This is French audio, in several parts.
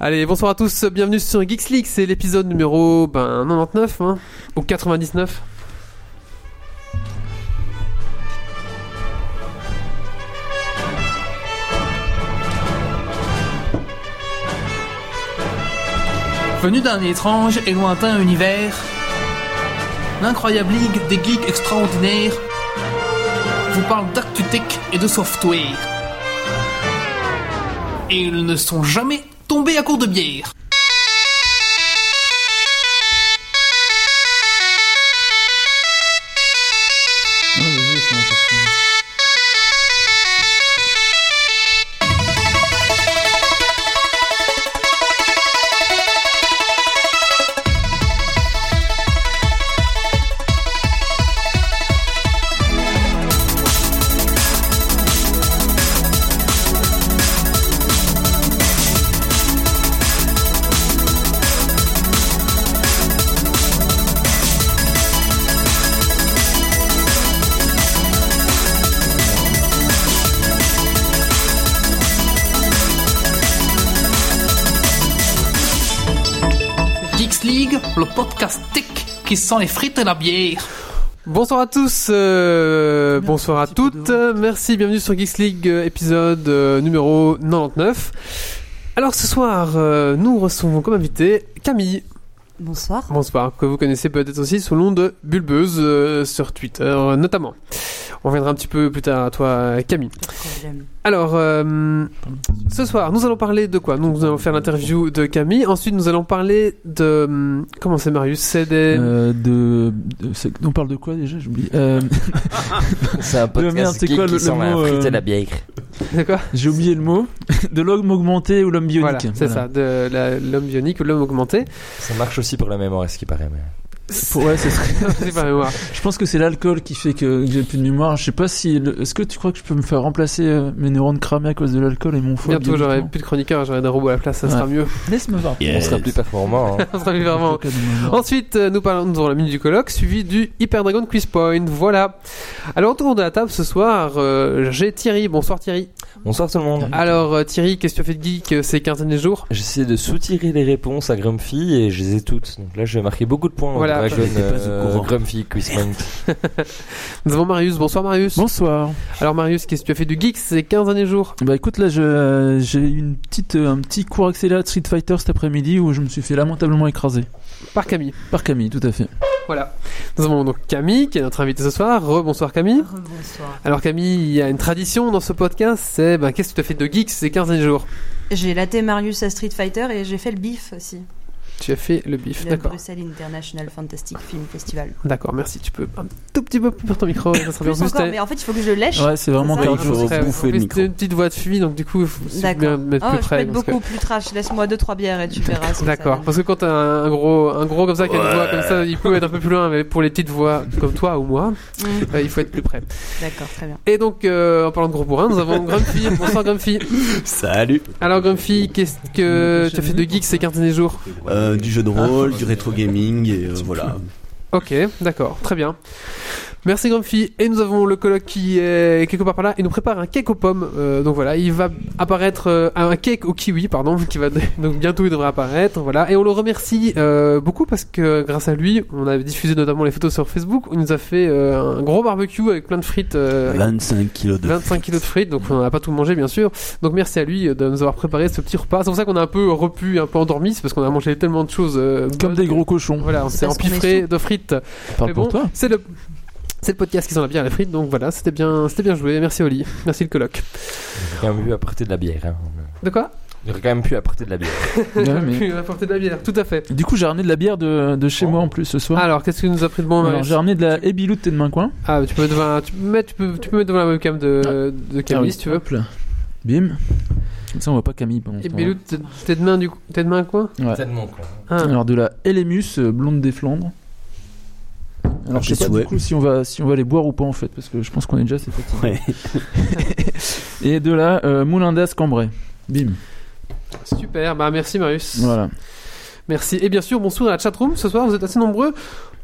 Allez, bonsoir à tous, bienvenue sur Geeks League, c'est l'épisode numéro ben, 99 hein, ou 99. Venu d'un étrange et lointain univers, l'incroyable ligue des geeks extraordinaires vous parle d'actu tech et de software. Et ils ne sont jamais tombés à court de bière. Geeks League, le podcast tech qui sent les frites et la bière. Bonsoir à tous, euh, Merci, bonsoir à petit peu toutes, de euh, merci, bienvenue sur Geeks League, euh, épisode euh, numéro 99. Alors ce soir, euh, nous recevons comme invité Camille, Bonsoir. bonsoir, que vous connaissez peut-être aussi sous le nom de Bulbeuse euh, sur Twitter euh, notamment. On reviendra un petit peu plus tard à toi euh, Camille. Pas de problème. Alors, euh, ce soir, nous allons parler de quoi Donc, Nous allons faire l'interview de Camille. Ensuite, nous allons parler de. hum, Comment c'est, Marius C'est des. Euh, de, de- c'est- on parle de quoi déjà J'oublie. Euh, C'est un podcast Le merde, c'est geek quoi qui le- le sent la mot, frite euh, et la bière. de quoi J'ai oublié le mot. De l'homme augmenté ou l'homme bionique. Voilà, c'est ça, de la- l'homme bionique ou l'homme augmenté. Ça marche aussi pour la mémoire, à ce qui paraît. mais- ça. ouais, c'est ça. C'est pas mémoire. Je pense que c'est l'alcool qui fait que j'ai plus de mémoire. Je sais pas si. le- Est-ce que tu crois que je peux me faire remplacer euh, mes neurones cramés à cause de l'alcool et mon foie Bientôt, j'aurai biologiquement plus de chroniqueurs, j'aurai des robots à la place, ça sera mieux. Laisse-me voir. On sera plus performant. hein. ça sera mieux vraiment. Ensuite, euh, nous parlons nous aurons la minute du colloque, suivi du Hyper Dragon Quiz Point. Voilà. Alors, autour de la table ce soir, euh, j'ai Thierry. Bonsoir Thierry. Bonsoir tout le monde. Alors, euh, Thierry, qu'est-ce que tu as fait de geek euh, ces 15 derniers jours J'essaie de soutirer les réponses à Grumpy et je les ai toutes. Donc là, je vais marquer beaucoup de points. Voilà. Dragon, J'étais pas au euh, courant. Grumpy, Quizman. Nous avons Marius. Bonsoir Marius. Bonsoir. Alors, Marius, qu'est-ce que tu as fait de geek ces 15 derniers jours Bah écoute, là je- euh, j'ai eu une petite, euh, un petit cours accéléré de Street Fighter cet après-midi où je me suis fait lamentablement écraser. Par Camille. Par Camille, tout à fait. Voilà. Nous avons donc Camille qui est notre invitée ce soir. Rebonsoir Camille. Bonsoir. Alors Camille, il y a une tradition dans ce podcast, c'est ben, qu'est-ce que tu as fait de geek ces 15 derniers jours J'ai laté Marius à Street Fighter et j'ai fait le BIF aussi. Tu as fait le bif, Le d'accord. Bruxelles International Fantastic Film Festival. D'accord, merci. Tu peux un tout petit peu plus vers ton micro, ça sera bien. Plus Juste encore, à- mais en fait, il faut que je lèche. Ouais, c'est vraiment ça, il Oui, faut cardio. très- bouffer le oui, micro. C'était une petite voix de fille, donc du coup, il faut c'est D'accord. bien mettre Oh, plus je peux près. être parce que- beaucoup plus trash. Laisse-moi deux trois bières et tu verras. ce que ça D'accord, donne. parce que quand t'as un un gros, un gros comme ça qui a une voix comme ça, il peut être un peu plus loin, mais pour les petites voix comme toi ou moi, Mm, euh, il faut être plus près. D'accord, très bien. Et donc, euh, en parlant de gros bourrin, nous avons Grumpy. Bonsoir Grumpy. Salut Alors Grumpy, qu'est-ce que tu as fait de geek ces 15 derniers jours Euh, Du jeu de rôle, du rétro gaming, et euh, voilà. Ok, d'accord, très bien. Merci Grumpy. Et nous avons le colloque qui est quelque part par là. Il nous prépare un cake aux pommes. Euh, donc voilà, il va apparaître euh, un cake au kiwi, pardon, qui va donc bientôt il devrait apparaître. Voilà, et on le remercie euh, beaucoup parce que grâce à lui, on a diffusé notamment les photos sur Facebook. On nous a fait euh, un gros barbecue avec plein de frites. euh, 25 kilos de 25 kilos de frites, donc on n'a pas tout mangé bien sûr. Donc merci à lui euh, de nous avoir préparé ce petit repas. C'est pour ça qu'on a un peu repu, un peu endormi, c'est parce qu'on a mangé tellement de choses. euh, Comme des gros cochons. Voilà, on C'est s'est parce qu'on est empiffré sous. de frites. Parle Mais pour bon, toi. C'est le c'est le podcast qui sent la bière à la frite, donc voilà, c'était bien, c'était bien joué. Merci Oli, merci le coloc. J'aurais quand même pu apporter de la bière. hein. De quoi J'aurais quand même pu apporter de la bière. Ouais, mais- Tu as apporté de la bière, tout à fait. Du coup, j'ai ramené de la bière de, de chez Oh. moi en plus ce soir. Alors, qu'est-ce que tu nous as pris de bon Alors, Marius j'ai ramené de la Ebilou de Tedemain Coin. Ah, tu peux mettre devant, tu peux mettre, tu peux, tu peux mettre devant la webcam de, Ah. de Camille si tu veux. Hop là. Bim. Comme ça, on voit pas Camille pendant ce Et temps-là. Bilou, t'es t'es de main du coup- t'es de main quoi Ouais. Tellement, quoi. Ah. Alors, de la Elemus euh, blonde des Flandres. Alors, je Des sais pas du souhaits. coup si on, va, si on va les boire ou pas en fait, parce que je pense qu'on est déjà assez fatigué. Ouais. Et de la euh, Moulindas Cambrai. Bim. Super, bah merci Marius. Voilà. Merci. Et bien sûr, bonsoir à la chatroom. Ce soir, vous êtes assez nombreux.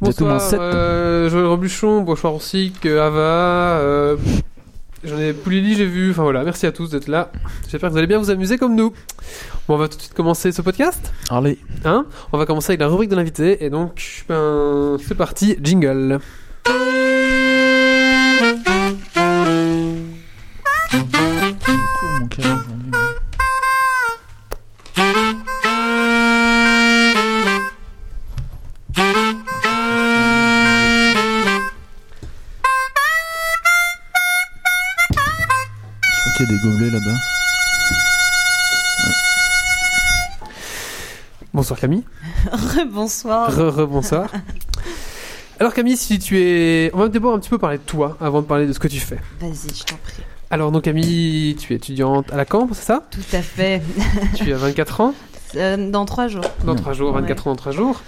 Vous êtes au moins Bonsoir, sept. euh, Joël Rebuchon, bonsoir Orsic, euh, Ava, euh, J'en ai Poulili, j'ai vu. Enfin voilà, merci à tous d'être là. J'espère que vous allez bien vous amuser comme nous. Bon, on va tout de suite commencer ce podcast. Allez, Hein on va commencer avec la rubrique de l'invité. Et donc, ben, c'est parti, jingle. cours, mon câlin, aujourd'hui. Je crois qu'il y a des gobelets là-bas. Bonsoir Camille. Bonsoir. Re, re, bonsoir. Alors Camille, si tu es... On va d'abord un petit peu parler de toi avant de parler de ce que tu fais. Vas-y, je t'en prie. Alors donc Camille, tu es étudiante à la Cambre, c'est ça Tout à fait. Tu as 24 ans Euh, dans trois jours. dans Non. 3 jours, 24 ans dans 3 jours.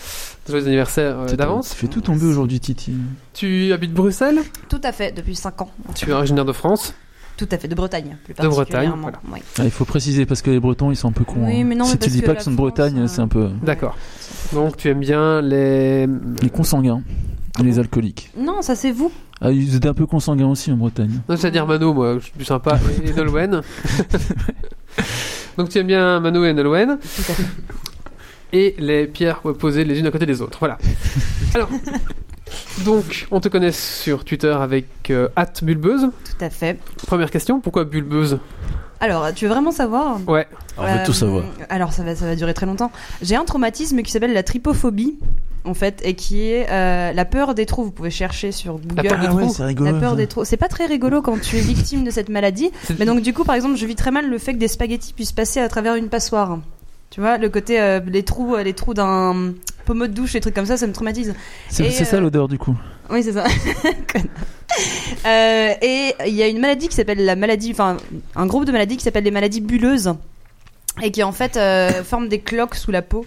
Joyeux anniversaire euh, T'as- d'avance. Tu fais tout tomber aujourd'hui, Titi. Tu habites Bruxelles, Tout à fait, depuis cinq ans. tu es originaire de France. Tout à fait, de Bretagne, plus De Bretagne, particulièrement. voilà. Ouais. Ah, il faut préciser parce que les Bretons ils sont un peu cons. Oui, hein. mais non, mais si tu parce dis que pas la qu'ils sont de France, Bretagne, euh, c'est un peu. D'accord. Donc tu aimes bien les... Les consanguins Ah et les alcooliques. Non, ça c'est vous. Ah, ils étaient un peu consanguins aussi en Bretagne. Non, j'allais dire Mano, moi, je suis plus sympa, et, et Nolwenn. Donc tu aimes bien Mano et Nolwenn. à fait. Et les pierres ouais, posées les unes à côté des autres. Voilà. Alors, donc, on te connaît sur Twitter avec euh, Bulbeuse. Tout à fait. Première question, pourquoi Bulbeuse Alors, tu veux vraiment savoir Ouais. Alors, on veut Euh, tout savoir. Alors ça va, ça va durer très longtemps. J'ai un traumatisme qui s'appelle la trypophobie, en fait, et qui est euh, la peur des trous. Vous pouvez chercher sur Google. peur des Ah ouais, trous. c'est La rigolo. peur des trous. C'est pas très rigolo quand tu es victime de cette maladie. C'est- Mais donc du coup, par exemple, je vis très mal le fait que des spaghettis puissent passer à travers une passoire. Tu vois, le côté euh, les trous, euh, les trous d'un pommeau de douche, les trucs comme ça, ça me traumatise. C'est Et, c'est ça euh, l'odeur du coup. Oui, c'est ça. Connard. Euh, et il y a une maladie qui s'appelle la maladie, enfin un groupe de maladies qui s'appelle les maladies bulleuses et qui en fait euh, forment des cloques sous la peau.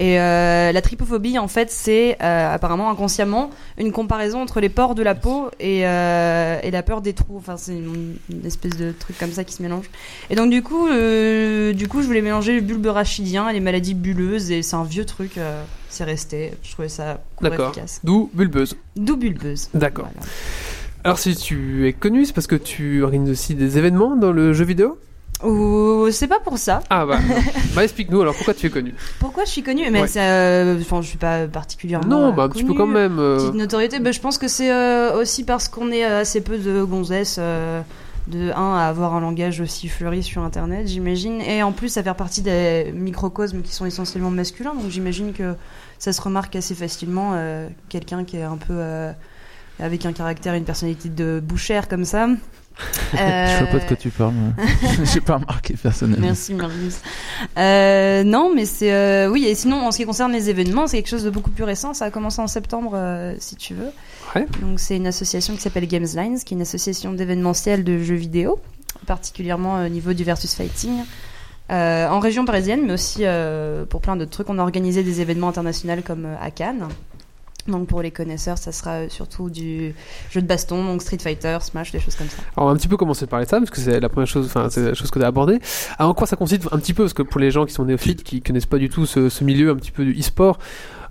Et euh, la trypophobie, en fait, c'est euh, apparemment inconsciemment une comparaison entre les pores de la peau et, euh, et la peur des trous. Enfin, c'est une, une espèce de truc comme ça qui se mélange. Et donc du coup, euh, du coup, je voulais mélanger le bulbe rachidien et les maladies bulleuses. Et c'est un vieux truc, euh, c'est resté. Je trouvais ça cool, D'accord. efficace. D'où Bulbeuse. D'où bulbeuse. D'accord. Voilà. Alors, si tu es connu, c'est parce que tu organises aussi des événements dans le jeu vidéo Ou c'est pas pour ça. Ah bah, bah explique-nous alors pourquoi tu es connu. Pourquoi je suis connue Mais Ouais. c'est, euh, enfin, je suis pas particulièrement. non, euh, bah un petit peu connue. quand même. euh, Petite notoriété. Bah, je pense que c'est euh, aussi parce qu'on est euh, assez peu de gonzesses. euh, de un à avoir un langage aussi fleuri sur internet j'imagine et en plus à faire partie des microcosmes qui sont essentiellement masculins donc j'imagine que ça se remarque assez facilement euh, quelqu'un qui est un peu euh, avec un caractère et une personnalité de bouchère comme ça Je vois pas de Euh, quoi tu parles. moi. J'ai pas remarqué personnellement. Merci Marius. Euh, non, mais c'est euh, oui. Et sinon, en ce qui concerne les événements, c'est quelque chose de beaucoup plus récent. Ça a commencé en septembre, euh, si tu veux. Ouais. Donc c'est une association qui s'appelle Games Lines, qui est une association d'événementiel de jeux vidéo, particulièrement au niveau du versus fighting. Euh, en région parisienne, mais aussi euh, pour plein d'autres trucs, on a organisé des événements internationaux comme euh, à Cannes. Donc pour les connaisseurs, ça sera euh, surtout du jeu de baston, donc Street Fighter, Smash, des choses comme ça. Alors, on va un petit peu commencer par parler de ça, parce que c'est la première chose, enfin, c'est la chose que tu as abordée. Alors, en quoi ça consiste un petit peu, parce que pour les gens qui sont néophytes, qui connaissent pas du tout ce, ce milieu un petit peu du e-sport,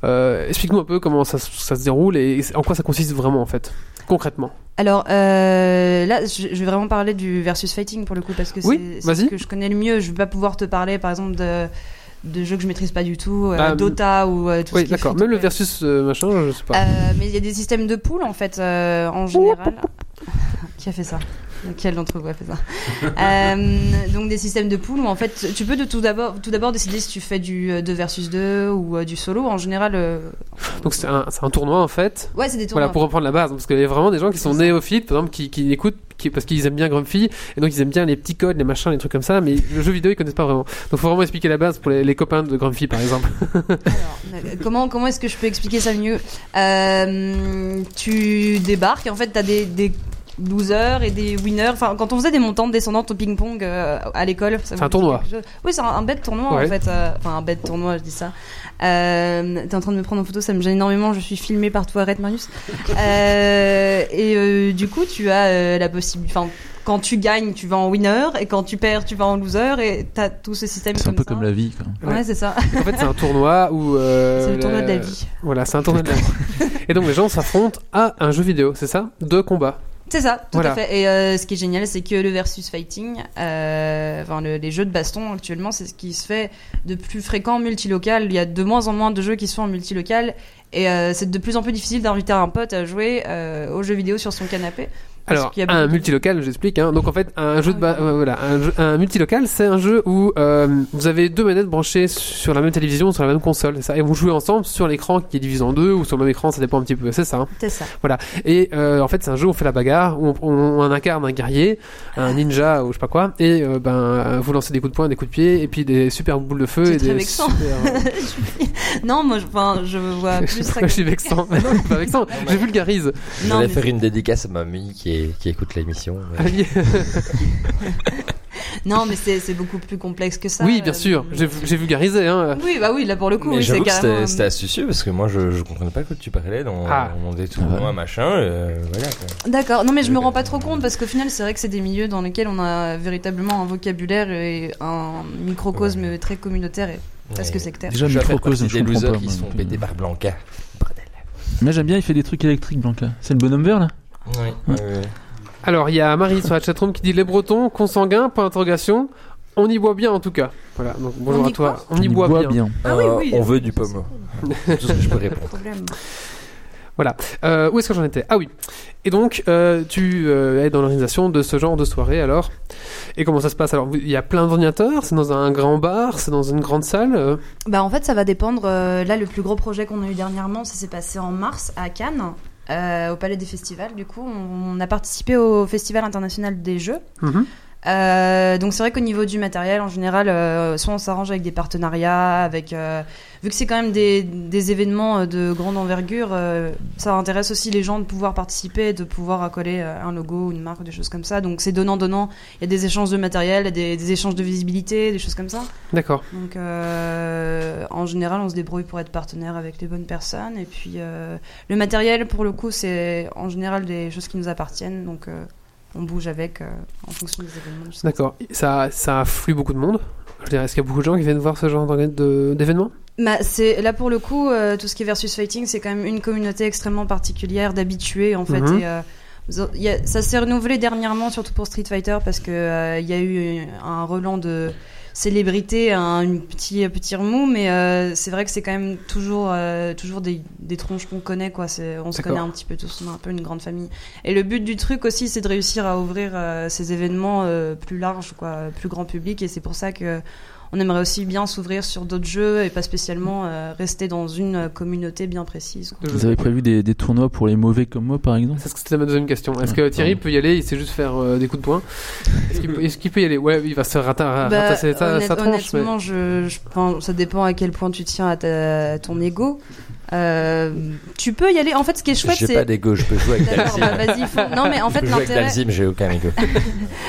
euh, explique-nous un peu comment ça, se- ça se déroule et en quoi ça consiste vraiment, en fait, concrètement. Alors euh, là, je, je vais vraiment parler du versus fighting pour le coup parce que c'est- Oui, c'est ce vas-y. que je connais le mieux. Je vais pas pouvoir te parler par exemple de, de jeux que je maîtrise pas du tout, euh, Ah, Dota ou euh, tout Oui, ce qui est d'accord. free to Même le play. versus euh, machin, je sais pas. Euh, mais il y a des systèmes de poules en fait euh, en général. Qui a fait ça Quel d'entre vous a fait ça Euh, Donc des systèmes de poules où en fait tu peux de tout d'abord tout d'abord décider si tu fais du 2 versus 2 ou euh, du solo. En général, euh, Donc, c'est un, c'est un tournoi, en fait. ouais c'est des tournois. Voilà, pour reprendre la base, hein, parce qu'il y a vraiment des gens qui sont néophytes, par exemple, qui, qui écoutent qui, parce qu'ils aiment bien Grumpy, et donc ils aiment bien les petits codes, les machins, les trucs comme ça, mais le jeu vidéo, ils connaissent pas vraiment. Donc, faut vraiment expliquer la base pour les, les copains de Grumpy, par exemple. Alors, euh, comment comment est-ce que je peux expliquer ça mieux Euh, Tu débarques et en fait t'as des, des losers et des winners. Enfin, quand on faisait des montantes descendantes au ping-pong euh, à l'école, ça vous C'est un dit tournoi. quelque chose Oui, c'est un, un bête tournoi Ouais. en fait. euh, Enfin, un bête tournoi, je dis ça. Euh, T'es en train de me prendre en photo, ça me gêne énormément. Je suis filmée par toi, arrête Marius. Euh, et euh, du coup, tu as euh, la possibilité. Enfin, quand tu gagnes, tu vas en winner et quand tu perds, tu vas en loser et t'as tout ce système C'est un peu ça. comme la vie. quoi. Ouais. Ouais, c'est ça. En fait, c'est un tournoi où. euh, c'est le tournoi la- de la vie. Voilà, c'est un tournoi de la vie. Et donc, les gens s'affrontent à un jeu vidéo, c'est ça De combat. C'est ça, tout Voilà. à fait. Et euh, ce qui est génial, c'est que le versus fighting, euh, enfin le- les jeux de baston actuellement, c'est ce qui se fait de plus fréquent en multilocal. Il y a de moins en moins de jeux qui se font en multilocal, et euh, c'est de plus en plus difficile d'inviter un pote à jouer euh, aux jeux vidéo sur son canapé. Parce Alors, qu'il y a un beaucoup de- multilocal, j'explique. Hein. Donc, en fait, un jeu de ba- oui, euh, voilà, un, jeu- un multilocal, c'est un jeu où euh, vous avez deux manettes branchées sur la même télévision, sur la même console, c'est ça, et vous jouez ensemble sur l'écran qui est divisé en deux ou sur le même écran, ça dépend un petit peu. C'est ça. hein. C'est ça. Et euh, en fait, c'est un jeu où on fait la bagarre, où on, on- on incarne un guerrier, un ninja ou je sais pas quoi, et euh, ben euh, vous lancez des coups de poing, des coups de pied, et puis des super boules de feu C'est et très des vexant. super. Non, moi, je, enfin, je vois plus ça. Pourquoi je suis vexant. Mais non, c'est pas vexant. Je vulgarise. Non, J'allais mais- faire une dédicace à mamie qui, est- qui écoute l'émission. Ah, mais- Non, mais c'est c'est beaucoup plus complexe que ça. oui, bien Euh, sûr. J'ai j'ai vulgarisé. Hein. Oui, bah oui, là pour le coup, Mais oui, c'est j'avoue que carrément. c'était- c'était astucieux parce que moi je, je comprenais pas que tu parlais dans Ah. mon détournement, machin. euh, voilà quoi. D'accord, non mais je me Euh, rends pas trop compte parce qu'au final c'est vrai que c'est des milieux dans lesquels on a véritablement un vocabulaire et un microcosme Ouais. très communautaire et presque Mais- sectaire. Déjà, Je vais faire Microcosme, partie je des comprends losers pas. qui moi. euh. se font péter par Blanca. Bordel. Mais j'aime bien, il fait des trucs électriques, Blanca. C'est le bonhomme vert, là Ouais, ouais, ouais. Alors, il y a Marie sur la chatroom qui dit les Bretons, consanguins, point d'interrogation. On y boit bien en tout cas. Voilà, donc bonjour On y à toi. croit on y Il boit, bien. Ah oui, oui. On veut du pommeau. C'est tout ce que je peux répondre. Problème. Euh, où est-ce que j'en étais Ah oui. Et donc, euh, tu euh, es dans l'organisation de ce genre de soirée alors Et comment ça se passe Alors, vous- il y a plein d'ordinateurs, c'est dans un grand bar, c'est dans une grande salle euh, Bah en fait ça va dépendre. euh, là le plus gros projet qu'on a eu dernièrement, ça s'est passé en mars à Cannes, euh, au Palais des Festivals. Du coup on, on a participé au Festival international des jeux. mhm. Euh, donc c'est vrai qu'au niveau du matériel, en général, euh, soit on s'arrange avec des partenariats, avec euh, vu que c'est quand même des, des événements euh, de grande envergure, euh, ça intéresse aussi les gens de pouvoir participer, de pouvoir accoler euh, un logo, une marque, des choses comme ça. Donc c'est donnant donnant. Il y a des échanges de matériel, il y a des, des échanges de visibilité, des choses comme ça. D'accord. Donc euh, en général, on se débrouille pour être partenaire avec les bonnes personnes. Et puis euh, le matériel, pour le coup, c'est en général des choses qui nous appartiennent. Donc euh, on bouge avec euh, en fonction des événements. D'accord. Ça, ça afflue beaucoup de monde. Je dirais, est-ce qu'il y a beaucoup de gens qui viennent voir ce genre d'organ- de- d'événement Bah, c'est là pour le coup, euh, tout ce qui est versus fighting, c'est quand même une communauté extrêmement particulière d'habitués en fait. Mhm. et, euh, vous en- il y a- ça s'est renouvelé dernièrement, surtout pour Street Fighter, parce que euh, il y a eu un relan de célébrité, un une petit un petit remous, mais euh, c'est vrai que c'est quand même toujours euh, toujours des, des tronches qu'on connaît quoi. C'est- On se D'accord. connaît un petit peu tous, on est un peu une grande famille. Et le but du truc aussi, c'est de réussir à ouvrir euh, ces événements euh, plus larges, quoi, plus grand public. Et c'est pour ça que on aimerait aussi bien s'ouvrir sur d'autres jeux et pas spécialement euh, rester dans une euh, communauté bien précise. quoi. Vous avez prévu des, des tournois pour les mauvais comme moi, par exemple C'est ce que c'était ma deuxième question. Est-ce que Thierry Ouais. peut y aller Il sait juste faire euh, des coups de poing. Est-ce qu'il peut, est-ce qu'il peut y aller Ouais, il va se rata- Bah, ratasser sa, sa honnête- tronche. mais- honnêtement, je, je pense- ça dépend à quel point tu tiens à, ta- à ton ego. Euh, tu peux y aller. En fait, ce qui est chouette, J'ai pas c'est d'ego, je peux jouer avec D'accord, Dalzim. bah, vas-y, fonce. Non, mais en je fait, peux jouer avec l'intérêt, Dalzim, j'ai aucun ego.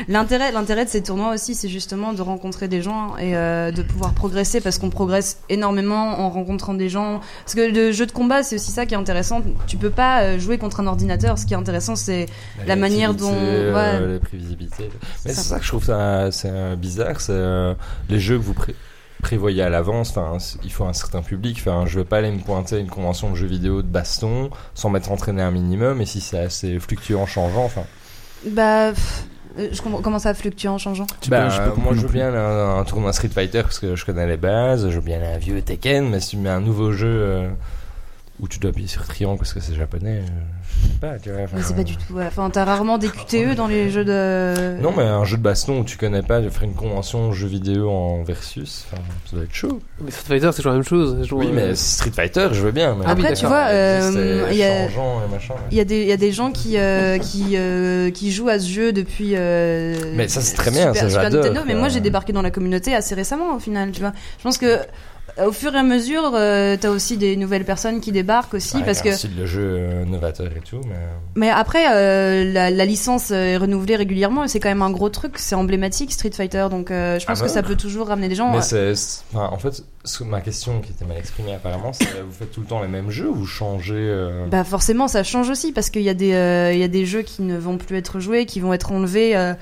L'intérêt, l'intérêt de ces tournois aussi, c'est justement de rencontrer des gens et euh, de pouvoir progresser parce qu'on progresse énormément en rencontrant des gens. Parce que le jeu de combat, c'est aussi ça qui est intéressant. Tu peux pas euh, jouer contre un ordinateur. Ce qui est intéressant, c'est La manière dont- réactivité, euh, ouais. La prévisibilité. Mais C'est c'est ça. ça que je trouve ça, c'est euh, bizarre. C'est euh, les jeux que vous pré- prévoyez à l'avance. Enfin, c- il faut un certain public. Enfin, je veux pas aller me pointer à une convention de jeux vidéo de baston sans m'être entraîné un minimum. Et si c'est assez fluctuant, changeant, enfin. bah. pff, euh, Je comprends- comment ça fluctue en changeant Tu Bah, peux- je peux comprendre moi je non veux plus. bien un, un tournoi Street Fighter parce que je connais les bases, je veux bien un vieux Tekken, mais si tu mets un nouveau jeu euh, où tu dois appuyer sur triangle parce que c'est japonais, euh, je sais pas, tu vois. enfin, Mais c'est pas du tout. ouais. Enfin, t'as rarement des QTE dans les jeux de. Non, mais un jeu de baston où tu connais pas, de faire une convention jeu vidéo en versus, enfin, ça doit être chaud. Mais Street Fighter, c'est toujours la même chose. c'est toujours, Oui, euh, mais Street Fighter, je veux bien. Mais Après, tu vois, euh, il y a- C'est changeant et machin. ouais. Il y, a des- il y a des gens qui, euh, qui, euh, qui jouent à ce jeu depuis. euh, Mais ça, c'est très bien, Super- ça, Super j'adore, Nintendo, mais quoi. moi j'ai débarqué dans la communauté assez récemment au final, tu vois. Je pense que. euh, Au fur et à mesure, euh, t'as aussi des nouvelles personnes qui débarquent aussi Ouais, parce il y a que. un style de jeu euh, novateur et tout, mais. Mais après, euh, la, la licence est renouvelée régulièrement et c'est quand même un gros truc. C'est emblématique Street Fighter, donc euh, je pense Ah que bon ça peut toujours ramener des gens. Mais c'est, c'est- enfin, en fait, ce- ma question qui était mal exprimée apparemment, c'est vous faites tout le temps les mêmes jeux ou vous changez euh, Bah forcément, ça change aussi parce qu'il y a des euh, il y a des jeux qui ne vont plus être joués, qui vont être enlevés. euh,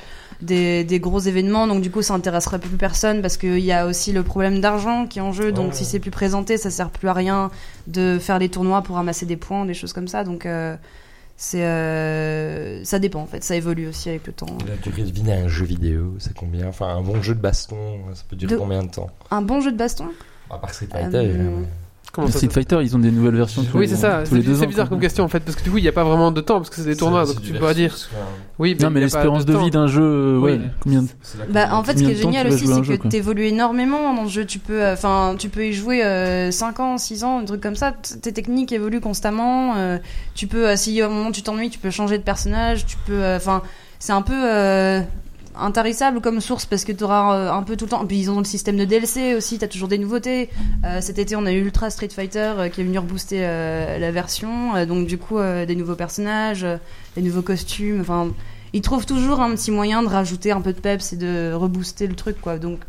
des, des gros événements donc du coup ça intéressera plus personne parce qu'il y a aussi le problème d'argent qui est en jeu donc Ouais. si c'est plus présenté ça sert plus à rien de faire les tournois pour ramasser des points des choses comme ça donc euh, C'est, euh, ça dépend en fait, ça évolue aussi avec le temps. La durée de vie d'un jeu vidéo, c'est combien Enfin, un bon jeu de baston, ça peut durer De- combien de temps Un bon jeu de baston À part Street Fighter, évidemment. Comment ça Street Fighter, ils ont des nouvelles versions tous Oui, les- c'est ça. tous C'est les deux c'est ans, bizarre quoi. comme question en fait, parce que du coup, il n'y a pas vraiment de temps, parce que c'est des tournois, C'est- donc c'est tu du peux pas dire. versus, quoi. Oui, Non, mais il y a pas l'espérance de vie temps. d'un jeu, euh, ouais, Oui. combien de- C'est la Bah, en fait, ce Combien qui est de temps génial tu vas aussi, jouer à c'est un jeu, que quoi t'évolues énormément dans le jeu. Tu peux, euh, enfin, tu peux y jouer 5 ans, 6 ans, un truc comme ça. T- Tes techniques évoluent constamment. euh, tu peux, euh, si à un moment tu t'ennuies, tu peux changer de personnage. Tu peux, enfin, c'est un peu euh, intarissable comme source parce que t'auras euh, un peu tout le temps. Puis ils ont le système de DLC aussi. T'as toujours des nouveautés. Euh, cet été, on a eu Ultra Street Fighter euh, qui est venu rebooster euh, la version. Euh, donc du coup, euh, des nouveaux personnages, euh, des nouveaux costumes. Enfin, ils trouvent toujours un petit moyen de rajouter un peu de peps et de rebooster le truc, quoi. Donc,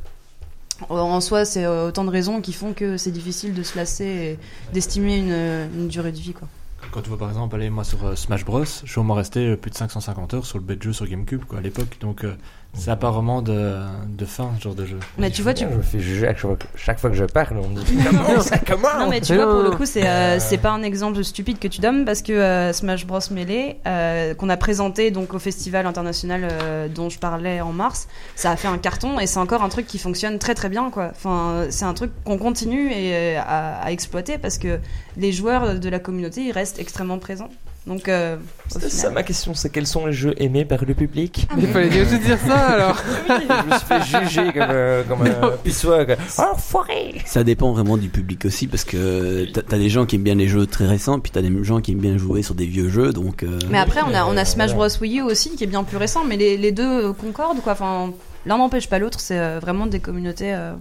euh, en soi, c'est euh, autant de raisons qui font que c'est difficile de se lasser et d'estimer une, une durée de vie, quoi. Quand tu vois par exemple, allez, moi sur euh, Smash Bros, je suis au moins resté euh, plus de 550 heures sur le bête jeu sur Gamecube quoi, à l'époque, donc euh, ça n'a pas vraiment de, de fin ce genre de jeu. Mais bah, tu vois, tu. Putain, Je fais juger à chaque fois que- chaque fois que je parle, on me dit Ah, comment ça commence Non mais tu Mais vois non, pour non, le non. coup c'est euh, c'est pas un exemple stupide que tu donnes parce que euh, Smash Bros Melee euh, qu'on a présenté donc au festival international euh, dont je parlais en mars ça a fait un carton et c'est encore un truc qui fonctionne très très bien quoi enfin euh, c'est un truc qu'on continue et, euh, à, à exploiter parce que les joueurs de la communauté ils restent extrêmement présents donc euh, au C'est ça final- ma question, c'est quels sont les jeux aimés par le public Il fallait dire- juste dire ça alors. Je me suis fait juger comme, euh, comme un pissoir. quoi. Oh, forêt Ça dépend vraiment du public aussi, parce que t'as- t'as des gens qui aiment bien les jeux très récents, puis t'as des gens qui aiment bien jouer sur des vieux jeux, donc. euh, mais après on a on a Smash Bros voilà. Wii U aussi qui est bien plus récent mais les, les deux concordent quoi enfin l'un n'empêche pas l'autre c'est euh, vraiment des communautés euh,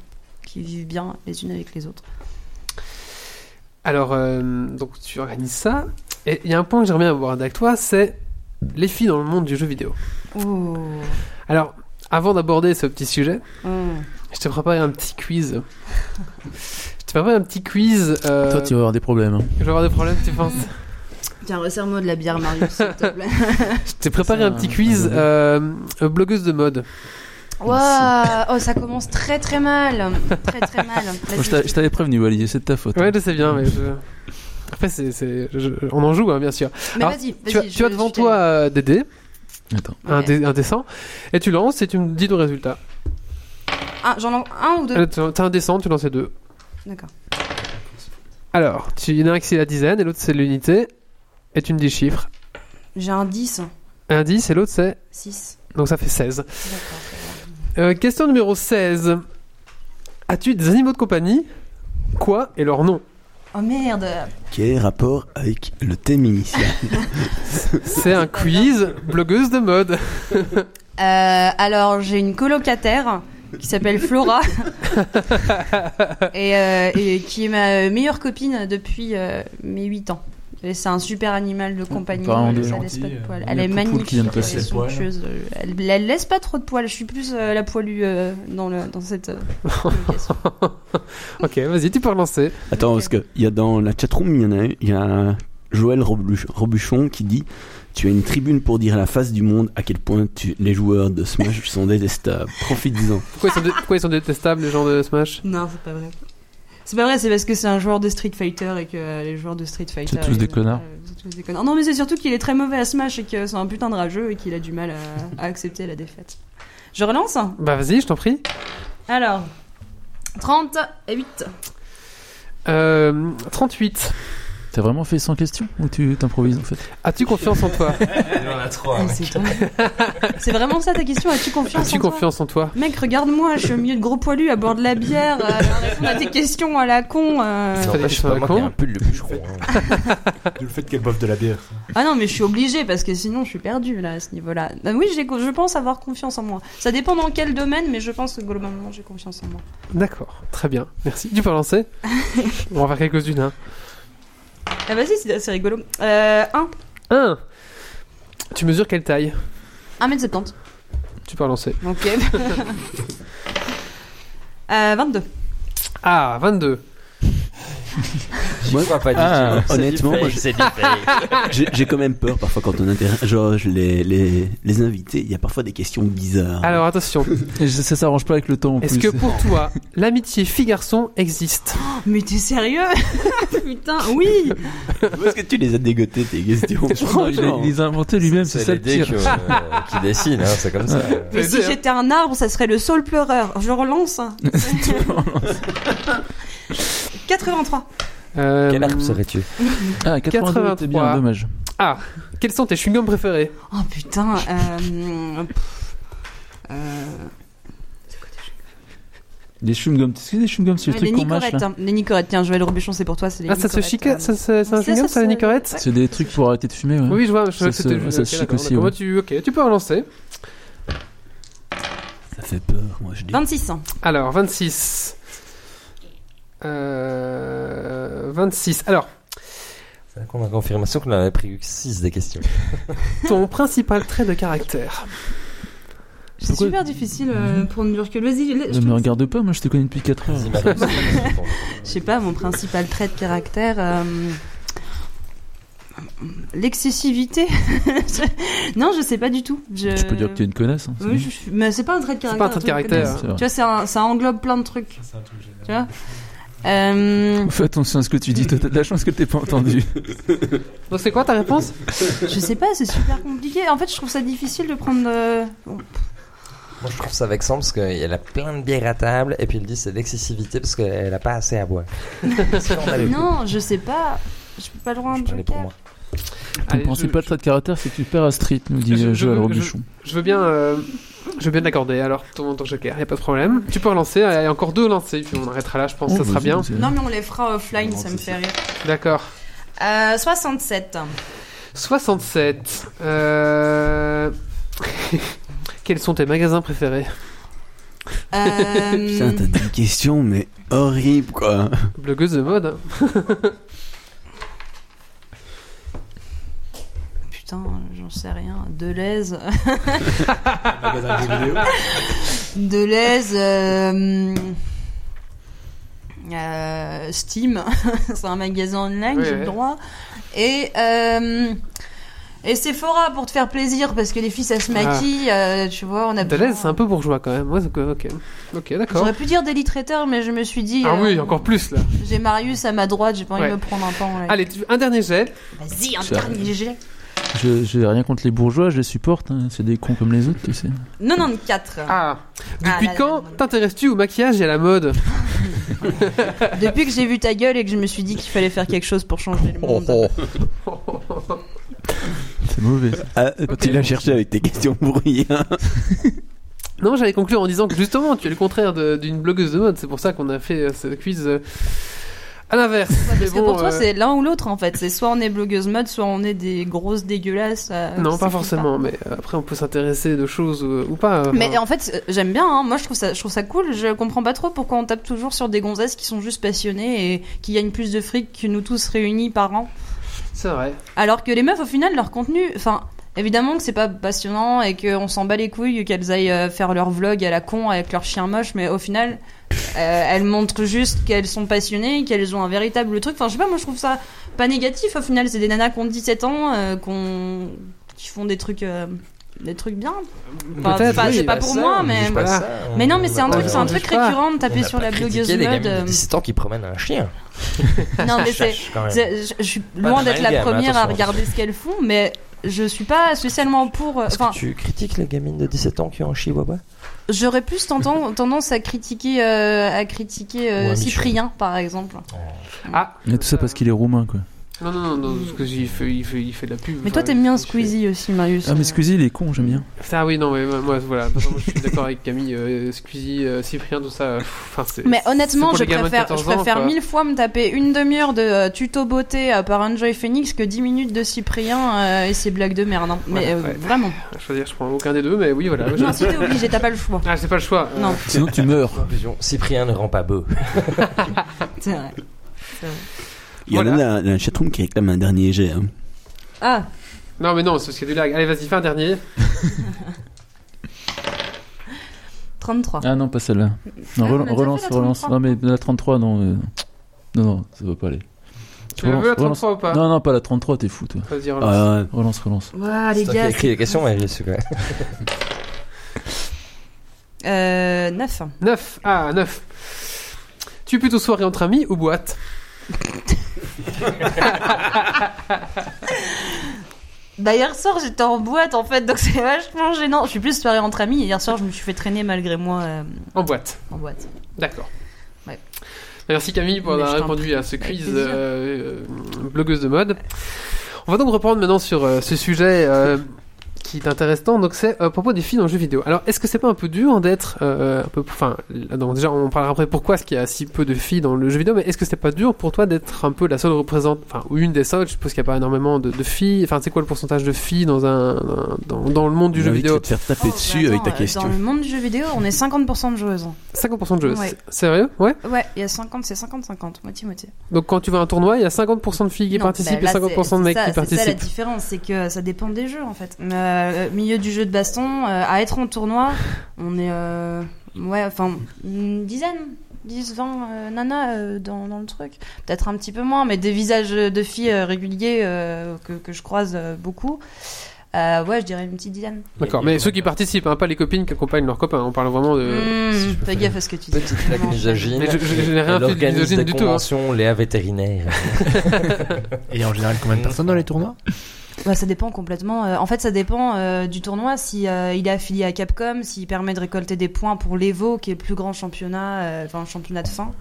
qui vivent bien les unes avec les autres Alors, euh, donc tu organises ça. Et il y a un point que j'aimerais bien avoir avec toi, c'est les filles dans le monde du jeu vidéo. Ouh. Alors, avant d'aborder ce petit sujet, Mmh. je t'ai préparé un petit quiz. je t'ai préparé un petit quiz. euh, Toi, tu vas avoir des problèmes. hein. Je vais avoir des problèmes, tu penses Tiens, resserre-moi de la bière, Marius, s'il te plaît. Je t'ai préparé Ça, un petit quiz ça va. euh, euh, blogueuse de mode. Waouh Oh, ça commence très très mal. Très très mal. Vas-y. Moi, je t'a- je t'avais prévenu, Wally, c'est de ta faute. Ouais, je sais bien, mais je... Après, c'est, c'est- je- on en joue, hein, bien sûr. Mais Alors, vas-y, vas-y. tu as, je- tu as je devant suis toi euh, des dés, hein. Attends. un, Ouais. dé- un dessin, et tu lances et tu me dis le résultat. allée. Ah, j'en ai un ou deux Euh, T'as t'as un dessin, tu lances les deux. D'accord. Alors, tu- il y en a un qui c'est la dizaine et l'autre c'est l'unité, et tu me dis le chiffre. J'ai un 10, Un 10 et l'autre c'est. 6. Donc ça fait 16. D'accord. Euh, question numéro 16. As-tu des animaux de compagnie Quoi et leur nom Oh merde Quel rapport avec le thème initial C'est un quiz blogueuse de mode. Euh, alors, j'ai une colocataire qui s'appelle Flora et, euh, et qui est ma meilleure copine depuis euh, mes 8 ans. Et C'est un super animal de compagnie. parle de ça gentil, laisse pas de euh, poils. il y a Elle est Poupoule qui vient de magnifique, elle passer est le poil. somptueuse. Euh, Elle, elle laisse pas trop de poils. Je suis plus euh, la poilue euh, dans, le, dans cette euh, colocation. ok, vas-y, tu peux relancer. Attends, Ok. parce que il y a dans la chatroom, il y en a, il y a Joël Robuch- Robuchon qui dit Tu as une tribune pour dire à la face du monde à quel point tu- les joueurs de Smash sont détestables. Profites-en. Pourquoi ils, sont dé- pourquoi ils sont détestables, les gens de Smash Non, c'est pas vrai. C'est pas vrai, c'est parce que c'est un joueur de Street Fighter et que euh, les joueurs de Street Fighter. tous des ils- connards. euh, Vous êtes tous des connards. Non, mais c'est surtout qu'il est très mauvais à Smash et que c'est un putain de rageux et qu'il a du mal à, à accepter la défaite. Je relance Bah vas-y, je t'en prie. Alors. 30 et 8. Euh, 38. T'as vraiment fait 100 questions ou tu t'improvises en fait As-tu confiance en toi Il y en a trois. Ah, c'est toi. C'est vraiment ça ta question As-tu confiance As-tu en toi confiance en toi Mec, regarde-moi, je suis au milieu de gros poilus à boire de la bière, euh, à répondre à tes questions à la con. euh. Fallait que je N'empêche sois pas moi qui ai con. un pull de bûcheron. hein. le fait qu'elle boive de la bière. Ah non, mais je suis obligée parce que sinon je suis perdue là à ce niveau-là. Bah oui, j'ai- je pense avoir confiance en moi. Ça dépend dans quel domaine, mais je pense que globalement j'ai confiance en moi. D'accord, très bien, merci. Tu peux relancer On va en faire quelques-unes. Hein. Ah vas-y, c'est c'est rigolo. Euh, 1. 1. Tu mesures quelle taille 1m70. Tu peux relancer. Ok. euh, 22. Ah, 22. Moi, crois pas du Ah, tout. hein. honnêtement, C'est moi, du fake, je- c'est du fake. J'ai j'ai quand même peur parfois quand on interroge les, les, les invités, il y a parfois des questions bizarres. Alors attention, Et je- ça s'arrange pas avec le temps en est-ce plus. que pour toi, l'amitié fille-garçon existe Mais t'es sérieux Putain, oui Où est-ce que tu les as dégotées tes questions Non, il, a- il les a inventés lui-même, c'est ça C'est le les dés pire. qui, euh, qui dessinent, hein, c'est comme ça. Mais Ça si veut dire- j'étais un arbre, ça serait le saule pleureur. Je relance. hein. 83. Euh, serais-tu Ah, 82, t'es bien, 83. dommage. Quels sont tes chewing-gums préférés Oh putain. euh, pff, euh, Des chewing-gums, tu sais des chewing-gums, c'est le ouais, truc les qu'on mâche nicorettes. là. hein. Les nicorettes, tiens, Joël Robuchon, c'est pour toi. C'est les Ah, ça se nicorettes, chique euh. ça, ça- C'est Ça, un chewing-gum, ça ça, la se- nicorette C'est des trucs pour arrêter de fumer, ouais. Oui, je vois, je Ça vois que c'était se- juste. ça ok, se chique d'accord, aussi, d'accord. ouais. tu, ok, tu peux relancer. Ça fait peur, moi je dis. 26. Alors, 26. Euh, 26. Alors, On a confirmation qu'on avait pris 6 des questions. ton principal trait de caractère C'est Pourquoi- super difficile euh, pour ne dire que vas-y. la- Ne je me trouve- regarde pas, moi je te connais depuis 4 heures. Vas-y, bah. Marie, c'est bon. Je sais pas, mon principal trait de caractère. euh, L'excessivité. Je- non, je sais pas du tout. Je, Je peux dire que tu es une connasse. hein, c'est Oui, bon. je- je- Mais c'est pas un trait de caractère. C'est pas un trait de caractère. C'est vrai. Tu vois, c'est un- ça englobe plein de trucs. Tu vois Euh, Fais attention à ce que tu dis, toi t'as de la chance que t'es pas entendu. Donc, c'est quoi ta réponse je sais pas, c'est super compliqué. En fait, je trouve ça difficile de prendre. euh, bon. Moi, je trouve ça vexant parce qu'elle a plein de bières à table et puis elle dit c'est l'excessivité parce qu'elle a pas assez à boire. Scandaleux. Non, je sais pas. Je peux pas loin Je de parlais pour moi. Ton Allez, principal je, trait de caractère, c'est que tu perds à Street, nous dit Je- euh, je- Joël je- Robuchon. je veux bien. euh, Je veux bien l'accorder, alors ton, ton joker, y a pas de problème. Tu peux relancer, il y a encore deux lancés, puis on arrêtera là, je pense, Oh, ça sera vas-y, bien. vas-y. Non, mais on les fera offline, ça me fait rire. D'accord. Euh, 67. 67. Euh... Quels sont tes magasins préférés Euh, Putain, t'as des questions, mais horribles quoi. Blogueuse de mode. hein. Putain, j'en sais rien. Deleuze. Magasin de jeux vidéo. Deleuze. euh, euh, Steam. c'est un magasin online, Ouais, j'ai ouais. le droit. Et. euh, et Sephora pour te faire plaisir parce que les filles ça se maquille, euh, tu vois, on a Ah. Deleuze, c'est besoin- un peu bourgeois quand même. Ouais, c'est- ok, ok, d'accord. J'aurais pu dire délit traiteur, mais je me suis dit. Ah euh, oui, encore plus là. J'ai Marius à ma droite, j'ai pas envie Ouais. de me prendre un pan. là. Allez, tu- un dernier jet. Vas-y, un Ça- dernier jet. Je- J'ai rien contre les bourgeois, je les supporte, hein, c'est des cons comme les autres, tu sais. 94. Ah. Ah, Depuis là, là, quand là, là. t'intéresses-tu au maquillage et à la mode Depuis que j'ai vu ta gueule et que je me suis dit qu'il fallait faire quelque chose pour changer Oh, le monde. C'est mauvais. ça. Ah, Tu l'as cherché avec tes questions pour rien. Non, j'allais conclure en disant que justement, tu es le contraire de- d'une blogueuse de mode. C'est pour ça qu'on a fait euh, ce quiz euh, à l'inverse. Mais Parce que bon, pour toi, euh, c'est l'un ou l'autre en fait. C'est soit on est blogueuse mode, soit on est des grosses dégueulasses. euh, Non, qui pas s'écoutent forcément. Mais euh, après, on peut s'intéresser de choses euh, ou pas. euh, Mais enfin. en fait, euh, j'aime bien. hein. Moi, je trouve ça, je trouve ça cool. Je comprends pas trop pourquoi on tape toujours sur des gonzesses qui sont juste passionnées et qui gagnent plus de fric que nous tous réunis par an. c'est vrai. Alors que les meufs, au final, leur contenu, enfin, évidemment que c'est pas passionnant et qu'on s'en bat les couilles qu'elles aillent euh, faire leur vlog à la con avec leur chien moche, mais au final, euh, elles montrent juste qu'elles sont passionnées, qu'elles ont un véritable truc. Enfin, je sais pas, moi je trouve ça pas négatif. Au final, c'est des nanas qui ont 17 ans, euh, qu'on- qui font des trucs, euh, des trucs bien. Enfin, Peut-être, pas- oui, c'est pas bah pour ça, moi, on mais. juge pas voilà. ça, on- Mais non, mais c'est un on Ouais, truc, a c'est un pas- juge truc pas. récurrent de taper on a sur pas la blogueuse critiqué les gamines mode. de euh, 17 ans qui promènent un chien. Non, mais c'est. Cherche, quand même. C'est- Je, je suis Pas loin de d'être la malgame, première à attention. regarder ce qu'elles font, mais je suis pas spécialement pour. euh, Est-ce Enfin, que tu critiques les gamines de 17 ans qui ont un chihuahua j'aurais plus tendan- tendance à critiquer, euh, à critiquer euh, Ou un Michel. Cyprien, par exemple. Ah, Mais tout ça parce qu'il est roumain, quoi. Non, non, non, non, parce que il fait, il fait, il fait de la pub. Mais toi, Enfin, t'aimes bien je- Squeezie aussi, Marius. Ah, mais Squeezie, il est con, j'aime bien. Ah oui, non, mais moi, moi, voilà. Non, non, moi, je suis d'accord avec Camille, euh, Squeezie, euh, Cyprien, tout ça. euh, pff, Enfin, c'est. Mais c'est honnêtement, pour je les gamins de préfère, 14 je ans, préfère quoi. mille fois me taper une demi-heure de euh, tuto beauté euh, par Enjoy Phoenix que 10 minutes de Cyprien euh, et ses blagues de merde. hein. Mais Ouais, euh, ouais. vraiment. À choisir, je prends aucun des deux, mais oui, voilà. Non, si t'es obligé, t'as pas le choix. Ah, c'est pas le choix. Euh, Non, Sinon, tu meurs. Conclusion, Cyprien ne rend pas beau. c'est vrai. Il y en a Voilà. dans la- dans la chatroom qui réclame un dernier jet. hein. Ah, Non, mais non, c'est parce qu'il y a du lag. Allez, vas-y, fais un dernier. 33. Ah non, pas celle-là. Non, Ah, on a rel- déjà relance, fait Ah, la relance. 33. Non, mais la 33, non. euh, Non, non, ça va pas aller. Tu veux la relance. 33 ou pas Non, Euh. non, pas la 33, t'es fou, toi. Vas-y, relance. Ah, ouais. Relance, relance. Ouah, Ah, les C'est toi qui as gars. écrit les questions, Marie, c'est quoi Euh, 9. 9. Ah, 9. Tu es plutôt soirée entre amis ou boîte Bah hier soir j'étais en boîte en fait donc c'est vachement gênant. Je suis plus soirée entre amis et hier soir je me suis fait traîner malgré moi euh, En boîte. en boîte. D'accord. Ouais. Merci Camille pour Mais avoir je t'en répondu prie, à ce avec quiz plaisir. euh, euh, blogueuse de mode. On va donc reprendre maintenant sur euh, ce sujet euh, qui est intéressant. Donc c'est euh, à propos des filles dans le jeu vidéo. Alors est-ce que c'est pas un peu dur d'être euh, un peu, enfin, là, donc, déjà on parlera après pourquoi est-ce qu'il y a si peu de filles dans le jeu vidéo, mais est-ce que c'est pas dur pour toi d'être un peu la seule représentante, enfin ou une des seules, je suppose qu'il n'y a pas énormément de, de filles. Enfin c'est quoi le pourcentage de filles dans un, un- dans, dans le monde du J'ai jeu envie de vidéo te faire taper Oh, dessus bah avec ta attends, euh, Dans question. le monde du jeu vidéo on est 50% de joueuses. 50% de jeux. Ouais. C'est- Sérieux Ouais. Ouais, il y a 50, c'est 50-50, moitié-moitié. Donc quand tu vas à un tournoi, il y a 50% de filles qui Non, participent bah, là, et 50% de c'est- mecs c'est ça- C'est ça qui la participent. différence, c'est que ça dépend des jeux en fait. Euh, milieu du jeu de baston, euh, à être en tournoi, on est. euh, ouais, enfin, une dizaine. 10, 20 euh, nanas euh, dans, dans le truc. Peut-être un petit peu moins, mais des visages de filles euh, réguliers euh, que, que je croise euh, beaucoup. Euh, ouais, je dirais une petite dizaine. D'accord, mais ceux qui participent, hein, pas les copines qui accompagnent leurs copains. On parle vraiment de. Euh, si je Mmh, peux fais faire gaffe à ce que tu dis. Petite claque Vraiment. misogyne. Mais je- je- je n'ai rien fait Elle de organise misogyne des du tout, hein. conventions, Léa vétérinaire. Et en général, combien de personnes dans les tournois Bah, ça dépend complètement. Euh, en fait, ça dépend euh, du tournoi. Si euh, il est affilié à Capcom, s'il permet de récolter des points pour l'Evo, qui est le plus grand championnat, euh, enfin championnat de fin,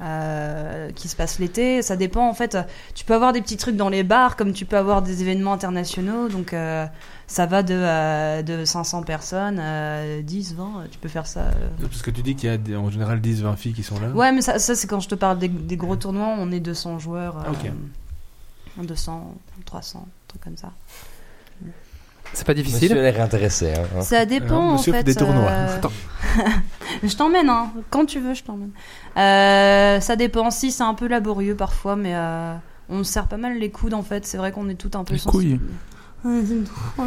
euh, qui se passe l'été. Ça dépend. En fait, euh, tu peux avoir des petits trucs dans les bars, comme tu peux avoir des événements internationaux. Donc euh, ça va de euh, de 500 personnes, à 10, 20. euh, Tu peux faire ça. euh, Parce que tu dis qu'il y a des- en général 10-20 filles qui sont là. Ouais, mais ça, ça, c'est quand je te parle des, des gros tournois, on est 200 joueurs. euh, Ok. 200, 300, trucs comme ça. C'est pas difficile. Monsieur a l'air intéressé. hein. Ça dépend Alors, en monsieur fait. euh, fait des tournois. Attends. je t'emmène, hein. quand tu veux, je t'emmène. Euh, ça dépend si c'est un peu laborieux parfois, mais euh, on se serre pas mal les coudes en fait. C'est vrai qu'on est tout un peu Les couilles. sensibles. Quoi,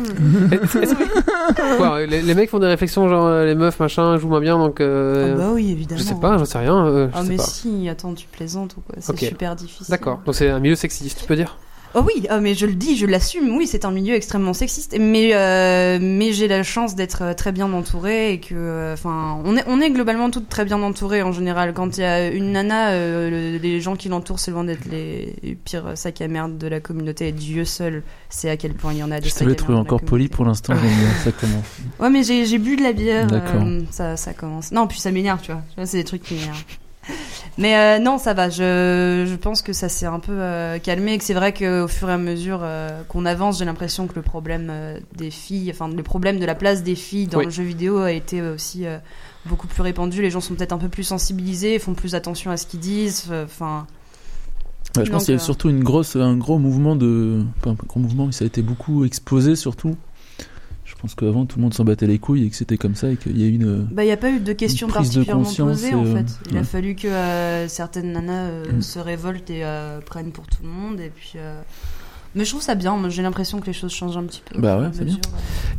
euh, les, les mecs font des réflexions genre euh, les meufs machin jouent moins bien donc. euh, Ah bah oui, évidemment. je sais pas, j'en sais rien. euh, je Ah sais mais pas. si, attends, tu plaisantes ou quoi C'est Ok. super difficile. D'accord, donc c'est un milieu sexiste, tu peux dire Oh oui, ah mais je le dis, je l'assume, oui, c'est un milieu extrêmement sexiste, mais, euh, mais j'ai la chance d'être euh, très bien entourée et que, euh, enfin, on, est, on est globalement toutes très bien entourées en général. Quand il y a une nana, euh, le- les gens qui l'entourent, c'est loin d'être les pires sacs à merde de la communauté. Et Dieu seul sait à quel point il y en a des Je sacs à t'avais trouvé merde de la encore poli communauté. pour l'instant, j'aime bien, ça commence. Ouais, mais j'ai j'ai bu de la bière. D'accord. euh, ça, ça commence. Non, puis ça m'énerve, tu vois. Tu vois, C'est des trucs qui m'énervent. Mais euh, non, ça va. Je, je pense que ça s'est un peu euh, calmé. Et que c'est vrai qu'au fur et à mesure euh, qu'on avance, j'ai l'impression que le problème euh, des filles, enfin, le problème de la place des filles dans Oui. le jeu vidéo a été aussi euh, beaucoup plus répandu. Les gens sont peut-être un peu plus sensibilisés, font plus attention à ce qu'ils disent. euh, Enfin, Ouais, je Donc, pense qu'il y a euh, eu surtout une grosse, un gros mouvement de. Pas un gros mouvement, mais ça a été beaucoup exposé surtout. Je pense qu'avant tout le monde s'en battait les couilles et que c'était comme ça et qu'il y a eu une. euh, bah, il n'y a pas eu de questions Une prise de particulièrement conscience, posées en euh, fait. Il a ouais. Mm. fallu que euh, certaines nanas euh, se révoltent et euh, prennent pour tout le monde. Et puis, euh, mais je trouve ça bien. Moi, j'ai l'impression que les choses changent un petit peu. au Bah fur et ouais, à c'est mesure.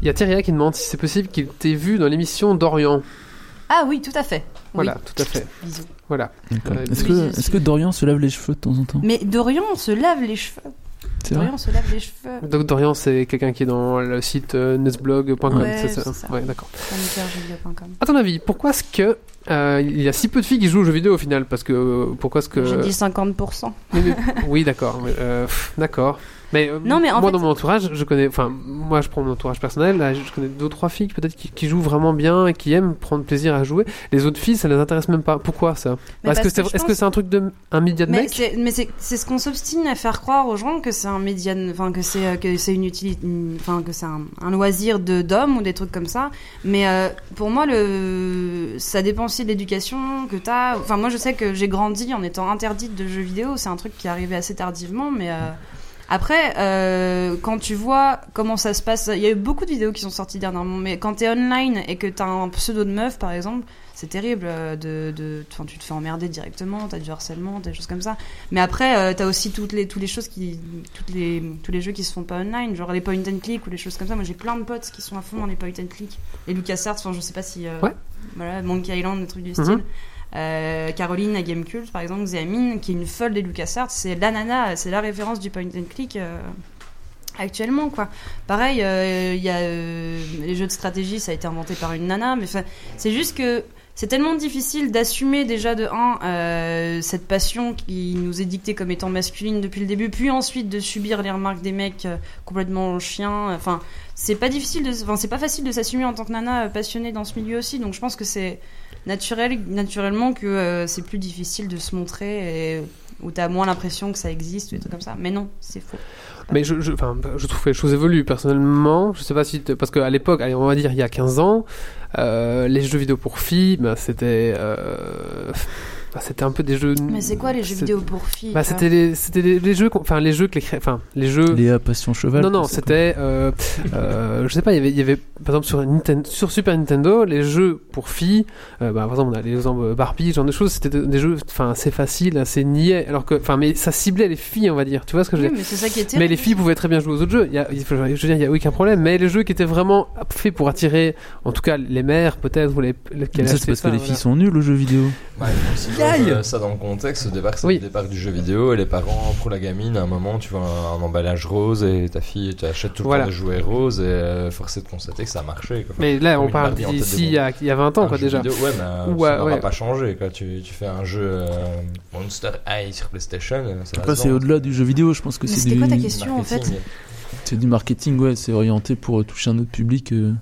Il y a Thierry qui demande si c'est possible qu'il t'ait vu dans l'émission d'Orient. Ah oui, tout à fait. Voilà, Oui. tout à fait. Bisous. Voilà. D'accord. Ouais, Est-ce oui, que, je est-ce que Dorian se lave les cheveux de temps en temps Mais Dorian on se lave les cheveux. C'est vrai Dorian se lave les cheveux. Donc Dorian, c'est quelqu'un qui est dans le site euh, nesblog.com, Ouais, c'est ça c'est ça. Ouais, d'accord. Fannyfairjulia.com. À ton avis, pourquoi est-ce que euh, il y a si peu de filles qui jouent aux jeux vidéo au final Parce que euh, pourquoi est-ce que J'ai dit 50%. Mais- mais- oui, d'accord. mais, euh, pff, d'accord. Mais euh, Non, mais en moi, fait- dans mon entourage, je connais. Enfin, moi, je prends mon entourage personnel. là, je connais deux, trois filles peut-être qui, qui jouent vraiment bien et qui aiment prendre plaisir à jouer. Les autres filles, ça les intéresse même pas. Pourquoi ça Mais Est-ce parce que c'est que je est-ce que pense- c'est un truc de un média de Mais mec c'est- mais c'est c'est ce qu'on s'obstine à faire croire aux gens que c'est un média, enfin que c'est euh, que c'est une utilité, enfin que c'est un, un loisir de d'hommes ou des trucs comme ça. Mais euh, pour moi, le ça dépend aussi de l'éducation que t'as. Enfin moi, je sais que j'ai grandi en étant interdite de jeux vidéo. C'est un truc qui est arrivé assez tardivement, mais. euh, Après, euh, quand tu vois comment ça se passe, il y a eu beaucoup de vidéos qui sont sorties dernièrement, mais quand t'es online et que t'as un pseudo de meuf, par exemple, c'est terrible. euh, De, de, enfin, tu te fais emmerder directement, t'as du harcèlement, des choses comme ça. Mais après, euh, t'as aussi toutes les, toutes les choses qui, toutes les, tous les jeux qui se font pas online, genre les point and click ou les choses comme ça. Moi, j'ai plein de potes qui sont à fond dans les point and click. Et LucasArts, enfin, je sais pas si. euh, Ouais. Voilà, Monkey Island, des trucs du Mhm. style. Euh, Caroline à Gamecult, par exemple, Xehamine, qui est une folle des LucasArts, c'est la nana, c'est la référence du point and click euh, actuellement, quoi. Pareil, euh, il y a euh, les jeux de stratégie, ça a été inventé par une nana, mais enfin, c'est juste que c'est tellement difficile d'assumer déjà de 1 cette passion qui nous est dictée comme étant masculine depuis le début, puis ensuite de subir les remarques des mecs euh, complètement chiens. Enfin, c'est pas difficile, de, enfin, c'est pas facile de s'assumer en tant que nana euh, passionnée dans ce milieu aussi. Donc je pense que c'est naturel, naturellement que euh, c'est plus difficile de se montrer et euh, où t'as moins l'impression que ça existe ou des trucs comme ça. Mais non, c'est faux. Mais je, je, enfin, je trouve que les choses évoluent personnellement. Je sais pas si. t'es- Parce qu'à l'époque, allez, on va dire il y a 15 ans, euh, les jeux vidéo pour filles, ben, c'était. euh, bah, c'était un peu des jeux. Mais c'est quoi les jeux c'est- vidéo pour filles hein bah, C'était les, c'était les, les jeux. qu'on- Enfin, les jeux que les. cré- Enfin, les jeux. Léa Passion Cheval. euh, Non, non, c'est c'était. euh, euh, je sais pas, il y avait- il y avait. Par exemple, sur, Ninten- sur Super Nintendo, les jeux pour filles, euh, bah, par exemple, on a les exemples Barbie, ce genre de choses, c'était de- des jeux enfin, assez faciles, assez niais. Alors que. Enfin, mais ça ciblait les filles, on va dire. Tu vois ce que je veux Oui, dire mais c'est ça qui est mais terrible. les filles pouvaient très bien jouer aux autres jeux. Il y a, il faut- je veux dire, il y a aucun problème. Mais les jeux qui étaient vraiment faits pour attirer, en tout cas, les mères peut-être ou les. les Mais ça, c'est parce que les filles sont nulles aux jeux vidéo. Ouais, il faut aussi Aïe. mettre, euh, ça dans le contexte, au départ, c'est Oui. le départ du jeu vidéo, et les parents, pour la gamine, à un moment, tu vois un, un emballage rose, et ta fille, tu achètes tout le Voilà. temps des jouets roses, et euh, forcé de constater que ça a marché. Quoi. Mais là, on Oui, parle Barbie en tête de d'ici il gondole. y a, il y a 20 ans, Ah, Un quoi, jeu déjà. vidéo, ouais, mais euh, Ou, ça euh, n'aura ouais. pas changé. Quoi. Tu, tu fais un jeu euh, Monster High sur PlayStation, euh, ça va Après, se c'est vendre. au-delà du jeu vidéo, je pense que Mais c'est c'était du, quoi ta question en fait Marketing. c'est du marketing, ouais, c'est orienté pour euh, toucher un autre public euh,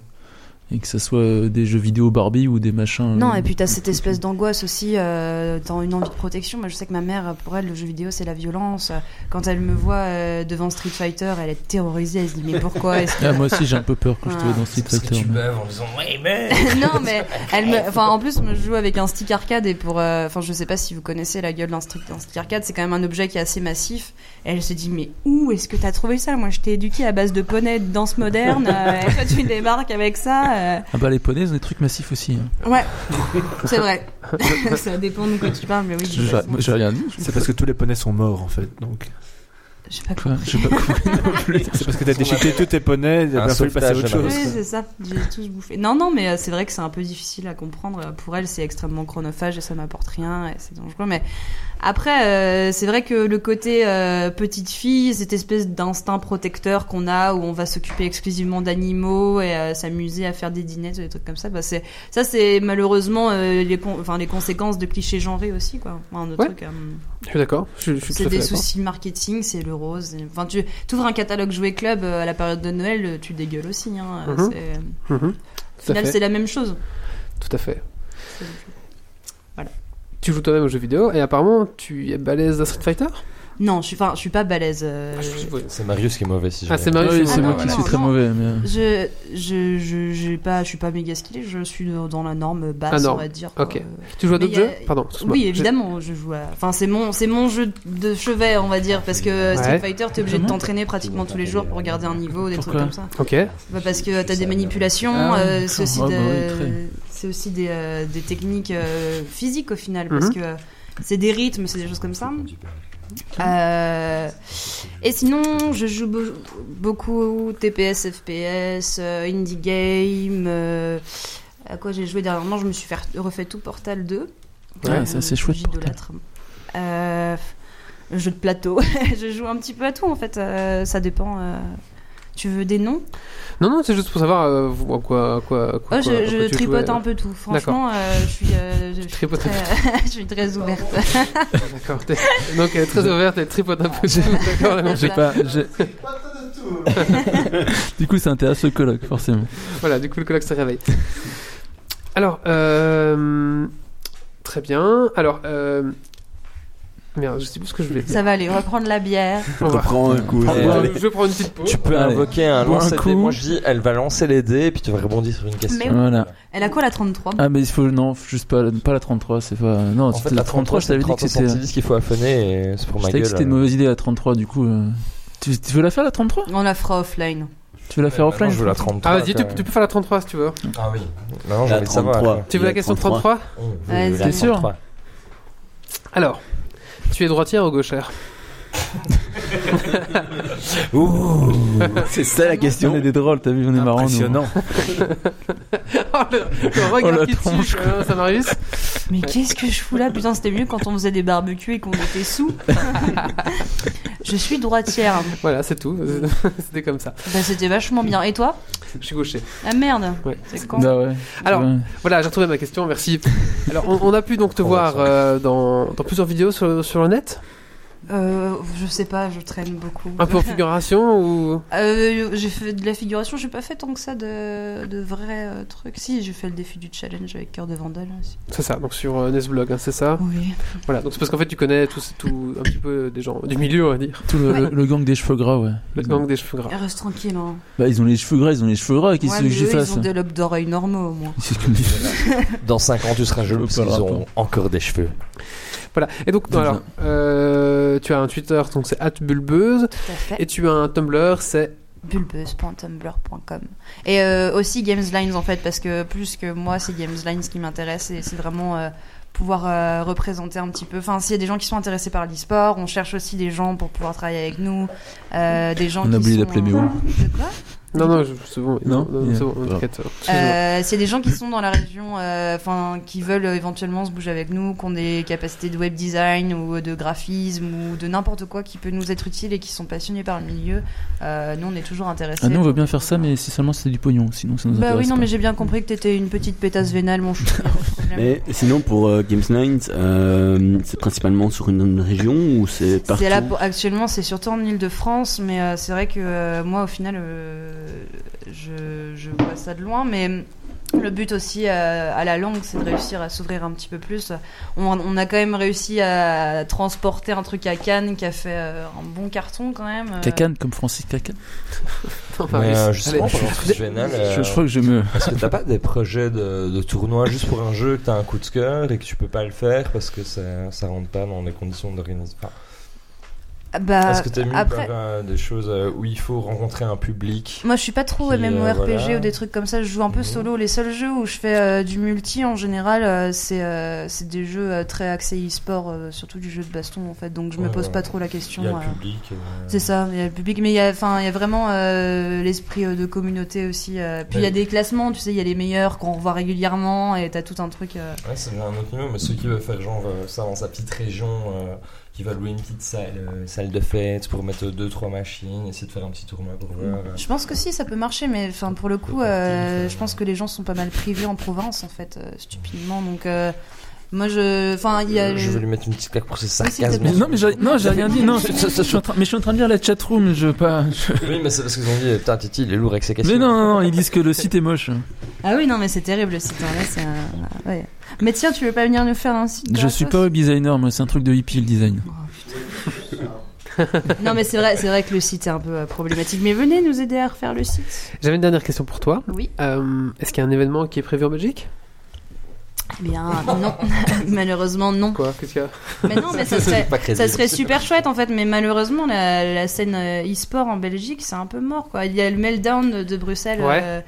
et que ça soit euh, des jeux vidéo Barbie ou des machins. Non, euh, et puis t'as cette espèce d'angoisse aussi euh, dans une envie de protection. Moi, je sais que ma mère, pour elle, le jeu vidéo, c'est la violence. Quand elle me voit euh, devant Street Fighter, elle est terrorisée. Elle se dit, mais pourquoi est-ce que- Ah, moi aussi, j'ai un peu peur quand je te Ah. vois dans C'est Street parce que Fighter. tu mais- beuves en disant Ouais, mais. non, mais elle me. Enfin, en plus, moi, je joue avec un stick arcade et pour. euh, Enfin, je sais pas si vous connaissez la gueule d'un stick, d'un stick arcade, c'est quand même un objet qui est assez massif. Et elle se dit, mais où est-ce que t'as trouvé ça Moi, je t'ai éduqué à base de poney, de danse moderne. euh, et toi, tu débarques avec ça. euh. Ah bah les poneys, ils ont des trucs massifs aussi. hein. Ouais, c'est vrai. ça dépend de quoi tu parles, mais oui. Je- de toute J'ai façon. moi, j'ai rien dit. C'est parce que tous les poneys sont morts en fait. Donc Je sais pas Quoi J'ai Ah pas compris non plus. c'est parce que t'as déchiqueté tous tes poneys, t'as Un pas fallu passer à autre sauvetage, chose. Oui, c'est ça, j'ai tous bouffé. Non, non, mais euh, c'est vrai que c'est un peu difficile à comprendre. Euh, Pour elle, c'est extrêmement chronophage et ça m'apporte rien et c'est dangereux. Mais après, euh, c'est vrai que le côté euh, petite fille, cette espèce d'instinct protecteur qu'on a où on va s'occuper exclusivement d'animaux et euh, s'amuser à faire des dîners, des trucs comme ça, bah, c'est, ça, c'est malheureusement euh, les, con- enfin, les conséquences de clichés genrés aussi, quoi. Enfin, de Ouais. trucs, euh, Je suis d'accord. Je, je suis tout c'est à fait des d'accord. soucis marketing, c'est le rose. et- Enfin, tu ouvres un catalogue jouet club euh, à la période de Noël, euh, tu dégueules aussi. Hein. euh, Mhm. c'est- Au Mhm. Tout à final, fait. c'est la même chose. Tout à fait. C'est- Tu joues toi-même aux jeux vidéo et apparemment tu es balèze à Street Fighter Non, je suis, enfin, je suis pas balèze. euh, C'est Marius qui est mauvais si Ah, jamais. c'est Marius, Ah oui, Ah, c'est moi non, qui non, suis très non. mauvais. Mais... euh, Je, je, je, j'ai pas, je suis pas méga skillée, je suis dans dans la norme Ah, basse, norme. on va dire. Ok. bah, quoi. Tu joues à Mais il d'autres y jeux a- Pardon, excuse-moi. Oui, J'ai- évidemment, je joue à. Enfin, c'est mon, c'est mon jeu de chevet, on va dire, parce que Street Ouais. Fighter, t'es obligé de t'entraîner pratiquement tous les jours pour garder un niveau, des Pourquoi trucs comme ça. Ok. Bah, parce que t'as des Ah manipulations, oui, euh, d'accord. c'est aussi, Ah bah de- oui, très. c'est aussi des, euh, des techniques euh, physiques au final, parce Mhm. que c'est des rythmes, c'est des choses comme ça. Euh, et sinon, je joue be- beaucoup TPS, FPS, euh, Indie Game. euh, à quoi j'ai joué dernièrement Je me suis fait- refait tout Portal 2. Ouais, Euh, ça, c'est chouette, J'idolâtre. Euh, jeu de plateau. je joue un petit peu à tout en fait. euh, ça dépend. euh, Tu veux des noms Non, non, c'est juste pour savoir euh, vous- à quoi, à quoi, à quoi, Oh, à quoi je, je tu jouais, tripote euh. un peu tout. Franchement, euh, je suis, euh, je, je suis tripotes un très, je suis très ouverte. D'accord. t'es- Donc elle est très ouverte, elle tripote un peu. D'accord, d'accord. J'ai pas. j'ai- du coup, ça intéresse le colloque, forcément. Voilà, du coup, le colloque se réveille. Alors, euh, très bien. Alors, euh, merde, je sais plus ce que je voulais dire. Ça va aller. On va prendre la bière. On va- Prends un coup. euh, Ah, Je- ouais, allez. allez. je prends une petite pause. Tu peux Allez. invoquer un Bois un lance coup. Moi je dis, elle va lancer les dés, et puis tu vas rebondir sur une question. Mais Voilà. Elle a quoi la 33 Ah, mais il faut. Non, juste pas, pas la 33, c'est pas. Non, En c'était fait, la 33, je c'est t'avais dit 30 que c'était. centimes qu'il faut affonner, et c'est pour Je t'avais ma gueule. euh. dit que c'était une mauvaise idée la 33, du coup. euh, Tu, tu veux la faire la 33 On la fera offline. Tu veux la Ouais, faire maintenant, offline Je veux la 33. Ah, vas-y, tu, t'as- tu peux faire la 33 si tu veux. Ah oui. Maintenant, j'ai La envie de savoir. 33. quoi. Tu veux Il y la a question 33. 33 On veut Vas-y. la T'es sûr 33. Alors, tu es droitière ou gauchère C'est ça la question. On est des drôles, t'as vu, on est marrant. nous. Impressionnant. le regard Oh, la qui tue, tronche, euh, ça m'arrive. Mais qu'est-ce que je fous là Putain, c'était mieux quand on faisait des barbecues et qu'on était sous. je suis droitière. Voilà, c'est tout. C'était comme ça. Bah, c'était vachement bien. Et toi Je suis gaucher. Ah merde. Ouais. C'est con. Ah ouais. Alors, Ouais. Voilà, j'ai retrouvé ma question, merci. Alors, on, on a pu donc te On voir va faire. euh, dans, dans plusieurs vidéos sur, sur le net, Euh, je sais pas, je traîne beaucoup. un peu en figuration ou. Euh, j'ai fait de la figuration, j'ai pas fait tant que ça de, de vrais euh, trucs. Si, j'ai fait le défi du challenge avec Cœur de Vandal aussi. C'est ça, donc sur euh, Nesblog, hein, c'est ça. Oui. Voilà, donc c'est parce qu'en fait tu connais tout, tout un petit peu des gens du milieu, on va dire. Tout le, le- le gang des cheveux gras, ouais. Le Ils ont- gang des cheveux gras. Reste tranquille, hein. Bah, ils ont les cheveux gras, ils ont les cheveux gras, qu'est-ce Ouais, que mais j'y eux, fasse Ils ont des lobes d'oreilles normaux au moins. C'est comme- Dans 5 ans, tu seras Je jaloux veux parce pas le qu'ils rapport. auront encore des cheveux. Voilà, et donc C'est alors, ça. euh, tu as un Twitter, donc c'est bulbeuse, Tout à fait. et tu as un Tumblr, c'est. bulbeuse.tumblr.com et euh, aussi Gameslines en fait parce que plus que moi c'est Gameslines qui m'intéresse et c'est vraiment euh, pouvoir euh, représenter un petit peu enfin s'il y a des gens qui sont intéressés par l'e-sport on cherche aussi des gens pour pouvoir travailler avec nous euh, des gens On a qui oublié sont- d'appeler Méo. De quoi Non, non, je- c'est bon, Non c'est bon, Yeah. t'inquiète. Euh, s'il y a des gens qui sont dans la région, euh, enfin, qui veulent euh, éventuellement se bouger avec nous, qui ont des capacités de web design ou de graphisme ou de n'importe quoi qui peut nous être utile et qui sont passionnés par le milieu, euh, nous on est toujours intéressés. Ah, nous, on veut bien faire ça, mais si seulement c'est du pognon, sinon ça nous Bah intéresse. oui, non, pas. mais j'ai bien compris que t'étais une petite pétasse vénale, mon chou. y a pas de problème. Mais sinon, pour euh, Games Night, euh, c'est principalement sur une région ou c'est partout C'est là pour- actuellement, c'est surtout en Île-de-France, mais euh, c'est vrai que euh, moi, au final, euh, je, je vois ça de loin, mais hum, le but aussi euh, à la langue, c'est de réussir à s'ouvrir un petit peu plus. On, on a quand même réussi à transporter un truc à Cannes qui a fait euh, un bon carton quand même. euh. Cacane, comme Francis Cacane. Non, Mais Paris. euh, justement, Allez. pendant que tu vénales, Je, euh, je crois que je me. Parce que t'as pas des projets de, de tournoi juste pour un jeu que t'as un coup de cœur et que tu peux pas le faire parce que ça, ça rentre pas dans les conditions d'organisation. Enfin, Ah Bah, Est-ce que t'es mis après- par euh, des choses euh, où il faut rencontrer un public Moi, je suis pas trop Qui, euh, MMORPG voilà. ou des trucs comme ça. Je joue un peu Mhm. solo. Les seuls jeux où je fais euh, du multi, en général, euh, c'est euh, c'est des jeux euh, très axés e-sport, euh, surtout du jeu de baston en fait. Donc, je me Ouais, pose ouais. pas trop la Il question. y a euh. le public. euh, C'est ça, il y a le public, mais il y a, enfin, il y a vraiment euh, l'esprit euh, de communauté aussi. euh. Puis il y a Ouais. des classements, tu sais, il y a les meilleurs qu'on revoit régulièrement et t'as tout un truc. euh. Ouais, c'est un autre niveau, mais ceux qui veulent faire genre euh, ça dans sa petite région, euh, qui veulent louer une petite salle, euh, salle de fête pour mettre 2-3 machines, essayer de faire un petit tournoi pour voir. euh, Je pense que si, ça peut marcher, mais enfin, pour le coup, euh, je pense que les gens sont pas mal privés en province, en fait, euh, stupidement. Donc, euh, moi, je, enfin, il y a. Je vais lui mettre une petite claque pour ses Oui, s'il te sarcasmes. plaît. Non, mais j'ai non, j'ai rien dit. Non, je, je- je suis en train- mais je suis en train de lire la chatroom. Je veux pas. je- Oui, mais c'est parce qu'ils ont dit, putain, Titi, il est lourd avec ses questions. Mais non, non, non, ils disent que le site est moche. Ah oui, non, mais c'est terrible le site. hein, là, c'est un- ouais. Mais tiens, tu veux pas venir nous faire un site Je suis pas web designer, moi, c'est un truc de hippie le design. Non, mais c'est vrai, c'est vrai que le site est un peu euh, problématique. Mais venez nous aider à refaire le site. J'avais une dernière question pour toi. Oui. Euh, Est-ce qu'il y a un événement qui est prévu en Belgique Eh Bien, non. malheureusement, non. Quoi Qu'est-ce qu'il y a Mais non, mais ça serait, Pas crédible. ça serait super chouette en fait. Mais malheureusement, la, la scène euh, e-sport en Belgique, c'est un peu mort quoi. Il y a le meltdown de, de Bruxelles Ouais. euh,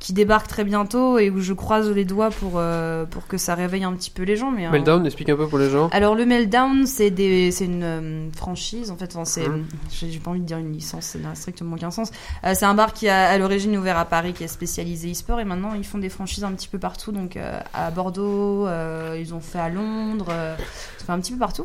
qui débarque très bientôt et où je croise les doigts pour, euh, pour que ça réveille un petit peu les gens. Mais, euh, Meltdown, explique un peu pour les gens. alors le Meltdown, c'est des, c'est une euh, franchise en fait. Enfin, c'est, Mhm. j'ai j'ai pas envie de dire une licence, ça n'a strictement aucun sens. Euh, c'est un bar qui a à l'origine ouvert à Paris, qui est spécialisé e-sport et maintenant ils font des franchises un petit peu partout. Donc euh, à Bordeaux, euh, ils ont fait à Londres, euh, ils ont fait un petit peu partout.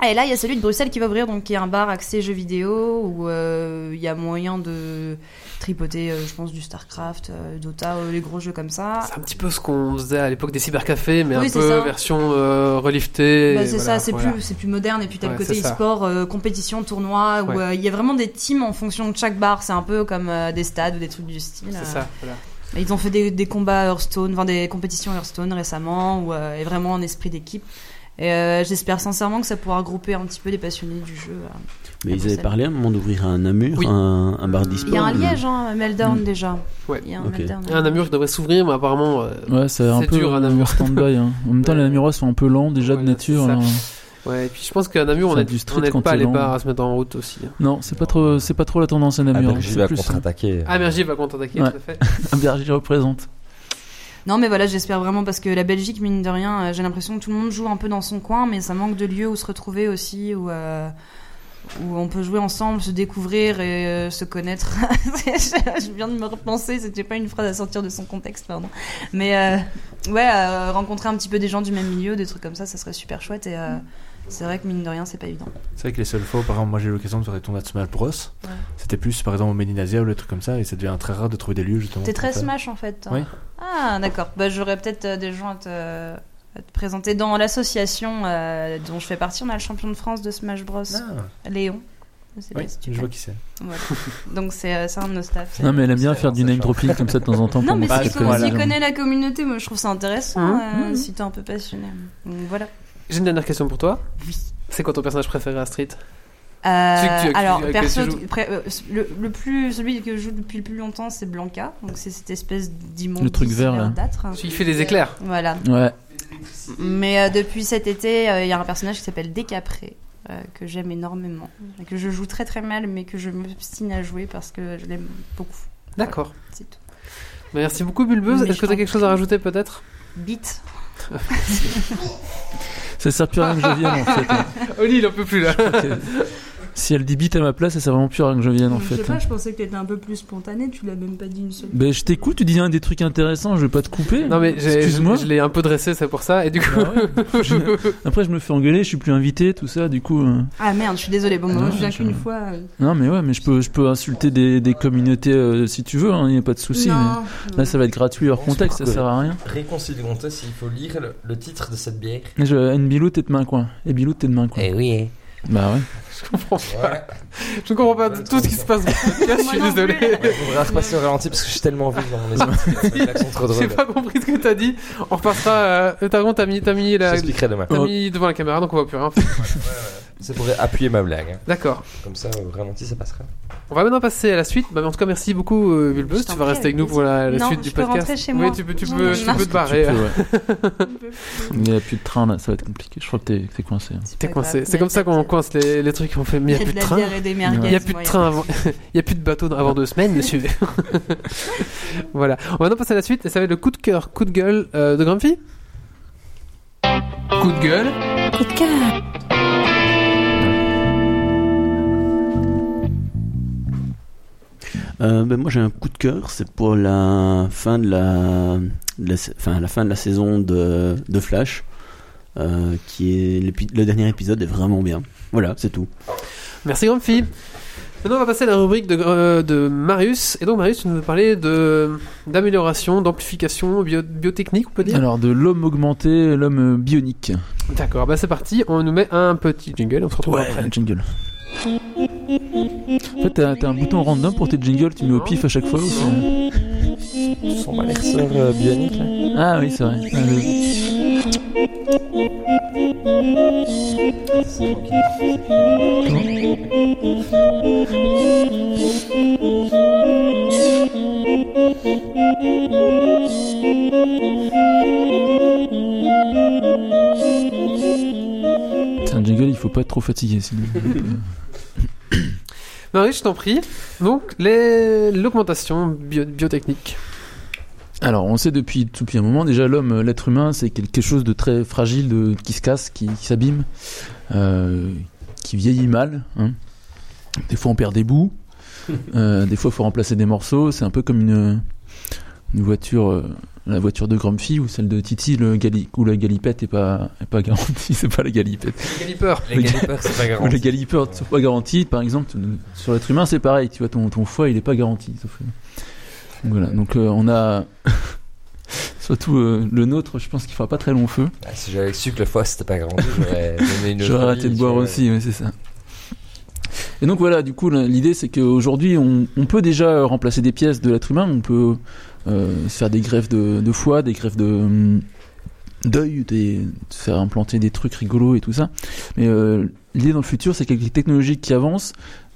Ah, et là, il y a celui de Bruxelles qui va ouvrir, donc qui est un bar axé jeux vidéo où euh, il y a moyen de tripoter, euh, je pense, du Starcraft, euh, Dota, euh, les gros jeux comme ça. C'est un petit peu ce qu'on faisait à l'époque des cybercafés, mais Oui, un c'est peu ça. version euh, reliftée. Bah, et c'est voilà, ça, c'est voilà. plus, c'est plus moderne et puis t'as Ouais, le côté c'est ça. e-sport, euh, compétition, tournoi, où Ouais. euh, il y a vraiment des teams en fonction de chaque bar. C'est un peu comme euh, des stades ou des trucs du style. euh. C'est ça, voilà. Et Ils ont fait des, des combats Hearthstone, enfin des compétitions Hearthstone récemment, où euh, est vraiment un esprit d'équipe. Et euh, j'espère sincèrement que ça pourra regrouper un petit peu les passionnés du jeu. euh. Mais ils Bruxelles. avaient parlé à un moment d'ouvrir un Namur, Oui. un, un bar Il y a d'e-sport. Il y a un mais- Liège, hein, Meltdown Mm. déjà. Oh. Ouais. Il y a un Ok. Meltdown. Il y a un Namur qui devrait s'ouvrir, mais apparemment. euh, Ouais, c'est un C'est peu dur, un euh, Namur. stand-by. hein. En même temps, les Namurois sont un peu lents déjà de Voilà, nature. c'est ça. alors, euh, Ouais, et puis je pense qu'à Namur, on Faire n'aide du street on n'aide quand pas t'es les lent. bars à se mettre en route aussi. hein. Non, c'est pas trop, c'est pas trop la tendance à Ah, Namur. Bergy c'est va plus- contre-attaquer. Ah, Mergy va contre-attaquer, Ouais. tout à fait. Bergy représente. Non, mais voilà, j'espère vraiment parce que la Belgique, mine de rien, euh, j'ai l'impression que tout le monde joue un peu dans son coin, mais ça manque de lieux où se retrouver aussi, où, euh, où on peut jouer ensemble, se découvrir et euh, se connaître. je viens de me repenser, c'était pas une phrase à sortir de son contexte, pardon. Mais euh, ouais, euh, rencontrer un petit peu des gens du même milieu, des trucs comme ça, ça serait super chouette. Et euh, c'est vrai que mine de rien, c'est pas évident. C'est vrai que les seules fois, par exemple, moi j'ai eu l'occasion de faire des tournois de Smash Bros. C'était plus, par exemple, au Médinasia ou des trucs comme ça, et ça devient très rare de trouver des lieux justement. T'es très pour ça. smash en fait. toi. Oui. Ah d'accord. Bah j'aurais peut-être euh, des gens à te, à te présenter dans l'association euh, dont je fais partie. On a le champion de France de Smash Bros, Ah, Léon. Je sais oui, pas si tu je vois connais. qui c'est. Voilà. Donc c'est euh, c'est un de nos staffs. c'est- Non, mais elle aime bien C'est faire du bon, ça name dropping comme ça de temps en temps. Non, pour mais montrer si parce tu que les gens- connais la communauté, moi je trouve ça intéressant Mmh, euh, si t'es un peu passionné. Donc voilà. J'ai une dernière question pour toi. C'est quoi ton personnage préféré à Street Celui que tu- Euh, que tu- alors, avec perso, lequel tu joues. pré- euh, le, le plus, celui que je joue depuis le plus longtemps, c'est Blanca. Donc c'est cette espèce d'immonde Le truc vert, là. verdâtre. Il fait des éclairs. Voilà. Ouais, Mais euh, depuis cet été, euh, il y a un personnage qui s'appelle Décapré. euh, que j'aime énormément, et que je joue très très mal, mais que je m'obstine à jouer parce que je l'aime beaucoup. D'accord. C'est tout. Bah, Merci beaucoup, Bulbeuse. Mais Est-ce que je t'as t'en quelque chose à rajouter peut-être Bite. ça sert plus à rien que je vienne en fait. hein. Oli, il en peut plus là. Si elle dit bite à ma place, ça sert vraiment plus à rien que je vienne en Je sais fait. hein. pas, je pensais que t'étais un peu plus spontané, tu l'as même pas dit une seule Ben je t'écoute, tu dis un des trucs intéressants, je vais pas te couper. Non, mais j'ai- je, excuse-moi. je l'ai un peu dressé, c'est pour ça. Et du coup. Ah Après je me fais engueuler, je suis plus invité, tout ça, du coup. euh, Ah merde, je suis désolée. Bon, fois. moi, Moi, je je ouais, viens je- qu'une fois. euh, Non mais ouais, mais je peux, je peux insulter des, des communautés euh, si tu veux, il n'y a pas de souci. non, mais non. Là ça va être gratuit hors contexte, ça sert à rien. Réconcile Comtesse, il faut lire le, le titre de cette bière. Mais Je, Nbilou t'es de main quoi. Et Bilou t'es de main quoi. oui. Bah ouais. Ouais. Je comprends pas de tout ce qui se passe dans ce podcast, je suis Moi non plus. désolé. On voudrait repasser au ralenti parce que je suis tellement vite dans mon esprit. L'accent trop J'ai drôle. pas compris ce que t'as dit. On repassera. Euh, t'as raison, t'as mis, t'as mis, la- J'expliquerai demain. t'as mis devant la caméra, donc on voit plus rien. Ça pourrait appuyer ma blague. hein. D'accord. Comme ça, au ralenti, ça passera. On va maintenant passer à la suite. Bah, mais en tout cas, merci beaucoup, euh, Bulbeuse. Je t'en Tu vas prie, rester avec avec nous pour la, la Non, suite je du peux podcast. rentrer chez moi. Oui, tu peux, tu J'en peux, ai Euh, tu marre. peux te Tu barrer. hein. peux, ouais. Il n'y a plus de train là, ça va être compliqué. Je crois que t'es que t'es coincé. hein. T'es pas coincé. grave, C'est mais comme ça qu'on peut-être- coince les, les trucs. On fait, mais Il il n'y a plus de train. bière et des merguez, Il n'y a plus moi, de y train pas avant. Il n'y a plus de bateau avant deux semaines, monsieur. voilà. On va maintenant passer à la suite et ça va être le coup de cœur, coup de gueule euh, de Grumpy. Coup de gueule. Euh, ben moi j'ai un coup de cœur, c'est pour la fin de la, de la sa- enfin, la fin de la saison de, de Flash, euh, qui est l'épi- le dernier épisode est vraiment bien. Voilà, c'est tout. Merci Grumpy. Maintenant on va passer à la rubrique de, euh, de Marius. Et donc Marius, tu nous parlais de d'amélioration, d'amplification, bio- biotechnique, on peut dire. Alors de l'homme augmenté, l'homme euh, bionique. D'accord. Bah c'est parti. On nous met un petit jingle. On se retrouve après. Un jingle. En fait, t'as t'as un bouton random pour tes jingles, tu mets au pif à chaque fois. ou c'est- Tu sens pas les ressorts euh, bioniques là Ah oui, c'est vrai. Ah, le- C'est un jingle, il faut pas être trop fatigué sinon. Marius, je t'en prie. Donc les- l'augmentation bio- biotechnique. Alors, on sait depuis tout depuis un moment déjà l'homme, euh, l'être humain, c'est quelque chose de très fragile, de, qui se casse, qui, qui s'abîme, euh, qui vieillit mal. hein. Des fois, on perd des bouts. euh, des fois, il faut remplacer des morceaux. C'est un peu comme une, une voiture, euh, la voiture de Grumpy ou celle de Titi, le gali, où la galipette est pas, est pas garantie. C'est pas la galipette. Galliper. Les galipeurs, c'est pas Ou grave. les galipeurs ne sont pas garantis. Par exemple, sur l'être humain, c'est pareil. Tu vois, ton, ton foie, il n'est pas garanti. sauf que- Donc, voilà. Donc, euh, on a. Surtout euh, le nôtre, je pense qu'il fera pas très long feu. Ah, si j'avais su que le foie c'était pas grandi, j'aurais donné une autre J'aurais arrêté vie, de tu boire vois. aussi, ouais, c'est ça. Et donc voilà, du coup, l'idée c'est qu'aujourd'hui, on, on peut déjà remplacer des pièces de l'être humain. On peut euh, se faire des greffes de, de foie, des greffes de hum, d'œil, des- se faire implanter des trucs rigolos et tout ça. Mais euh, l'idée dans le futur, c'est qu'avec les technologies qui avancent,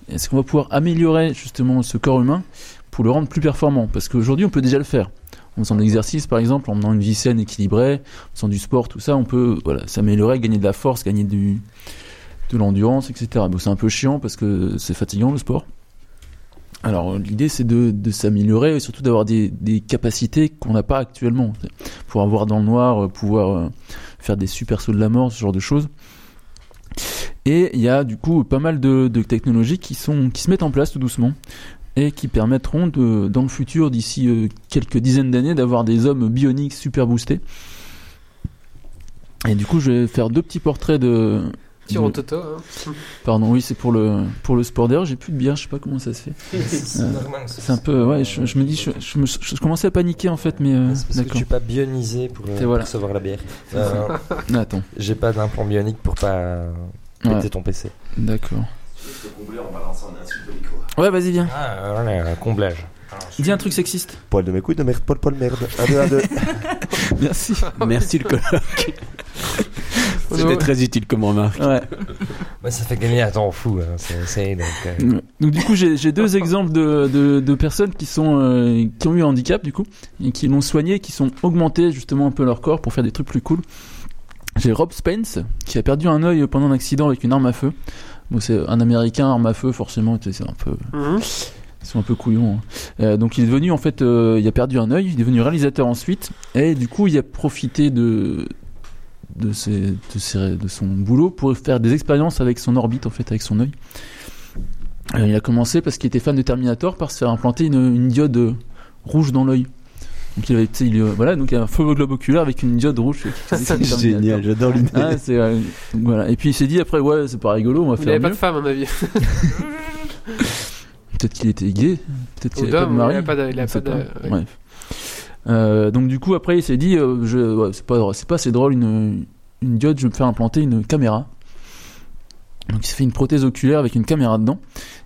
est-ce qu'on va pouvoir améliorer justement ce corps humain pour le rendre plus performant Parce qu'aujourd'hui, on peut déjà le faire. En faisant de l'exercice, par exemple, en menant une vie saine, équilibrée, en faisant du sport, tout ça, on peut voilà, s'améliorer, gagner de la force, gagner du, de l'endurance, etc. Bon, c'est un peu chiant parce que c'est fatigant le sport. Alors l'idée c'est de, de s'améliorer et surtout d'avoir des, des capacités qu'on n'a pas actuellement. Pouvoir voir dans le noir, euh, pouvoir euh, faire des super sauts de la mort, ce genre de choses. Et il y a du coup pas mal de, de technologies qui, sont, qui se mettent en place tout doucement et qui permettront de, dans le futur, d'ici euh, quelques dizaines d'années, d'avoir des hommes bioniques super boostés. Et du coup, je vais faire deux petits portraits de. Sur de- Toto, hein. Pardon, oui, c'est pour le, pour le sport. D'ailleurs, j'ai plus de bière, je sais pas comment ça se fait. C'est normal. Euh, C'est un peu. Ouais, je, je me dis, je, je, me- je commençais à paniquer en fait, mais. euh, C'est parce que je D'accord. suis pas bionisé pour euh, Et voilà. recevoir la bière. Euh, Attends, J'ai pas d'implant bionique pour pas péter Ouais. ton PC. d'accord. Ouais, vas-y, viens. Ah, voilà, comblage. Dis un truc sexiste. Poil de mes couilles de merde, poil, poil, merde. 1, 2, 1, 2. Merci. Merci le colloque. Ouais. C'était très utile comme remarque. Ouais. Bah, ça fait gagner un temps fou. hein, c'est- c'est- donc, euh, Donc du coup, j'ai j'ai deux exemples de, de, de personnes qui sont euh, qui ont eu un handicap du coup et qui l'ont soigné, qui sont augmenté justement un peu leur corps pour faire des trucs plus cool. J'ai Rob Spence qui a perdu un œil pendant un accident avec une arme à feu. Bon, c'est un Américain, arme à feu, forcément, tu sais, c'est un peu Mhm. Ils sont un peu couillons. hein. Euh, donc il est devenu en fait, euh, il a perdu un œil, il est devenu réalisateur ensuite, et du coup il a profité de de, ses, de, ses- de son boulot pour faire des expériences avec son orbite en fait, avec son œil. Euh, il a commencé parce qu'il était fan de Terminator par se faire implanter une, une diode euh, rouge dans l'œil. Donc il avait, tu sais, il, euh, voilà, donc il a un faux globe oculaire avec une diode rouge. C'est génial, j'adore l'idée. Ah, c'est, euh, donc voilà. Et puis il s'est dit après ouais c'est pas rigolo, on va Il faire avait mieux. pas de femme, à mon avis. Peut-être qu'il était gay, peut-être Ou qu'il avait pas de d'homme, mari. il a pas de. Il a On pas sait de... pas. ouais. Bref. Euh, donc du coup après il s'est dit euh, je ouais, c'est pas drôle- c'est pas assez drôle une, une diode je vais me faire implanter une caméra donc il s'est fait une prothèse oculaire avec une caméra dedans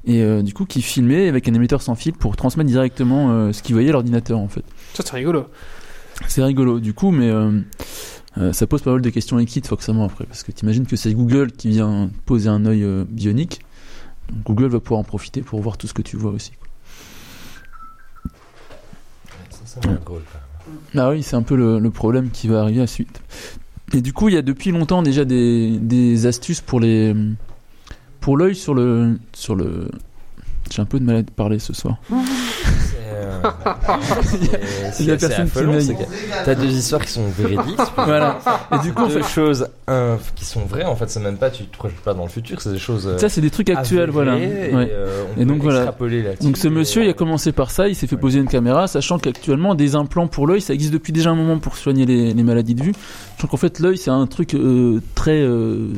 et euh, du coup qui filmait avec un émetteur sans fil pour transmettre directement euh, ce qu'il voyait à l'ordinateur en fait Ça, c'est rigolo. c'est rigolo du coup mais euh, euh, ça pose pas mal de questions éthiques forcément après parce que t'imagines que c'est Google qui vient poser un œil euh, bionique donc Google va pouvoir en profiter pour voir tout ce que tu vois aussi ça, ça va être drôle. quoi. Ah oui, c'est un peu le, le problème qui va arriver à la suite. Et du coup, il y a depuis longtemps déjà des, des astuces pour les pour l'œil sur le sur le. J'ai un peu de mal à te parler ce soir. C'est, euh, c'est- Il y a c'est- c'est personne qui affolant, m'aille. c'est que T'as deux histoires qui sont véridiques. Voilà. Et du coup, en deux fait, choses euh, qui sont vraies. En fait, c'est même pas, tu te projettes pas dans le futur, c'est des choses. euh, ça c'est des trucs actuels, avérées, voilà. Et, Ouais. euh, on Et peut donc, voilà. extrapoler là-dessus. Donc ce Et, monsieur, il euh, a commencé par ça, il s'est fait Ouais. poser une caméra, sachant qu'actuellement des implants pour l'œil, ça existe depuis déjà un moment pour soigner les, les maladies de vue. Donc en fait l'œil, c'est un truc euh, très euh,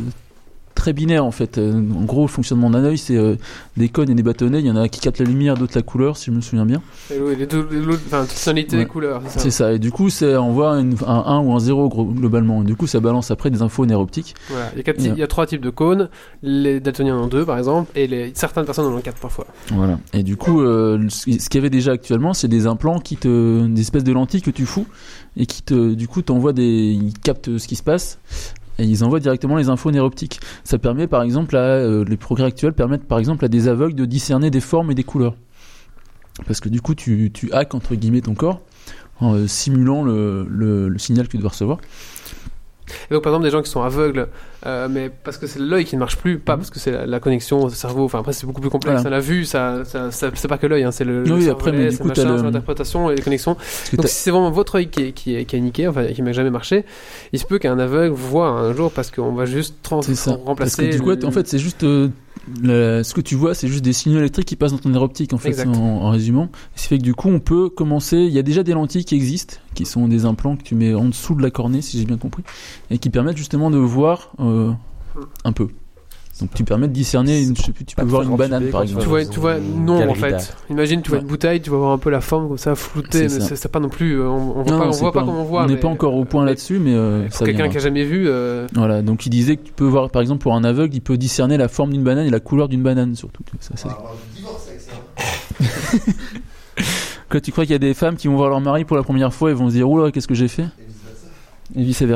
très binaire en fait. Euh, En gros, le fonctionnement d'un œil, c'est euh, des cônes et des bâtonnets. Il y en a qui captent la lumière, d'autres la couleur, si je me souviens bien. Et l'autre- et l'autre- et l'autre- Enfin, toute sonalité Ouais. des couleurs. c'est ça. C'est ça. Et du coup, c'est on voit une- un 1 ou un 0 gro- globalement. Et du coup, ça balance après des infos nerfs optiques. Voilà. Il, y a quatre types- il y a trois types de cônes. Les daltoniens en ont deux, par exemple, et les... certaines personnes en ont quatre parfois. Voilà. Et du coup, euh, ce qui- ce qu'il y avait déjà actuellement, c'est des implants qui te, des espèces de lentilles que tu fous et qui te, du coup, t'envoient des, ils captent euh, ce qui se passe et ils envoient directement les infos néroptiques. Ça permet, par exemple, à, euh, les progrès actuels permettent, par exemple, à des aveugles de discerner des formes et des couleurs. Parce que du coup, tu, tu hackes entre guillemets ton corps en euh, simulant le, le- le signal que tu dois recevoir. Et donc, par exemple, des gens qui sont aveugles, euh, mais parce que c'est l'œil qui ne marche plus, pas Mhm. parce que c'est la, la connexion au cerveau. Enfin, après, c'est beaucoup plus complexe. Voilà. Ça, la vue, ça, ça, ça- c'est pas que l'œil, hein, c'est le, Oui, le oui, cervelet, après, mais du c'est coup, t'as machin, le- c'est l'interprétation et les connexions. Parce que Donc, t'as- si c'est vraiment votre œil qui est, qui est, qui est niqué, enfin, qui n'a jamais marché, il se peut qu'un aveugle voit un jour parce qu'on va juste trans- C'est ça. Parce remplacer. que du coup, le- en fait, c'est juste. euh, le- ce que tu vois, c'est juste des signaux électriques qui passent dans ton nerf optique, en fait, Exact. en, en résumant. Ce qui fait que du coup, on peut commencer. Il y a déjà des lentilles qui existent, qui sont des implants que tu mets en dessous de la cornée, si j'ai bien compris, et qui permettent justement de voir euh, un peu. Donc, tu permets de discerner, une, je sais plus, tu peux pas voir faire une banane, entuber par quand exemple. tu vois, dans tu vois une non en galerie fait. d'art. Imagine, tu vois Ouais. une bouteille, tu vas voir un peu la forme comme ça floutée, C'est mais ça. c'est c'est pas non plus. euh, On, on voit Non, pas, on c'est voit pas comme on voit. On n'est mais- pas encore au point mais là-dessus, mais euh, Pour ça quelqu'un viendra. qui a jamais vu, euh, Voilà, donc il disait que tu peux voir, par exemple, pour un aveugle, il peut discerner la forme d'une banane et la couleur d'une banane, surtout. Ça, c'est- Quoi, tu crois qu'il y a des femmes qui vont voir leur mari pour la première fois et vont se dire Oula, qu'est-ce que j'ai fait Et vice versa.